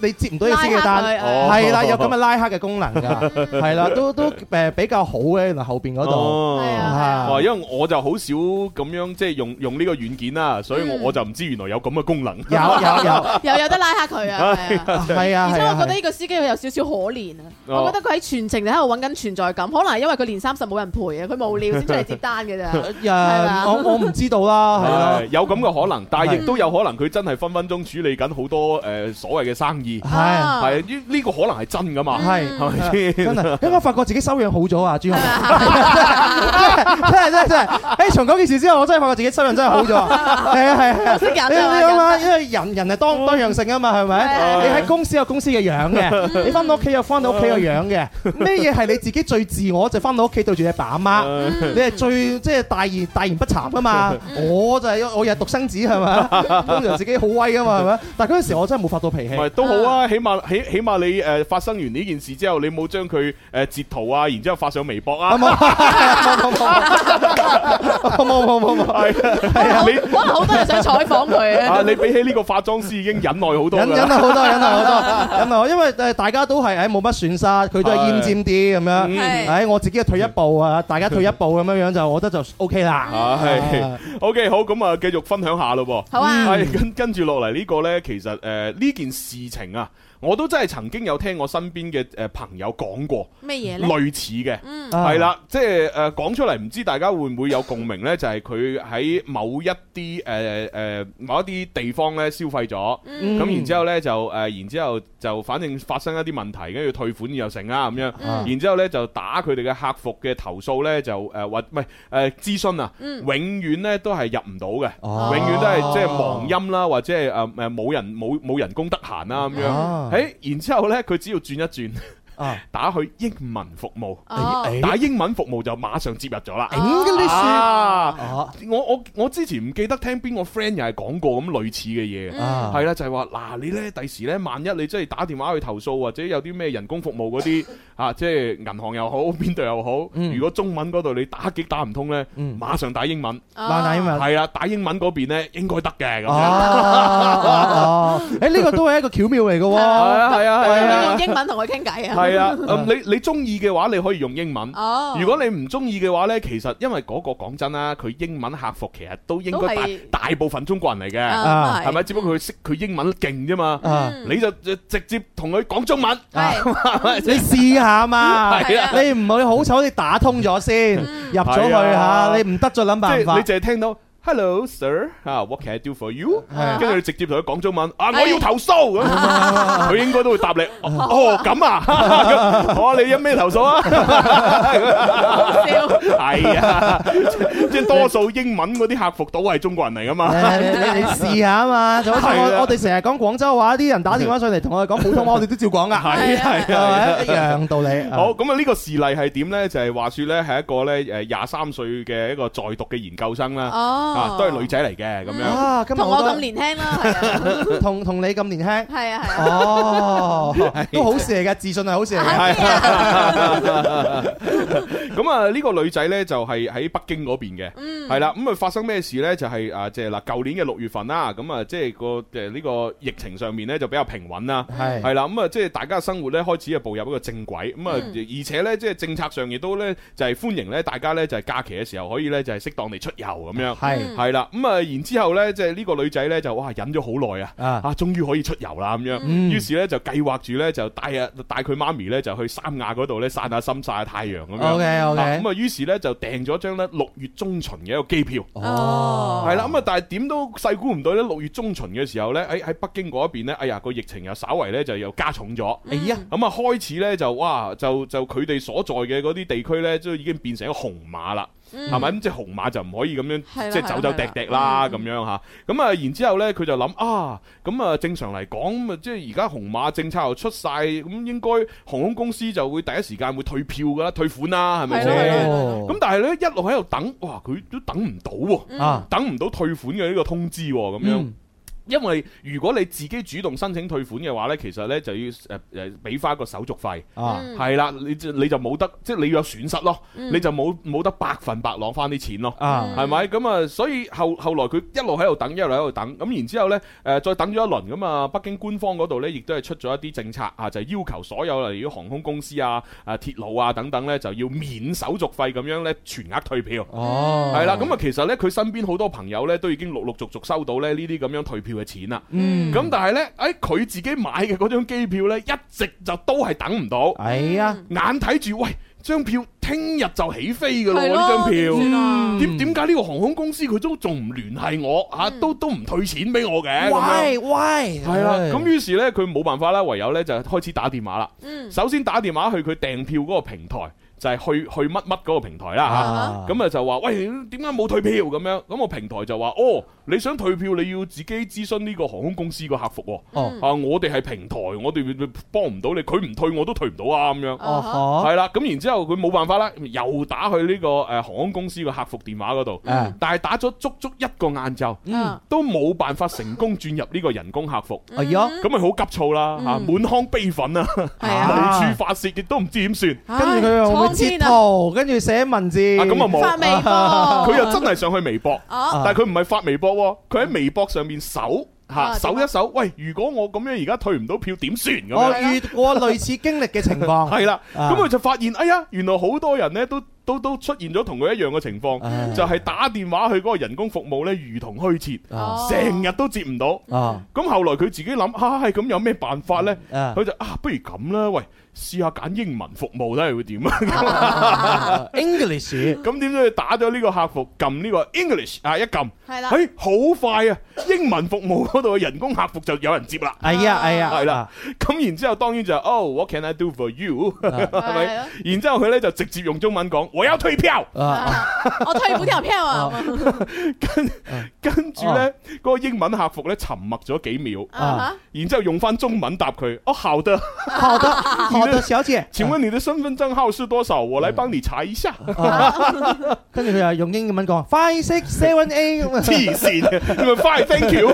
Speaker 3: 你接唔到呢個司機單，
Speaker 2: 哦
Speaker 3: 係啦，有咁嘅拉黑嘅功能㗎，係啦，都都誒比較好嘅，原來後邊嗰度
Speaker 2: 哦
Speaker 4: 係啊
Speaker 3: 啊
Speaker 2: 哦，因為我就好少咁樣即係用用呢個軟件啦，所以我
Speaker 4: 嗯
Speaker 2: 我就唔知原來有咁嘅功 *laughs* 能。
Speaker 3: 有有有，
Speaker 4: 又有得拉下佢啊，係啊。
Speaker 3: 係啊
Speaker 4: 而
Speaker 3: 係
Speaker 4: 且我
Speaker 3: 啊
Speaker 4: 覺得
Speaker 3: 係
Speaker 4: 呢個司機佢有少少可憐啊！
Speaker 2: 哦
Speaker 4: 我覺得佢喺全程就喺度揾緊存在感，可能係因為佢年三十冇人陪啊，佢無聊先出嚟接單嘅咋。
Speaker 3: 啊，
Speaker 4: 嘛
Speaker 3: 誒我我唔知道啦，係啦
Speaker 2: 係，有咁嘅可能，但係亦都有可能佢真係分分鐘處理緊好多誒所謂嘅生意，
Speaker 3: 係
Speaker 4: 啊
Speaker 2: 係呢呢個可能啊係真噶嘛，
Speaker 3: 係。
Speaker 2: 係咪先？
Speaker 3: 嗯真係，因為我發覺自己修養好咗啊，朱紅，真係真係真係真係，誒從嗰件事之後，我真係發覺自己修養真係好咗，係啊係啊
Speaker 4: 識人啊
Speaker 3: 你你諗下，
Speaker 4: 人
Speaker 3: 因為人人係多多樣性啊嘛，係咪？
Speaker 4: 係
Speaker 3: 你喺公司有公司嘅樣嘅，你翻到屋企有翻到屋企嘅樣嘅，咩嘢係你自己最自我就翻到屋企對住你爸阿
Speaker 2: 嗯
Speaker 3: 媽。 *laughs* 你係最即係大言大言不慚噶嘛？我就係我又係獨生子係咪？通常自己好威噶嘛係咪？但係嗰陣時我真係冇發到脾氣
Speaker 2: 唔。係都好啊，起碼起起碼你誒發生完呢件事之後，你冇將佢誒截圖啊，然之後發上微博啊，
Speaker 3: *laughs* 冇冇冇冇冇冇冇冇冇冇，
Speaker 2: 係啊，你你
Speaker 4: 可能好多人想採訪佢
Speaker 2: 啊，
Speaker 4: 啊。
Speaker 2: 你比起呢個化妝師已經忍耐好多
Speaker 3: 忍
Speaker 2: 㗎
Speaker 3: 忍
Speaker 2: 啦。
Speaker 3: 耐好多，忍耐好多，忍耐好多，因為誒大家都係誒冇乜損失，佢都係
Speaker 2: 係
Speaker 3: 奄尖啲咁樣，
Speaker 4: 係
Speaker 3: 誒我自己係退一步啊，大家退一步咁樣樣就，我覺得就 OK 啦。
Speaker 2: 啊係，OK，好，咁啊，繼續分享下咯噃。
Speaker 4: 好啊
Speaker 2: 係跟跟住落嚟呢個呢，其實誒呢件事情啊，我都真係曾經有聽我身邊嘅誒朋友講過
Speaker 4: 咩嘢咧？嗯
Speaker 2: 類似嘅。
Speaker 3: 啊
Speaker 2: 係，啦，即係誒講出嚟，唔知大家會唔會有共鳴呢？就係佢喺某一啲誒誒某一啲地方呢消費咗，
Speaker 3: 嗯
Speaker 2: 咁然之後呢，就誒、呃然之後就反正發生一啲問題，跟住要退款又成啦咁樣，
Speaker 3: 嗯
Speaker 2: 然之後呢，就打佢哋嘅客服嘅投訴呢，就誒或唔係誒諮詢啊，
Speaker 4: 嗯
Speaker 2: 永遠呢都係入唔到嘅。
Speaker 3: 哦
Speaker 2: 永遠都係即係忙音啦，或者係誒誒冇人冇冇人工得閒啦咁樣。
Speaker 3: 啊
Speaker 2: 誒，然之後呢，佢只要轉一轉，
Speaker 3: 啊
Speaker 2: 打去英文服務。
Speaker 4: 哦
Speaker 2: 打英文服務就馬上接入咗啦。
Speaker 3: English
Speaker 2: 啊！
Speaker 3: 哎啊
Speaker 2: 我我我之前唔記得聽邊個 friend 又係講過咁類似嘅
Speaker 4: Ừ.
Speaker 2: 嘢嘅，
Speaker 3: 啊
Speaker 2: 係啦，就係話嗱，你呢第時呢，萬一你真係打電話去投訴或者有啲咩人工服務嗰啲啊，即係銀行又好，邊度又好，
Speaker 3: 嗯
Speaker 2: 如果中文嗰度你打極打唔通呢，
Speaker 3: 嗯
Speaker 2: 馬上打英文，
Speaker 4: Ờ.
Speaker 3: 慢下英文。
Speaker 2: 係啦，打英文嗰邊呢應該得嘅咁
Speaker 3: 哦
Speaker 2: 樣。
Speaker 3: 哦，誒呢個都係一個巧妙嚟
Speaker 2: 係
Speaker 3: 嘅喎。
Speaker 2: 啊係啊
Speaker 4: 咁
Speaker 2: 係
Speaker 4: 你 *laughs*
Speaker 2: 啊
Speaker 4: 用英文同佢傾偈啊？
Speaker 2: 係啊，嗯你你中意嘅話，你可以用英文。
Speaker 4: 哦，
Speaker 2: 如果你唔中意嘅話呢，其實因為嗰個講真啦，佢英文客服其實都應該
Speaker 4: 都係
Speaker 2: 大大部分中國人嚟嘅，
Speaker 4: 啊
Speaker 2: 係咪？？只不過佢識佢英文勁啫嘛，
Speaker 3: 啊
Speaker 4: 嗯
Speaker 2: 你就就直接同佢講中文，
Speaker 4: 係
Speaker 3: *laughs* 你試下嘛，
Speaker 2: 係啊
Speaker 3: 你唔好好彩你打通咗先，入咗去
Speaker 2: 係啊
Speaker 3: 嚇，你唔得再諗
Speaker 2: 即係
Speaker 3: 辦法
Speaker 2: 你。淨係聽到 Hello sir 啊，What can I do for you？
Speaker 3: 係
Speaker 2: 跟住你直接同佢講中文啊，
Speaker 4: 係
Speaker 2: 我要投訴咁，佢應該都會答你哦哦咁 *laughs* 啊，咁我話你有咩投訴啊？
Speaker 4: 笑
Speaker 2: 係 *laughs* 啊，即即係多數英文嗰啲客服都係中國人嚟噶嘛。
Speaker 3: 你你你試下
Speaker 2: *laughs*
Speaker 3: 啊嘛，就好似
Speaker 2: 係啊
Speaker 3: 我我哋成日講廣州話，啲人打電話上嚟同我哋講普通話，我哋都照講噶，
Speaker 2: 係啊係啊
Speaker 3: 係咪一樣道理？
Speaker 2: 好，咁啊呢個事例係點呢？就係話說呢，係一個呢誒廿三歲嘅一個在讀嘅研究生啦，
Speaker 4: 哦
Speaker 2: 啊，都係女仔嚟嘅咁樣。
Speaker 3: 啊，今日
Speaker 4: 同我咁
Speaker 3: 都
Speaker 4: 年輕啦，係啊，
Speaker 3: 同同你咁
Speaker 4: *laughs*
Speaker 3: 年輕，
Speaker 4: 係啊，
Speaker 3: Ờ.
Speaker 4: 係啊。
Speaker 3: 哦，都好事嚟嘅，自信係好事嚟嘅。
Speaker 2: 係啊咁啊，呢個女仔呢，就係喺北京嗰邊嘅，係啦。咁啊，發生咩事呢？就係啊，即係嗱，舊年嘅六月份啦，咁啊，即係個誒呢個疫情上面呢，就比較平穩啦。
Speaker 3: 係
Speaker 2: 係啦，咁啊，即係大家生活咧開始啊步入一個正軌，咁啊，
Speaker 4: 嗯
Speaker 2: 而且咧即係政策上亦都咧就係歡迎咧大家咧就係假期嘅時候可以咧就係適當地出遊咁樣。
Speaker 3: 係
Speaker 2: 係啦，咁啊，然之後咧，即係呢個女仔咧就哇忍咗好耐啊，
Speaker 3: 啊
Speaker 2: 啊，終於可以出遊啦咁樣，
Speaker 3: 嗯
Speaker 2: 於是咧就計劃住咧就帶啊帶佢媽咪咧就去三亞嗰度咧散下心晒下太陽咁樣。
Speaker 3: ，OK
Speaker 2: 啊
Speaker 3: OK，
Speaker 2: 咁啊，於是咧就訂咗張咧六月中旬嘅一個機票，
Speaker 4: 哦
Speaker 2: 係啦，咁啊，但係點都細估唔到咧，六月中旬嘅時候咧，喺喺北京嗰一邊咧，哎呀個疫情又稍為咧就又加重咗。
Speaker 3: 哎呀，
Speaker 2: 咁啊，開始咧就哇，就就佢哋所在嘅嗰啲地區咧，都已經變成一個紅馬啦，
Speaker 4: Ừ.
Speaker 2: 係咪？咁即係紅馬就唔可以咁
Speaker 4: 嗯係
Speaker 2: 樣，
Speaker 4: 啦
Speaker 2: 即係走走滴滴啦
Speaker 4: 係啦嗯
Speaker 2: 咁樣吓。咁啊，然之後咧，佢就諗啊，咁啊，正常嚟講，咁啊即係而家紅馬政策又出晒，咁應該航空公司就會第一時間會退票噶啦，退款啦，係咪
Speaker 4: 係咯係
Speaker 2: 先？
Speaker 4: 咯
Speaker 2: 咁但係咧一路喺度等，哇！佢都等唔到喎，
Speaker 3: 啊，
Speaker 2: 等唔到退款嘅呢個通知喎，咁樣。
Speaker 3: 嗯
Speaker 2: 因為如果你自己主動申請退款嘅話呢，其實呢就要誒誒俾翻個手續費，
Speaker 4: Ừ.
Speaker 3: 啊，
Speaker 4: 嗯
Speaker 2: 係啦、你就你就冇得即係你有損失咯，你就冇冇得百分百攞翻啲錢咯。
Speaker 3: 啊，
Speaker 2: 係咪咁啊？所以後後來佢一路喺度等，一路喺度等，咁然之後呢，誒、再等咗一輪咁啊，北京官方嗰度呢，亦都係出咗一啲政策啊，就係要求所有例如航空公司啊、啊鐵路啊等等呢，就要免手續費咁樣呢，全額退票。
Speaker 4: Ờ.
Speaker 3: 哦，
Speaker 2: 係啦，咁啊，其實呢，佢身邊好多朋友呢，都已經陸陸續續收到咧呢啲咁樣退票嘅錢啦。
Speaker 3: 嗯，
Speaker 2: 咁但係呢，誒佢自己買嘅嗰張機票呢，一直就都係等唔到，
Speaker 3: 哎呀，
Speaker 2: 眼睇住喂張票聽日就起飛噶咯喎，
Speaker 4: 係咯
Speaker 2: 呢張
Speaker 4: 點
Speaker 2: 票。
Speaker 3: 嗯
Speaker 2: 點點解呢個航空公司佢都仲唔聯繫我嚇、啊都都唔退錢俾我嘅咁樣。
Speaker 3: 喂喂，
Speaker 2: 係啦，咁於是呢，佢冇辦法啦，唯有呢就開始打電話啦。
Speaker 4: 嗯
Speaker 2: 首先打電話去佢訂票嗰個平台，就係、去去乜乜嗰個平台啦嚇。
Speaker 3: 啊，
Speaker 2: 咁啊就話喂，點解冇退票咁樣？咁個平台就話哦，你想退票，你要自己諮詢呢個航空公司個客服喎。
Speaker 3: 哦
Speaker 2: 啊，我哋係平台，我哋幫唔到你，佢唔退我都退唔到啊，咁樣。
Speaker 4: Ờ
Speaker 3: 哦
Speaker 2: 係啦，咁然之後佢冇辦法啦，又打去呢個誒航空公司個客服電話嗰度，
Speaker 3: 嗯
Speaker 2: 但係打咗足足一個晏晝，
Speaker 4: 嗯
Speaker 2: 都冇辦法成功轉入呢個人工客服，
Speaker 3: 嗬，哎呀，
Speaker 4: 嗯
Speaker 2: 咁咪好急躁啦嚇，滿腔悲憤啊，
Speaker 4: 係啊，
Speaker 2: 無處發泄，亦都唔知點算。
Speaker 3: 跟
Speaker 4: Ừ.
Speaker 3: 住佢又會截
Speaker 4: 蒼天啊
Speaker 3: 圖，跟住寫文字，
Speaker 2: 啊咁啊冇
Speaker 4: 發微博，
Speaker 2: 佢又真係上去微博，
Speaker 4: 哦嗯
Speaker 2: 但係佢唔係發微博喎，佢喺微博上面搜嚇
Speaker 4: 啊
Speaker 2: 搜一搜，喂，如果我咁樣而家退唔到票點算咁樣
Speaker 3: 我？遇過類似經歷嘅情況，
Speaker 2: 係啦，
Speaker 3: 啊
Speaker 2: 咁佢就發現，哎呀，原來好多人咧都都都出現咗同佢一樣嘅情況
Speaker 3: 唉，
Speaker 2: 就係打電話去嗰個人工服務咧，如同虛設，
Speaker 3: Ờ,
Speaker 4: 哦
Speaker 2: 成日都接唔到。
Speaker 3: 啊
Speaker 2: 咁後來佢自己諗，唉，咁有咩辦法咧？
Speaker 3: 啊
Speaker 2: 佢就啊，不如咁啦，喂，試下揀英文服務睇下會
Speaker 3: *laughs*
Speaker 2: 點啊！
Speaker 3: 啊，English，Ờ,
Speaker 2: 咁點知佢打咗呢個客服，撳呢個 English 啊，一撳，
Speaker 4: 係啦，
Speaker 2: 哎，好快啊！英文服務嗰度嘅人工客服就有人接啦。
Speaker 3: 哎呀哎呀，
Speaker 2: 係啦，咁然之後當然就哦，what can I do for you？係
Speaker 4: 係
Speaker 2: 咪
Speaker 4: 咯？
Speaker 2: 然之後佢咧就直接用中文講我要退票，
Speaker 3: 啊，
Speaker 4: 啊我退唔掉票啊！
Speaker 2: 跟跟住咧嗰個英文客服咧沉默咗幾秒，
Speaker 4: 啊
Speaker 2: 然之後用翻中文答佢，哦好的，
Speaker 3: 好的好的，小姐，
Speaker 2: 請問你的身份證號是多少？我來幫你查一下。
Speaker 3: 跟住佢又用英文講 five six seven eight 咁啊
Speaker 2: 黐線，佢咪翻去 thank you。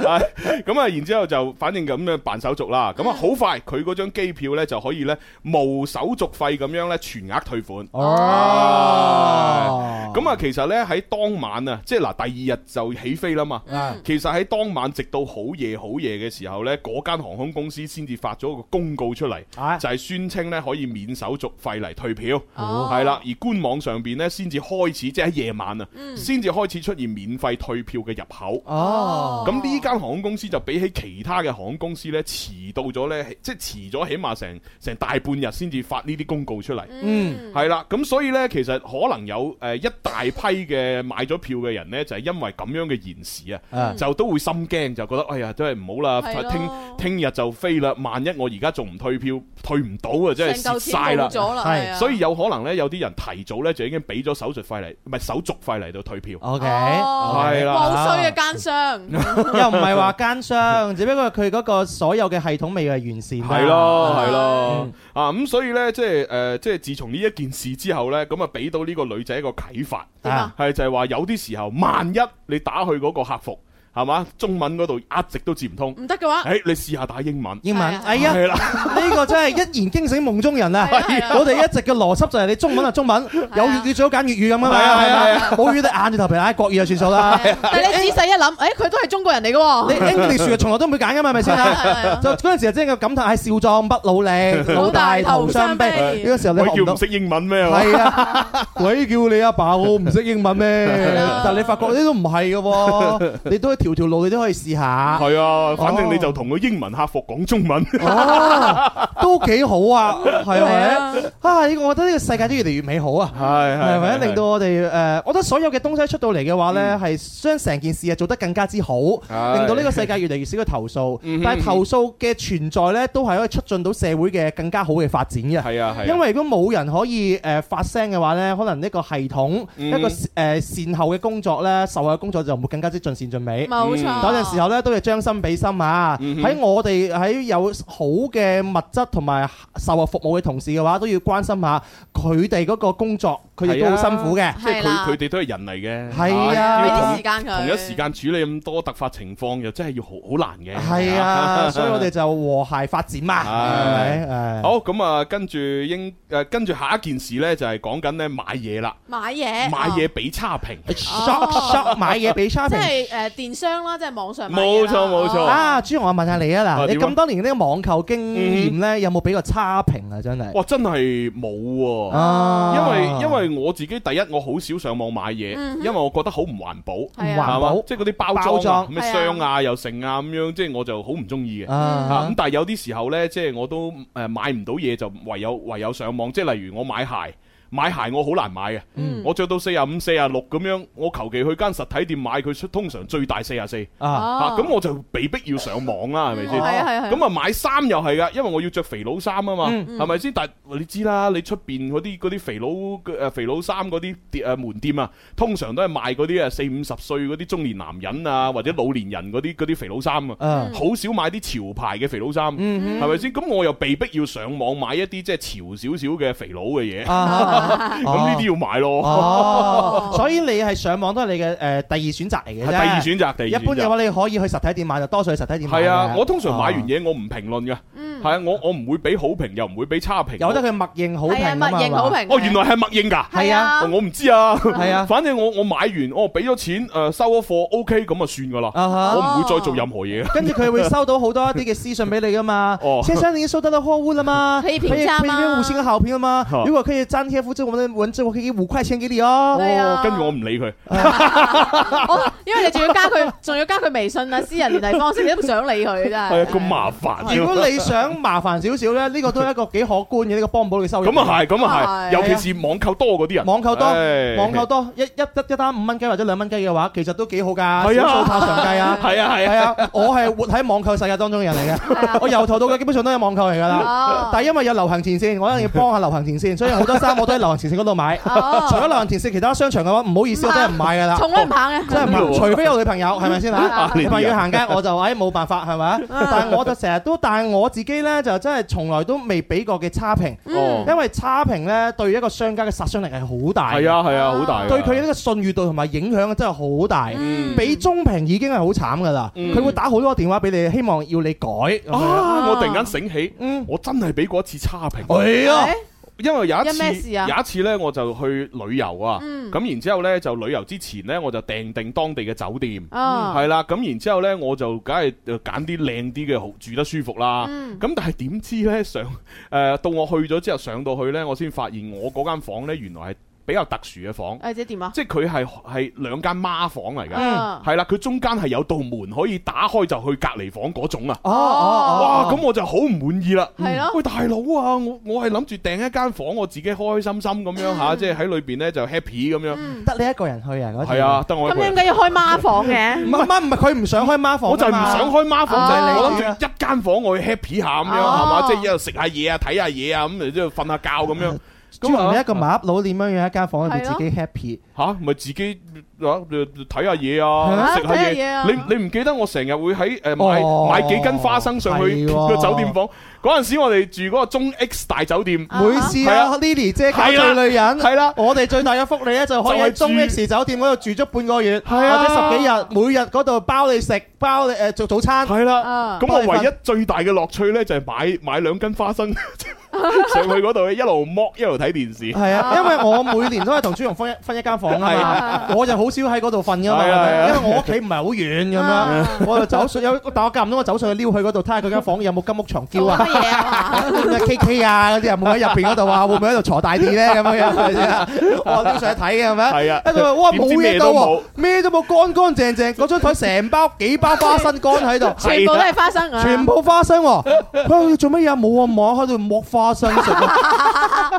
Speaker 2: 係咁啊，然之後就反正咁樣辦手續啦。咁啊，好快佢嗰張機票咧就可以咧無手續費咁樣咧全額退款。
Speaker 3: Ờ. 哦，
Speaker 2: 咁啊，其實咧喺當晚啊，即係嗱，第二日就起飛啦嘛。
Speaker 3: 啊
Speaker 2: 其實喺當晚直到好夜好夜嘅時候呢，嗰間航空公司先至發咗個公告出嚟，
Speaker 3: 啊
Speaker 2: 就係宣稱呢可以免手續費嚟退票，
Speaker 4: 哦
Speaker 2: 係啦。而官網上邊呢，先至開始，即係喺夜晚啊，
Speaker 3: 嗯
Speaker 2: 先至開始出現免費退票嘅入口。
Speaker 4: Ờ.
Speaker 3: 哦，
Speaker 2: 咁呢間航空公司就比起其他嘅航空公司呢，遲到咗呢，即係遲咗起碼成成大半日先至發呢啲公告出嚟。
Speaker 3: 嗯
Speaker 2: 係啦，咁所以呢，其實可能有誒一大批嘅買咗票嘅人呢，就係因為咁樣嘅延時啊，
Speaker 3: 啊
Speaker 2: 就都會心驚，就覺得哎呀，真係唔好啦，
Speaker 4: 嗯係咯
Speaker 2: 聽聽日就飛啦，萬一我而家仲唔退票，退唔到啊，真係
Speaker 4: 成嚿
Speaker 2: 蝕
Speaker 4: 錢
Speaker 2: 晒啦
Speaker 4: 冇。咗啦，
Speaker 3: 係
Speaker 4: 係啊
Speaker 2: 所以有可能呢，有啲人提早呢，就已經俾咗手續費嚟，唔係手續費嚟到退票。
Speaker 4: Ờ.
Speaker 3: ，OK，Ờ.
Speaker 4: 哦
Speaker 2: 係啦
Speaker 4: 哇好衰嘅奸商，
Speaker 3: 又唔
Speaker 2: *laughs*
Speaker 3: 係話奸商，只不過佢嗰個所有嘅系統未係完善啊。
Speaker 2: 係咯，係咯，啊咁所以呢，即係誒，即係自從呢一件事之後呢，咁啊俾到呢個女仔一個啟發。
Speaker 4: 點啊？
Speaker 2: 係就係話有啲時候，萬一你打去嗰個客服係嘛，中文嗰度一直都接唔通，
Speaker 4: 唔得嘅
Speaker 3: 嗯
Speaker 4: 話，
Speaker 2: 誒你試下打英文，
Speaker 3: 英文，
Speaker 4: 係啊
Speaker 3: 哎呀，
Speaker 2: 係啦
Speaker 3: 呢個真係一言驚醒夢中人啊！
Speaker 4: 係啊
Speaker 3: 我哋一直嘅邏輯就係你中文啊就中文，有粵語最好揀粵語咁啊嘛，
Speaker 2: 係啊係啊啊係
Speaker 3: 冇粵語你硬住頭皮嗌國語就算數
Speaker 2: 哎
Speaker 3: 啦。
Speaker 4: 但係你仔細一諗，誒佢都係中國人嚟嘅喎
Speaker 3: 你。English 就從來都唔會揀噶嘛，係咪先
Speaker 4: 係啊係
Speaker 3: 啊
Speaker 4: 啊？
Speaker 3: 就嗰陣時真係感嘆係少壯不努力，老大徒傷悲。呢個時候你
Speaker 2: 我
Speaker 3: 學唔
Speaker 2: 叫
Speaker 3: 到
Speaker 2: 唔。識英文咩？
Speaker 3: 係啊，鬼叫你阿爸，我唔識英文咩
Speaker 4: 啊？
Speaker 3: 但你發覺呢都唔係嘅喎，你都條條路你都可以試下。
Speaker 2: 係啊，反正你就同個英文客服講中文，
Speaker 3: 哦， *laughs* 都幾好啊，係咪
Speaker 4: 係啊？
Speaker 3: 啊，呢個我覺得呢個世界都越嚟越美好啊！
Speaker 2: 係嗯
Speaker 3: 係咪令到我哋誒？我覺得所有嘅東西出到嚟嘅話呢，係將成件事啊做得更加之好，令到呢個世界越嚟越少嘅投訴。
Speaker 2: 嗯
Speaker 3: 但係投訴嘅存在呢，都係可以促進到社會嘅更加好嘅發展嘅。
Speaker 2: 係啊係啊，
Speaker 3: 因為如果冇人可以誒發聲嘅話呢，可能呢個系統
Speaker 2: 嗯
Speaker 3: 一個誒善後嘅工作呢，售後嘅工作就唔會更加之盡善盡美。
Speaker 4: 冇
Speaker 2: 啊
Speaker 4: 錯，
Speaker 2: 嗯
Speaker 3: 有陣時候咧都係將心比心啊！喺我哋喺有好嘅物質同埋售後服務嘅同事嘅話，都要關心下佢哋嗰個工作，佢哋都好辛苦嘅。
Speaker 2: 即係啊
Speaker 4: 係
Speaker 2: 佢
Speaker 4: 啦
Speaker 2: 佢哋都係人嚟嘅，
Speaker 3: 係啊
Speaker 4: 俾
Speaker 2: 要
Speaker 4: 啲
Speaker 2: 同
Speaker 4: 時間佢，
Speaker 2: 同一時間處理咁多突發情況，又真係要好好難嘅。
Speaker 3: 係啊，所以我哋就和諧發展嘛，係咪？誒
Speaker 2: 好咁啊，跟住應誒跟住下一件事呢，就係講緊呢買嘢啦，
Speaker 4: 買嘢，
Speaker 2: 買
Speaker 3: 哦
Speaker 2: 嘢俾差評。
Speaker 3: ，shop
Speaker 2: *laughs*
Speaker 3: shop 買嘢俾
Speaker 4: 哦，
Speaker 3: shopping
Speaker 4: 即係誒電商啦，即係網上買
Speaker 2: 冇
Speaker 4: 嘢
Speaker 2: 錯
Speaker 4: 啦
Speaker 2: 冇錯
Speaker 4: 哦
Speaker 3: 啊！朱紅，我問下你啊
Speaker 2: 啊
Speaker 3: 嗱，你
Speaker 2: 點啊嗯
Speaker 3: 咁多年呢個網購經驗咧，有冇俾過差評啊？真係
Speaker 2: 哇，真係冇喎。
Speaker 3: 啊，
Speaker 2: 因為因為我自己第一我好少上網買嘢，
Speaker 4: 嗯
Speaker 2: 因為我覺得好唔環保，
Speaker 4: 係
Speaker 3: 環
Speaker 4: 啊，
Speaker 2: 係
Speaker 3: 保
Speaker 2: 嘛？即係嗰啲包
Speaker 3: 包
Speaker 2: 裝啊
Speaker 3: 裝
Speaker 2: 咩
Speaker 4: 係啊
Speaker 2: 箱啊又剩啊咁樣，即係我就好唔中意嘅。啊
Speaker 3: 啊
Speaker 2: 咁，但係有啲時候呢，即係我都誒買唔到嘢，就唯有唯有上網。即係例如我買鞋，買鞋我好難買嘅，
Speaker 4: 嗯
Speaker 2: 嗯我着到四廿五、四廿六咁樣，我求其去間實體店買，佢通常最大四廿四。
Speaker 3: 啊，
Speaker 2: 啊，
Speaker 4: 哦
Speaker 2: 咁我就被逼要上網啦，係咪先？
Speaker 4: 係啊係啊係啊
Speaker 2: 咁啊買衫又係噶，因為我要着肥佬衫啊嘛，
Speaker 3: 嗯
Speaker 2: 係咪先？但係你知啦，你出邊嗰啲嗰啲肥佬誒肥佬衫嗰啲誒門店啊，通常都係賣嗰啲誒呃四五十歲嗰啲中年男人啊，或者老年人嗰啲嗰啲肥佬衫啊
Speaker 3: 嗯，
Speaker 2: 好少買啲潮牌嘅肥佬衫，係咪先？咁我又被逼要上網買一啲即係潮少少嘅肥佬嘅嘢， *laughs*
Speaker 3: 啊
Speaker 4: 嗯
Speaker 2: 咁呢啲要買咯，
Speaker 3: 哦，所以你係上網都係你嘅誒第二選擇嚟嘅
Speaker 2: 係
Speaker 3: 啫。
Speaker 2: 第二選擇，第
Speaker 3: 一
Speaker 2: 二
Speaker 3: 般
Speaker 2: 選擇
Speaker 3: 嘅。話，你可以去實體店買，就多數去實體店買嘅。
Speaker 2: 係啊，我通常買完
Speaker 3: 哦
Speaker 2: 嘢我唔評論嘅，
Speaker 4: 嗯
Speaker 2: 係啊，我我唔會俾好評，又唔會俾差評。
Speaker 3: 由得佢默認好
Speaker 4: 係
Speaker 3: 評
Speaker 4: 啊，
Speaker 3: 啊
Speaker 4: 默
Speaker 3: 嘛
Speaker 4: 認好。評。
Speaker 2: 哦，原來係默認㗎。
Speaker 4: 係啊，
Speaker 2: 哦我唔知啊，
Speaker 3: 係啊
Speaker 2: 反正我我買完，我俾咗錢，誒收咗貨，OK 咁啊算㗎啦，
Speaker 3: 啊哈
Speaker 4: 哦
Speaker 2: 我唔會再做任何嘢。
Speaker 3: 跟住佢會收到好多一啲嘅私信俾你噶嘛
Speaker 2: *laughs* 哦，
Speaker 3: 先生你已經收到了貨物了嗎？
Speaker 4: *laughs* 可以評價嗎
Speaker 3: 可以可以五星的好評了嗎
Speaker 2: 哦？
Speaker 3: 如果可以粘貼複制我們的文字，我可以給五塊錢給你哦。
Speaker 4: 係啊
Speaker 2: 哦跟住我唔理佢，
Speaker 4: 哦因為你仲要加佢， *laughs* 仲要加佢微信啊、私人聯繫方式，你都唔想理佢真
Speaker 2: 係
Speaker 4: 係。
Speaker 2: 啊咁麻煩
Speaker 3: *laughs* 如
Speaker 2: 嘅。
Speaker 3: 果你想麻煩少少咧，呢個都係一個幾可觀嘅呢個幫唔到你收入。
Speaker 2: 咁啊係，咁啊係，
Speaker 4: 係
Speaker 2: 尤其是網購多嗰啲人，
Speaker 3: 網購多，
Speaker 2: 唉
Speaker 3: 網購多一一一一單五蚊雞或者兩蚊雞嘅話，其實都幾好㗎，
Speaker 2: 係啊
Speaker 3: 小數靠常
Speaker 2: *laughs*
Speaker 3: 計啊。
Speaker 2: 係啊係
Speaker 3: 係
Speaker 2: 啊，
Speaker 3: 啊，我係活喺網購世界當中嘅人嚟
Speaker 4: *laughs* 啊
Speaker 2: 哦
Speaker 3: 嘅，我由頭到尾基本上都係網購嚟㗎啦
Speaker 4: 哦。
Speaker 3: 但係因為有流行前線，我一定要幫下流行前線，所以好多衫我都喺流行前線嗰度買。
Speaker 4: 哦啊
Speaker 3: 除咗流行前線，其他商場嘅話唔好意思，我真係唔買㗎啦。
Speaker 4: 從
Speaker 3: *laughs*
Speaker 4: 來唔行
Speaker 3: 真係
Speaker 4: 嘅。
Speaker 3: 唔
Speaker 2: 咁咯
Speaker 3: 係，除非有女朋友，係咪先
Speaker 2: 啊
Speaker 3: 嚇？
Speaker 2: 呢啲
Speaker 3: 女
Speaker 2: 啊
Speaker 3: 朋友行街我就誒冇辦法係咪？啊但係我就成日都，但係我自己呢，就真係從來都未俾過嘅差評，
Speaker 2: 哦
Speaker 3: 因為差評呢對一個商家嘅殺傷力係好大，
Speaker 2: 係，啊係啊，好大㗎。
Speaker 3: 嗯對佢呢個信譽度同埋影響啊真係好大。俾中評已經係好慘㗎啦，
Speaker 2: 嗯
Speaker 3: 佢會打好多個電話俾你，希望要你改咁樣。
Speaker 2: 啊，我突然間醒起，
Speaker 3: 嗯
Speaker 2: 我真係俾過一次差評。
Speaker 3: 哎呀，
Speaker 2: 因為有一
Speaker 4: 因咩
Speaker 2: 次，
Speaker 4: 事啊
Speaker 2: 有一次呢，我就去旅遊啊，
Speaker 3: 嗯
Speaker 2: 咁然之後呢，就旅遊之前呢，我就訂定當地嘅酒店，
Speaker 4: 啊
Speaker 2: 係啦，咁然之後呢，我就梗係呃揀啲靚啲嘅，好住得舒服啦。
Speaker 4: 嗯
Speaker 2: 咁但係點知呢？上誒、呃到我去咗之後上到去呢，我先發現我嗰間房呢，原來係比較特殊嘅房，
Speaker 4: 誒，即係點啊？
Speaker 2: 即係佢係係兩間孖房嚟㗎，
Speaker 4: 啊
Speaker 2: 係啦，佢中間係有道門可以打開就去隔離房嗰種啊。
Speaker 3: 哦哦，
Speaker 2: 哇！咁我就好唔滿意啦。
Speaker 4: 係咯
Speaker 2: 喂，大佬啊，我我係諗住訂一間房，我自己開開心心咁樣
Speaker 4: 嗯
Speaker 2: 吓，即係喺裏邊咧就 happy 咁樣。
Speaker 3: 得你一個人去啊？嗰次
Speaker 2: 係啊，，得我一
Speaker 4: 咁
Speaker 2: 個人
Speaker 4: 點。解要開孖房嘅？
Speaker 3: 唔係唔係唔係佢唔想開孖房㗎嘛，
Speaker 2: 我就係唔想開孖房，就
Speaker 4: 啊
Speaker 2: 係我諗住一間房我去 happy 下咁樣，係嘛？即係一路食下嘢啊，睇下嘢啊，咁然之後瞓下覺咁樣。
Speaker 3: 專
Speaker 2: 咁啊
Speaker 3: 門一個麻甩佬點樣樣一間房入邊
Speaker 4: 係咯
Speaker 3: 自己 happy。
Speaker 2: 吓，咪自己啊睇下嘢啊，
Speaker 4: 啊
Speaker 2: 食下
Speaker 4: 睇下
Speaker 2: 嘢。
Speaker 4: 嘢啊
Speaker 2: 你你唔記得我成日會喺誒買
Speaker 3: 哦
Speaker 2: 買幾斤花生上去
Speaker 3: 係喎
Speaker 2: 個酒店房嗰陣時，我哋住嗰個中 X 大酒店。
Speaker 3: 每次
Speaker 2: 係
Speaker 3: 啊
Speaker 2: 啊
Speaker 3: ，Lily 姐搞
Speaker 2: 係啦
Speaker 3: 醉女人，
Speaker 2: 係啦
Speaker 3: 我哋最大嘅福利咧就可以喺
Speaker 2: 就係
Speaker 3: 中
Speaker 2: 住
Speaker 3: X 酒店嗰度住咗半個月，或
Speaker 2: 啊
Speaker 3: 者十幾日，每日嗰度包你食，包你誒做早餐。
Speaker 2: 系啦，
Speaker 4: 啊
Speaker 2: 咁我唯一最大嘅樂趣咧就係買買兩斤
Speaker 3: *laughs*
Speaker 2: 花生上去嗰度，一路剝一路睇電視。
Speaker 3: 係啊，因為我每年都係同朱容分一分一間房啊
Speaker 2: 係
Speaker 3: 嘛，我就好少喺嗰度瞓噶嘛，
Speaker 2: 係啊係啊
Speaker 3: 因為我屋企唔係好遠咁
Speaker 4: 啊
Speaker 3: 樣，我就走上有，但我間唔中我走上去撩去嗰度睇下佢間房有冇金屋藏嬌
Speaker 4: 做
Speaker 3: 啊
Speaker 4: 乜。
Speaker 2: *laughs*
Speaker 4: 嘢啊？
Speaker 3: K K 啊嗰啲人會唔會喺入邊嗰度啊？會唔會喺度坐大啲咧？咁樣樣係咪先？
Speaker 2: *laughs*
Speaker 3: 我都想睇嘅係咪？
Speaker 2: 係啊
Speaker 3: 跟住佢話哇
Speaker 2: 點
Speaker 3: 冇
Speaker 2: 知咩
Speaker 3: 嘢到
Speaker 2: 都冇
Speaker 3: 喎，咩都冇，乾乾淨淨，嗰張台成包幾包花生乾喺度。
Speaker 4: 全部都係花生啊！
Speaker 3: 全部花生喎，佢做乜嘢啊？冇啊，網喺度剝花生食啊。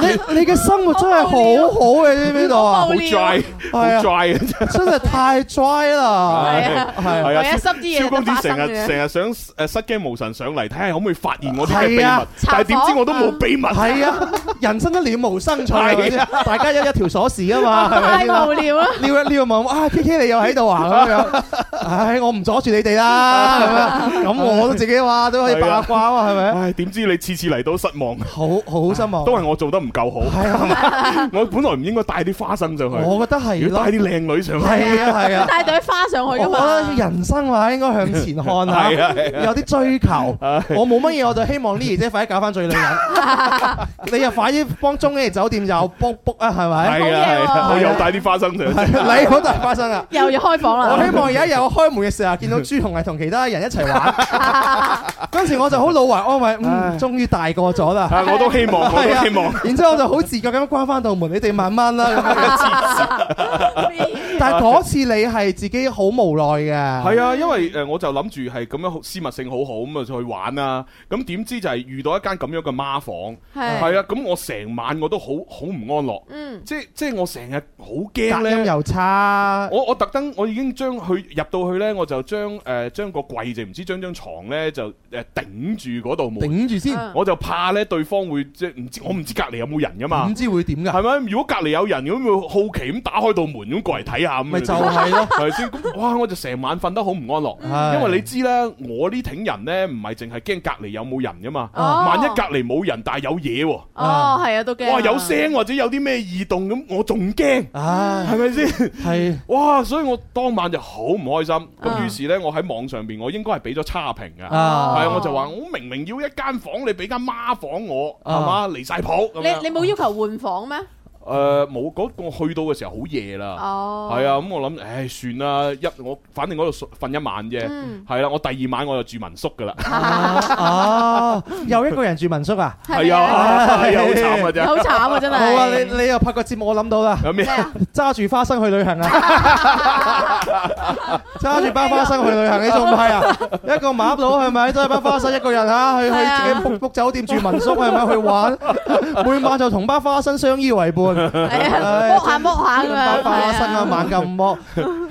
Speaker 3: 你你嘅生活真係好好嘅，知唔知道啊
Speaker 2: 好？dry，好
Speaker 3: 係啊
Speaker 2: dry 嘅真
Speaker 3: 真係太 dry 啦，
Speaker 4: 係啊
Speaker 3: 係
Speaker 2: 係
Speaker 4: 唯一
Speaker 2: 啊。
Speaker 4: 濕啲嘢
Speaker 2: 蕭公子成
Speaker 4: 就
Speaker 2: 日
Speaker 4: 係
Speaker 2: 成日想誒失驚無神上嚟，睇下可唔可以發現我啲咩秘
Speaker 3: 係啊
Speaker 2: 密，但係點知我都冇秘密。
Speaker 3: 係啊，人生一了無生趣啊，係咪先大家有一條鎖匙啊嘛，係咪
Speaker 4: 太
Speaker 3: 先啊
Speaker 4: 無聊啦！
Speaker 3: 撩一撩望，哇！K K 你又喺度啊咁樣，唉，我唔阻住你哋啦，啊咁樣咁我都自己話都可以八卦啊，係咪？
Speaker 2: 唉，點知你次次嚟到失望，
Speaker 3: 好好失望，
Speaker 2: 都係我做得唔夠好。
Speaker 3: 係啊，
Speaker 2: 我本來唔應該帶啲花生上去，
Speaker 3: 我覺得係
Speaker 2: 如果
Speaker 3: 咯
Speaker 2: 帶，啲靚女上去，
Speaker 3: 係啊係啊。
Speaker 4: 帶朵花上
Speaker 3: 我
Speaker 4: 去噶
Speaker 3: 覺得
Speaker 4: 嘛，
Speaker 3: 人生話應該向前看啊，
Speaker 2: *laughs* 係啊係啊啊
Speaker 3: 有啲追求。我冇乜嘢，我就希望 Lily 姐快啲搞翻醉女
Speaker 2: *laughs*
Speaker 3: 人，你又快啲幫中 A 酒店又 book book 啊，係咪？
Speaker 2: 係啊係啊，
Speaker 4: 好嘢喎
Speaker 2: 我又帶啲花生上去。
Speaker 3: 係你好大花生啊！
Speaker 2: *laughs*
Speaker 4: 又要開房
Speaker 3: 我
Speaker 4: 啦
Speaker 3: 希！望有一日我開門嘅時候見到朱紅係同其他人一齊
Speaker 2: *laughs*
Speaker 3: 玩，嗰陣時我就好老懷安慰，嗯，終於大個咗啦。
Speaker 2: 啊，我都希望，我
Speaker 3: 係啊
Speaker 2: 都希望。
Speaker 3: 然然之後我就好自覺咁樣關翻道門，你哋慢慢啦咁樣。但係嗰次你係自己好無奈嘅，
Speaker 2: 係啊，因為誒我就諗住係咁樣好私密性好好咁啊，就去玩啦。咁點知就係遇到一間咁樣嘅孖房，
Speaker 4: 係
Speaker 2: 係啊，咁我成晚我都好好唔安樂，
Speaker 4: 嗯，
Speaker 2: 即即我成日好驚
Speaker 3: 隔音
Speaker 2: 咧。
Speaker 3: 又差，
Speaker 2: 啊我我特登我已經將佢入到去呢，我就將誒將個櫃就唔知將張床呢，就誒頂住嗰度門，
Speaker 3: 頂住先，
Speaker 4: 嗯
Speaker 2: 我就怕呢對方會即係唔知我唔知隔離有冇人噶嘛
Speaker 3: 唔，知會點㗎，
Speaker 2: 係咪？如果隔離有人咁，會好奇咁打開道門咁過嚟睇下咁。
Speaker 3: 咪就係
Speaker 4: *laughs*
Speaker 3: 咯。
Speaker 2: 係咪先？咁哇，我就成晚瞓得好唔安樂，
Speaker 3: 係
Speaker 2: 因為你知啦，我呢挺人呢，唔係淨係驚隔離有冇人噶嘛，
Speaker 4: 哦
Speaker 2: 萬一隔離冇人，但係有嘢喎，
Speaker 4: 哦，係啊，都驚啊。
Speaker 2: 哇有聲或者有啲咩異動咁，我仲驚，
Speaker 3: 唉，
Speaker 2: 係咪先？
Speaker 3: 係
Speaker 2: 哇！所以我當晚就好唔開心，咁
Speaker 4: 啊
Speaker 2: 於是呢，我喺網上邊我應該係俾咗差評嘅，係
Speaker 3: 啊。
Speaker 2: 啊我就話我明明要一間房，你俾間孖房我，係嘛
Speaker 3: 啊
Speaker 2: 離晒譜咁
Speaker 4: 你
Speaker 2: 樣。
Speaker 4: 你冇要求換房咩？
Speaker 2: 誒冇嗰個去到嘅時候好夜啦。
Speaker 4: 哦，
Speaker 2: 係啊，咁我諗，唉，算啦，一我反正嗰度瞓一晚啫，
Speaker 4: 嗯
Speaker 2: 係啦，我第二晚我就住民宿噶啦，
Speaker 3: 啊哦，又一個人住民宿啊？
Speaker 4: 係咪， *laughs*
Speaker 2: 係啊，好慘啊
Speaker 4: 你
Speaker 2: 真
Speaker 4: 好
Speaker 2: 係。
Speaker 4: 慘啊，真係。
Speaker 3: 好啊，你你又拍個節目，我諗到啦，
Speaker 2: 有咩
Speaker 4: 咩啊？
Speaker 3: 揸住花生去旅
Speaker 4: *laughs*
Speaker 3: 行啊！揸住包花生去旅行，你仲唔係啊？一個馬佬係咪？揸住包花生一個人嚇，去去
Speaker 4: 係啊
Speaker 3: 自己 book book 酒店住民宿係咪？去
Speaker 4: *laughs*
Speaker 3: 玩，每晚就同包花生相依為伴。
Speaker 4: 係
Speaker 3: 唉
Speaker 4: 啊，剝下剝下咁樣。
Speaker 3: 包花生啊，
Speaker 4: 係
Speaker 3: 猛咁摸，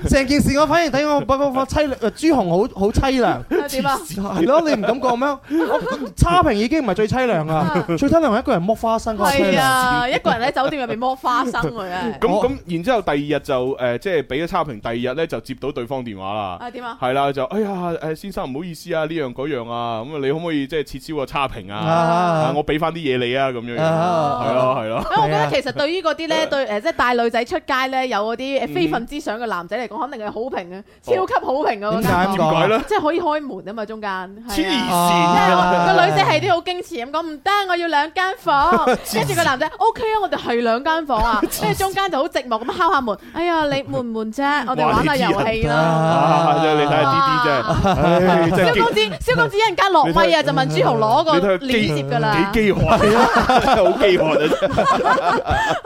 Speaker 3: 成件事我反而睇我包包包凄涼，朱紅好好凄涼。 *laughs*
Speaker 4: 點啊？
Speaker 3: 係咯，你唔感覺咩？我差評已經唔係最凄涼啦，最凄涼係一個人剝花生嗰個凄
Speaker 4: 啊係
Speaker 3: 涼。
Speaker 4: 啊，一個人喺酒店入邊剝花生喎，真係。
Speaker 2: 咁
Speaker 3: 我
Speaker 2: 咁，然之後第二日就誒，即係俾咗差評，第二日咧就接到對方電話啦。
Speaker 4: 啊點啊？
Speaker 2: 係啦，就哎呀，誒先生唔好意思啊，呢樣嗰樣啊，咁啊你可唔可以即係撤銷個差評啊？啊
Speaker 3: 啊
Speaker 2: 我俾翻啲嘢你啊，咁樣樣，
Speaker 3: 啊
Speaker 2: 係咯係咯，
Speaker 4: 因為我覺得
Speaker 3: 係啊
Speaker 4: 其實對於嗰啲咧，對誒即係帶女仔出街咧，有
Speaker 2: 嗯
Speaker 4: 嗰啲非分之想嘅男仔嚟講，肯定係好評嘅，超級好評嘅。
Speaker 3: 點解咁
Speaker 2: 哦點解
Speaker 3: 講
Speaker 2: 咧？
Speaker 4: 即係可以開門啊嘛，中間
Speaker 2: 黐
Speaker 4: 係啊。即
Speaker 2: 線
Speaker 4: 係
Speaker 2: 啊！
Speaker 4: 個女仔係啲好矜持咁講，唔得，我要兩間房。
Speaker 2: *laughs*
Speaker 4: 跟住個男仔，OK 啊，我哋係兩間房啊。跟住中間就好寂寞咁敲下門，哎呀，你悶唔悶啫？我哋玩下遊戲啦。
Speaker 2: 啊真係你睇下呢啲啊真係，唉真
Speaker 4: 蕭
Speaker 2: 係 *laughs*
Speaker 4: 公子，蕭公子一陣間落咪啊，就問朱紅攞
Speaker 2: 你睇
Speaker 4: 個
Speaker 2: 佢
Speaker 4: 鏈接㗎啦。
Speaker 2: 幾飢渴，真係好飢渴啊！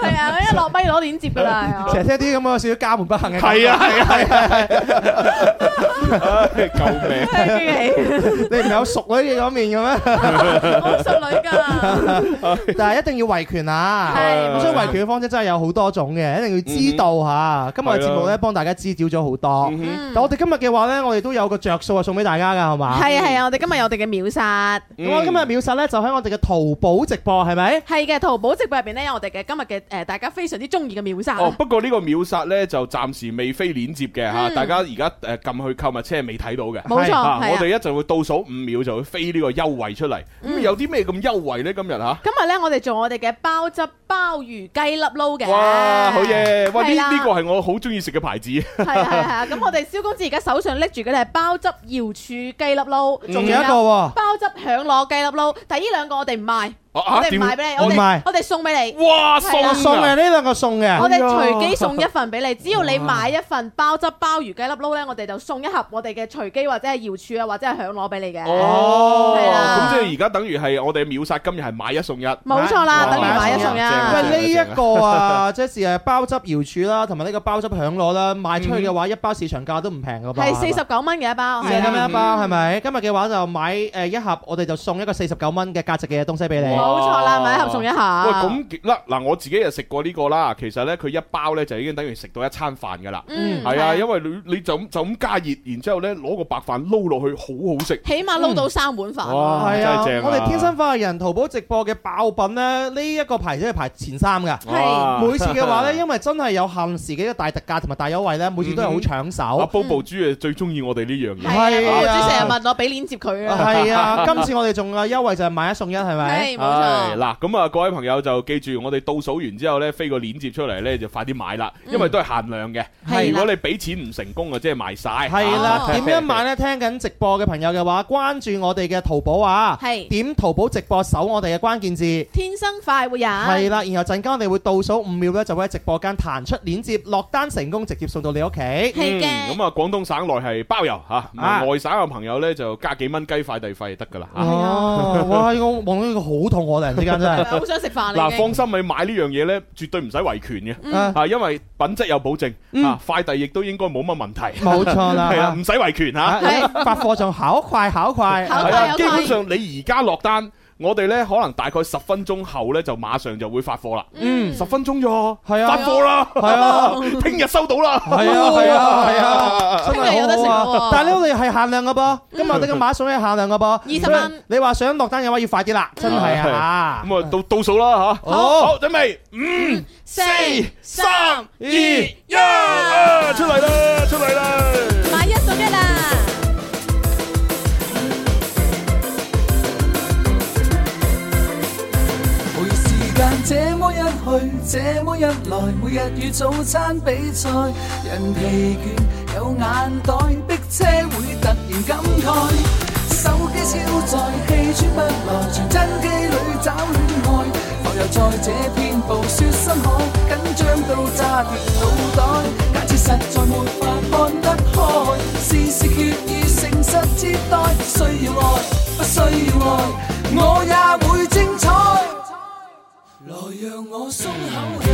Speaker 2: 真係
Speaker 4: 係啊，一落咪攞鏈接㗎啦。係啊
Speaker 2: *laughs*
Speaker 3: 成日聽啲咁嘅少少家門不幸嘅。
Speaker 2: 係啊，係啊係啊係啊！唉救命！
Speaker 4: 真係驚喜，
Speaker 3: 你唔係有熟女嘅嗰面嘅
Speaker 4: *laughs*
Speaker 3: 咩？
Speaker 4: 我好淑女㗎。
Speaker 2: *laughs*
Speaker 3: 但係一定要維權啊！
Speaker 4: 係
Speaker 3: 咁
Speaker 2: 冇
Speaker 3: 所以
Speaker 2: 錯
Speaker 3: 維權嘅方式真係有好多種嘅，一定要知道嚇。今日嘅節目咧幫大家支招咗好多。
Speaker 4: 嗯
Speaker 3: 但我哋今日嘅話咧，我哋都有個着數啊，送俾大家㗎，係嘛？
Speaker 4: 係啊係啊，我哋今日有我哋嘅秒殺。
Speaker 3: 咁我今日秒殺咧就喺我哋嘅淘寶直播係咪？
Speaker 4: 係嘅，淘寶直播入邊咧有我哋嘅今日嘅誒，大家非常之中意嘅秒殺啊。
Speaker 2: 哦，不過呢個秒殺咧就暫時未飛鏈接嘅
Speaker 4: 嗯
Speaker 2: 嚇，大家而家誒撳去購物車係未睇到嘅。
Speaker 4: 冇錯，
Speaker 3: 係
Speaker 2: 啊
Speaker 4: 係
Speaker 2: 我
Speaker 4: 啊。
Speaker 2: 哋一陣會倒數五秒就會飛呢個優惠出嚟。
Speaker 4: 嗯
Speaker 2: 咁有啲咩咁優惠咧？今日啊嚇？
Speaker 4: 今日咧，我哋做我哋嘅包汁鮑魚雞粒撈嘅。
Speaker 2: 哇，好嘢！哇，呢
Speaker 4: 啊係啦
Speaker 2: 呢個係我好中意食嘅牌子。
Speaker 4: 係啊係啊係啊！咁我哋蕭公子而家手上拎住嘅係包汁瑤柱雞粒
Speaker 2: 嗯
Speaker 4: 撈，
Speaker 3: 仲有一個喎，
Speaker 4: 包汁響螺雞粒撈。第呢兩個我哋唔賣，
Speaker 2: 啊
Speaker 4: 我
Speaker 2: 啊
Speaker 4: 哋唔
Speaker 2: 點
Speaker 4: 賣俾你，
Speaker 3: 我
Speaker 4: 我
Speaker 3: 唔
Speaker 4: 哋
Speaker 3: 賣
Speaker 4: 我哋送俾你。
Speaker 2: 哇，
Speaker 4: 係
Speaker 2: 送
Speaker 4: 啦
Speaker 2: 啊
Speaker 3: 送嘅呢兩個送嘅。
Speaker 4: 我哋隨機送一份俾你，只要你買一份包汁鮑魚雞粒撈咧，我哋就送一盒我哋嘅隨機或者係瑤柱啊，或者係響螺俾你嘅。
Speaker 2: 哦，
Speaker 4: 係啦啊
Speaker 2: 咁即係而家等於係我哋秒殺，今日係買一送一。
Speaker 4: 冇錯啦，
Speaker 3: 買
Speaker 4: 等於買一送
Speaker 2: 買一送一
Speaker 4: 一。
Speaker 3: 喂，呢一個啊， *laughs* 即係誒包汁瑤柱啦，同埋呢個包汁響螺啦，賣出去嘅話，一包市場價都唔平噶噃。
Speaker 4: 嗯係四十嗯九蚊嘅一包，
Speaker 3: 四
Speaker 4: 係啊
Speaker 3: 咁
Speaker 4: 啦
Speaker 3: 樣一包係咪？今日嘅話就買誒一盒，我哋就送一個四十九蚊嘅價值嘅東西俾你。
Speaker 4: 冇錯啦，買一盒送一盒。
Speaker 2: 喂，咁嗱嗱，我自己就食過呢個啦。其實呢，佢一包呢就已經等於食到一餐飯噶啦。
Speaker 4: 嗯，
Speaker 2: 係啊，因為你你就咁就咁加熱，然之後呢攞個白飯撈落去，好好食。
Speaker 4: 起碼撈到三碗飯。
Speaker 2: 哇
Speaker 3: 係啊
Speaker 2: 真係正啊，
Speaker 3: 我哋天生化人淘寶直播嘅爆品咧，呢一個牌子係排前三㗎。
Speaker 4: 係
Speaker 2: 哇
Speaker 3: 每次
Speaker 2: *laughs*
Speaker 3: 嘅話咧，因為真係有限時嘅一個大特價同埋大優惠咧，每次都係好搶
Speaker 2: 阿
Speaker 3: 手。
Speaker 2: Bobo 豬啊最中意我哋呢樣嘢。
Speaker 4: 係啊，我
Speaker 3: 係啊
Speaker 4: 主成日問我俾鏈接
Speaker 2: 嗯
Speaker 4: 佢啊。
Speaker 3: 係啊，今次我哋仲有優惠就係買一送一，係咪？
Speaker 4: 係冇
Speaker 2: 唉
Speaker 4: 錯。
Speaker 2: 嗱，咁啊，各位朋友就記住，我哋倒數完之後呢，飛個鏈接出嚟呢，就快啲買啦，
Speaker 3: 嗯
Speaker 2: 因為都係限量嘅。
Speaker 4: 係
Speaker 2: 如果你俾錢唔成功啊，即係賣晒。啊
Speaker 3: 係啦，
Speaker 4: 哦
Speaker 3: 點樣買咧？聽緊直播嘅朋友嘅話，關注我哋嘅淘寶啊，
Speaker 4: 係
Speaker 3: 點淘寶直播搜我哋嘅關鍵字。
Speaker 4: 天生快活人。
Speaker 3: 係啦，然後陣間我哋會倒數五秒咧，就會喺直播間彈出鏈接，落單成功直接送到你屋
Speaker 4: *laughs*
Speaker 3: 企。
Speaker 4: 係
Speaker 2: 嗯
Speaker 4: 嘅。
Speaker 2: 咁啊，廣東省內係包郵嚇，咁啊
Speaker 3: 啊
Speaker 2: 外省嘅朋友呢，就加幾蚊雞快遞費就得㗎啦嚇。
Speaker 3: 哦哦，哇！我望到呢個好肚痛我突然之間真係。
Speaker 4: 好想食飯啦
Speaker 2: 啊嗱，
Speaker 4: 已
Speaker 2: 放
Speaker 4: 經。
Speaker 2: 心，你買呢樣嘢咧，絕對唔使維權嘅，
Speaker 4: 嗯
Speaker 3: 啊
Speaker 2: 啊，因為品質有保證，
Speaker 3: 嗯
Speaker 2: 啊，快遞亦都應該冇乜問題，
Speaker 3: 冇錯啦，
Speaker 2: *laughs* 係啊，唔使維權
Speaker 3: 啊，
Speaker 2: 吓，
Speaker 3: 你發貨仲好快好快，
Speaker 4: 好
Speaker 2: 係
Speaker 4: 快
Speaker 2: 啊，
Speaker 4: 有
Speaker 2: 基
Speaker 4: 快
Speaker 2: 本上你而家落單，我哋咧可能大概十分鐘後咧就馬上就會發貨啦，
Speaker 3: 嗯
Speaker 2: 十分鐘啫，
Speaker 3: 係啊
Speaker 2: 發貨啦，
Speaker 3: 係啊，
Speaker 2: *laughs* 聽日收到啦，
Speaker 3: *laughs* 係啊係啊
Speaker 2: *laughs*
Speaker 3: 係啊，真
Speaker 4: 聽日有得
Speaker 3: 係
Speaker 4: 食
Speaker 3: 好好啊
Speaker 4: 喎！
Speaker 3: 但係呢度係限量嘅噃，今日我哋嘅碼數係限量嘅
Speaker 2: 嗯
Speaker 3: 噃，
Speaker 4: 20蚊。
Speaker 3: 你話想落單嘅話要快啲啦，真係啊。
Speaker 2: 咁啊倒倒數啦吓，
Speaker 3: 好
Speaker 2: 好，準備五
Speaker 4: 四
Speaker 2: 三
Speaker 4: 三
Speaker 2: 二一，啊出嚟啦，出嚟啦！
Speaker 4: 買一送一啦！
Speaker 5: 每時間這麼一去，這麼一來，每日與早餐比賽，人疲倦有眼袋，逼車會突然感慨，手機超載，氣喘不來，傳真機裏找戀愛，浮游在這片暴雪深海，緊張到炸斷腦袋，假設實在沒法看得開，事事決意誠實接待，需要愛，不需要愛，我也會精彩。來讓我鬆口氣，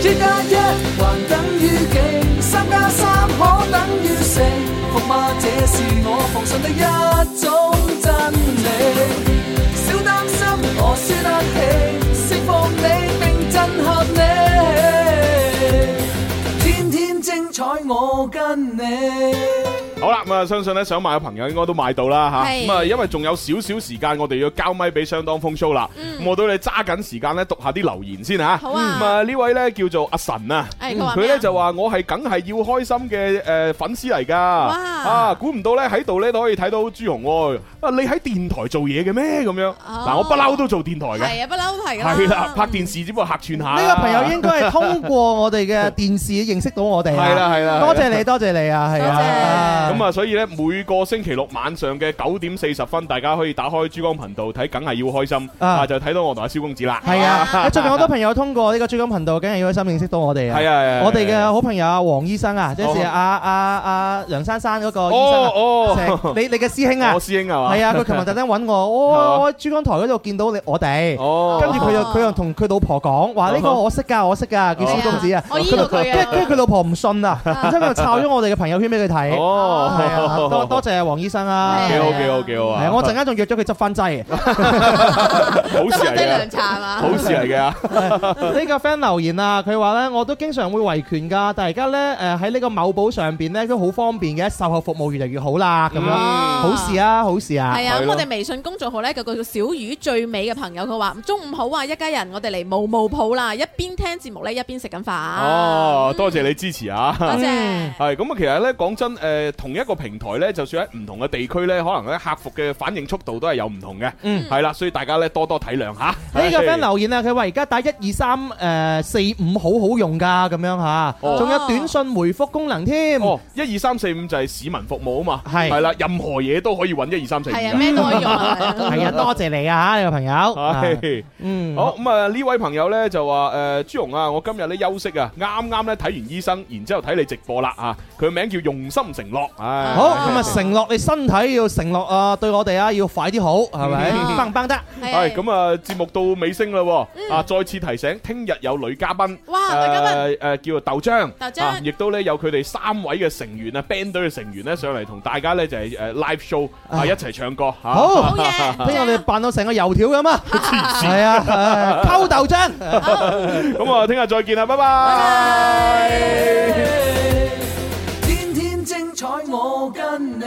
Speaker 5: 一加一還等於幾？三加三可等於四？服嗎？這是我奉信的一種真理。小擔心，我輸得起，釋放你並震撼你，天天精彩我跟你。
Speaker 2: 好啦，咁啊，相信咧想買嘅朋友應該都買到啦吓。
Speaker 4: 係
Speaker 2: 咁啊，因為仲有少少時間，我哋要交咪俾相當風騷啦。咁我到你揸緊時間咧，讀下啲留言先吓。
Speaker 4: 嗯好啊
Speaker 2: 咁啊，呢位咧叫做阿神啊，
Speaker 4: 誒佢話
Speaker 2: 佢
Speaker 4: 咩
Speaker 2: 咧
Speaker 4: 啊
Speaker 2: 就話我係梗係要開心嘅誒粉絲嚟㗎。啊，估唔到咧喺度咧都可以睇到朱紅喎。啊，你喺電台做嘢嘅咩？咁樣嗱，我不嬲都做電台嘅，
Speaker 4: 哦係啊，不嬲都係㗎啦。
Speaker 2: 係啦，拍電視只不過客串下。
Speaker 3: 啊
Speaker 2: *laughs*
Speaker 3: 呢個朋友應該係通過我哋嘅電視認識到我哋啊。
Speaker 2: 係啦係啦
Speaker 3: 多謝你，多謝你啊，係啊。
Speaker 2: 咁啊，所以咧每個星期六晚上嘅九點四十分，大家可以打開珠江頻道睇，梗係要開心
Speaker 3: 啊
Speaker 2: 啊，就睇到我同阿蕭公子啦。
Speaker 3: 係啊，最近好多朋友通過呢個追金頻道，梗係要開心認識到我哋啊。
Speaker 2: 係啊係啊係啊
Speaker 3: 我哋嘅好朋友啊，黃醫生啊，即係
Speaker 2: 哦
Speaker 3: 阿阿阿梁珊珊嗰個醫生啊，
Speaker 2: 哦
Speaker 3: 成
Speaker 2: 哦，
Speaker 3: 你你嘅師兄啊
Speaker 2: 我。哦師兄係嘛？
Speaker 3: 係啊，佢琴日特登揾我，我我喺珠江台嗰度見到你我哋，
Speaker 2: 哦
Speaker 3: 跟住佢就佢又同佢老婆講話呢個我識㗎，我識
Speaker 2: 哦
Speaker 3: 㗎，叫蕭公子啊
Speaker 4: 係啊。我醫過佢
Speaker 3: 跟
Speaker 4: 啊
Speaker 3: 跟住佢老婆唔信啊，然之後佢就抄咗我哋嘅朋友圈俾佢睇。
Speaker 2: 哦，
Speaker 3: 係啊，多多謝黃醫生啊。
Speaker 2: 幾
Speaker 4: 係啊
Speaker 2: 好幾好幾好
Speaker 3: 係啊，
Speaker 2: 啊！
Speaker 3: 我陣間仲約咗佢執
Speaker 2: *laughs*
Speaker 3: 翻劑。
Speaker 2: 好事嚟
Speaker 4: 得翻啲涼
Speaker 2: 嘅，
Speaker 4: 茶嘛。
Speaker 2: 好事嚟嘅啊！
Speaker 3: 呢個 friend 留言啊，佢話咧我都經常會維權㗎，但係而家咧誒喺呢個某寶上邊咧都好方便嘅，售後服務越嚟越好啦，咁樣
Speaker 4: 嗯
Speaker 3: 好事啊，好事啊，
Speaker 4: 係啊，
Speaker 2: 係
Speaker 4: 咁
Speaker 2: 咯
Speaker 4: 我哋微信公眾號咧，有個叫小魚最美嘅朋友，佢話中午好啊，一家人，我哋嚟無無抱啦，一邊聽節目咧，一邊食緊飯。
Speaker 2: 哦，多謝你支持啊！
Speaker 4: 多謝。
Speaker 2: 係咁啊，其實咧講真，誒同一個平台咧，就算喺唔同嘅地區咧，可能咧客服嘅反應速度都係有唔同嘅，
Speaker 3: 嗯
Speaker 2: 係啦，所以大家咧多多體諒吓。
Speaker 3: 呢個 friend 留言啊，佢話而家打一二三誒四五好好用㗎，咁樣吓，
Speaker 2: 哦
Speaker 3: 仲有短信回覆功能添，
Speaker 2: 哦，一二三四五就係市民服務啊嘛，
Speaker 3: 係
Speaker 2: 係啦，任何嘢都可以揾一二三四五
Speaker 4: 係啊，
Speaker 2: 㗎。
Speaker 4: 咩都可以用 *laughs* 啊。
Speaker 3: 係啊，多謝你啊，呢個朋友，啊
Speaker 2: 係
Speaker 3: 嗯，
Speaker 2: 好咁啊！呢位朋友呢就話誒朱紅啊，我今日咧休息啊，啱啱咧睇完醫生，然之後睇你直播啦啊！佢名叫用心承諾，唉，
Speaker 3: 好咁啊，承諾你身體要承諾啊，對我哋啊要快啲好，係咪？
Speaker 4: 嗯
Speaker 3: 崩崩得，
Speaker 4: 係
Speaker 2: 係咁啊！節目到尾聲啦喎，啊！再次提醒，聽日有女嘉賓，
Speaker 4: 嗯哇女嘉賓
Speaker 2: 誒誒叫做豆漿，
Speaker 4: 豆漿
Speaker 2: 啊亦都咧有佢哋三位嘅成員啊，band 隊嘅成員咧上嚟同大家咧就係誒 live show 啊一齊唱歌嚇。
Speaker 3: 好
Speaker 4: 好。嘢。
Speaker 3: 俾我哋扮到成個油條咁啊！係啊，溝豆漿。
Speaker 2: 咁啊，聽日再見啦，拜拜。
Speaker 5: 天天精彩我跟你。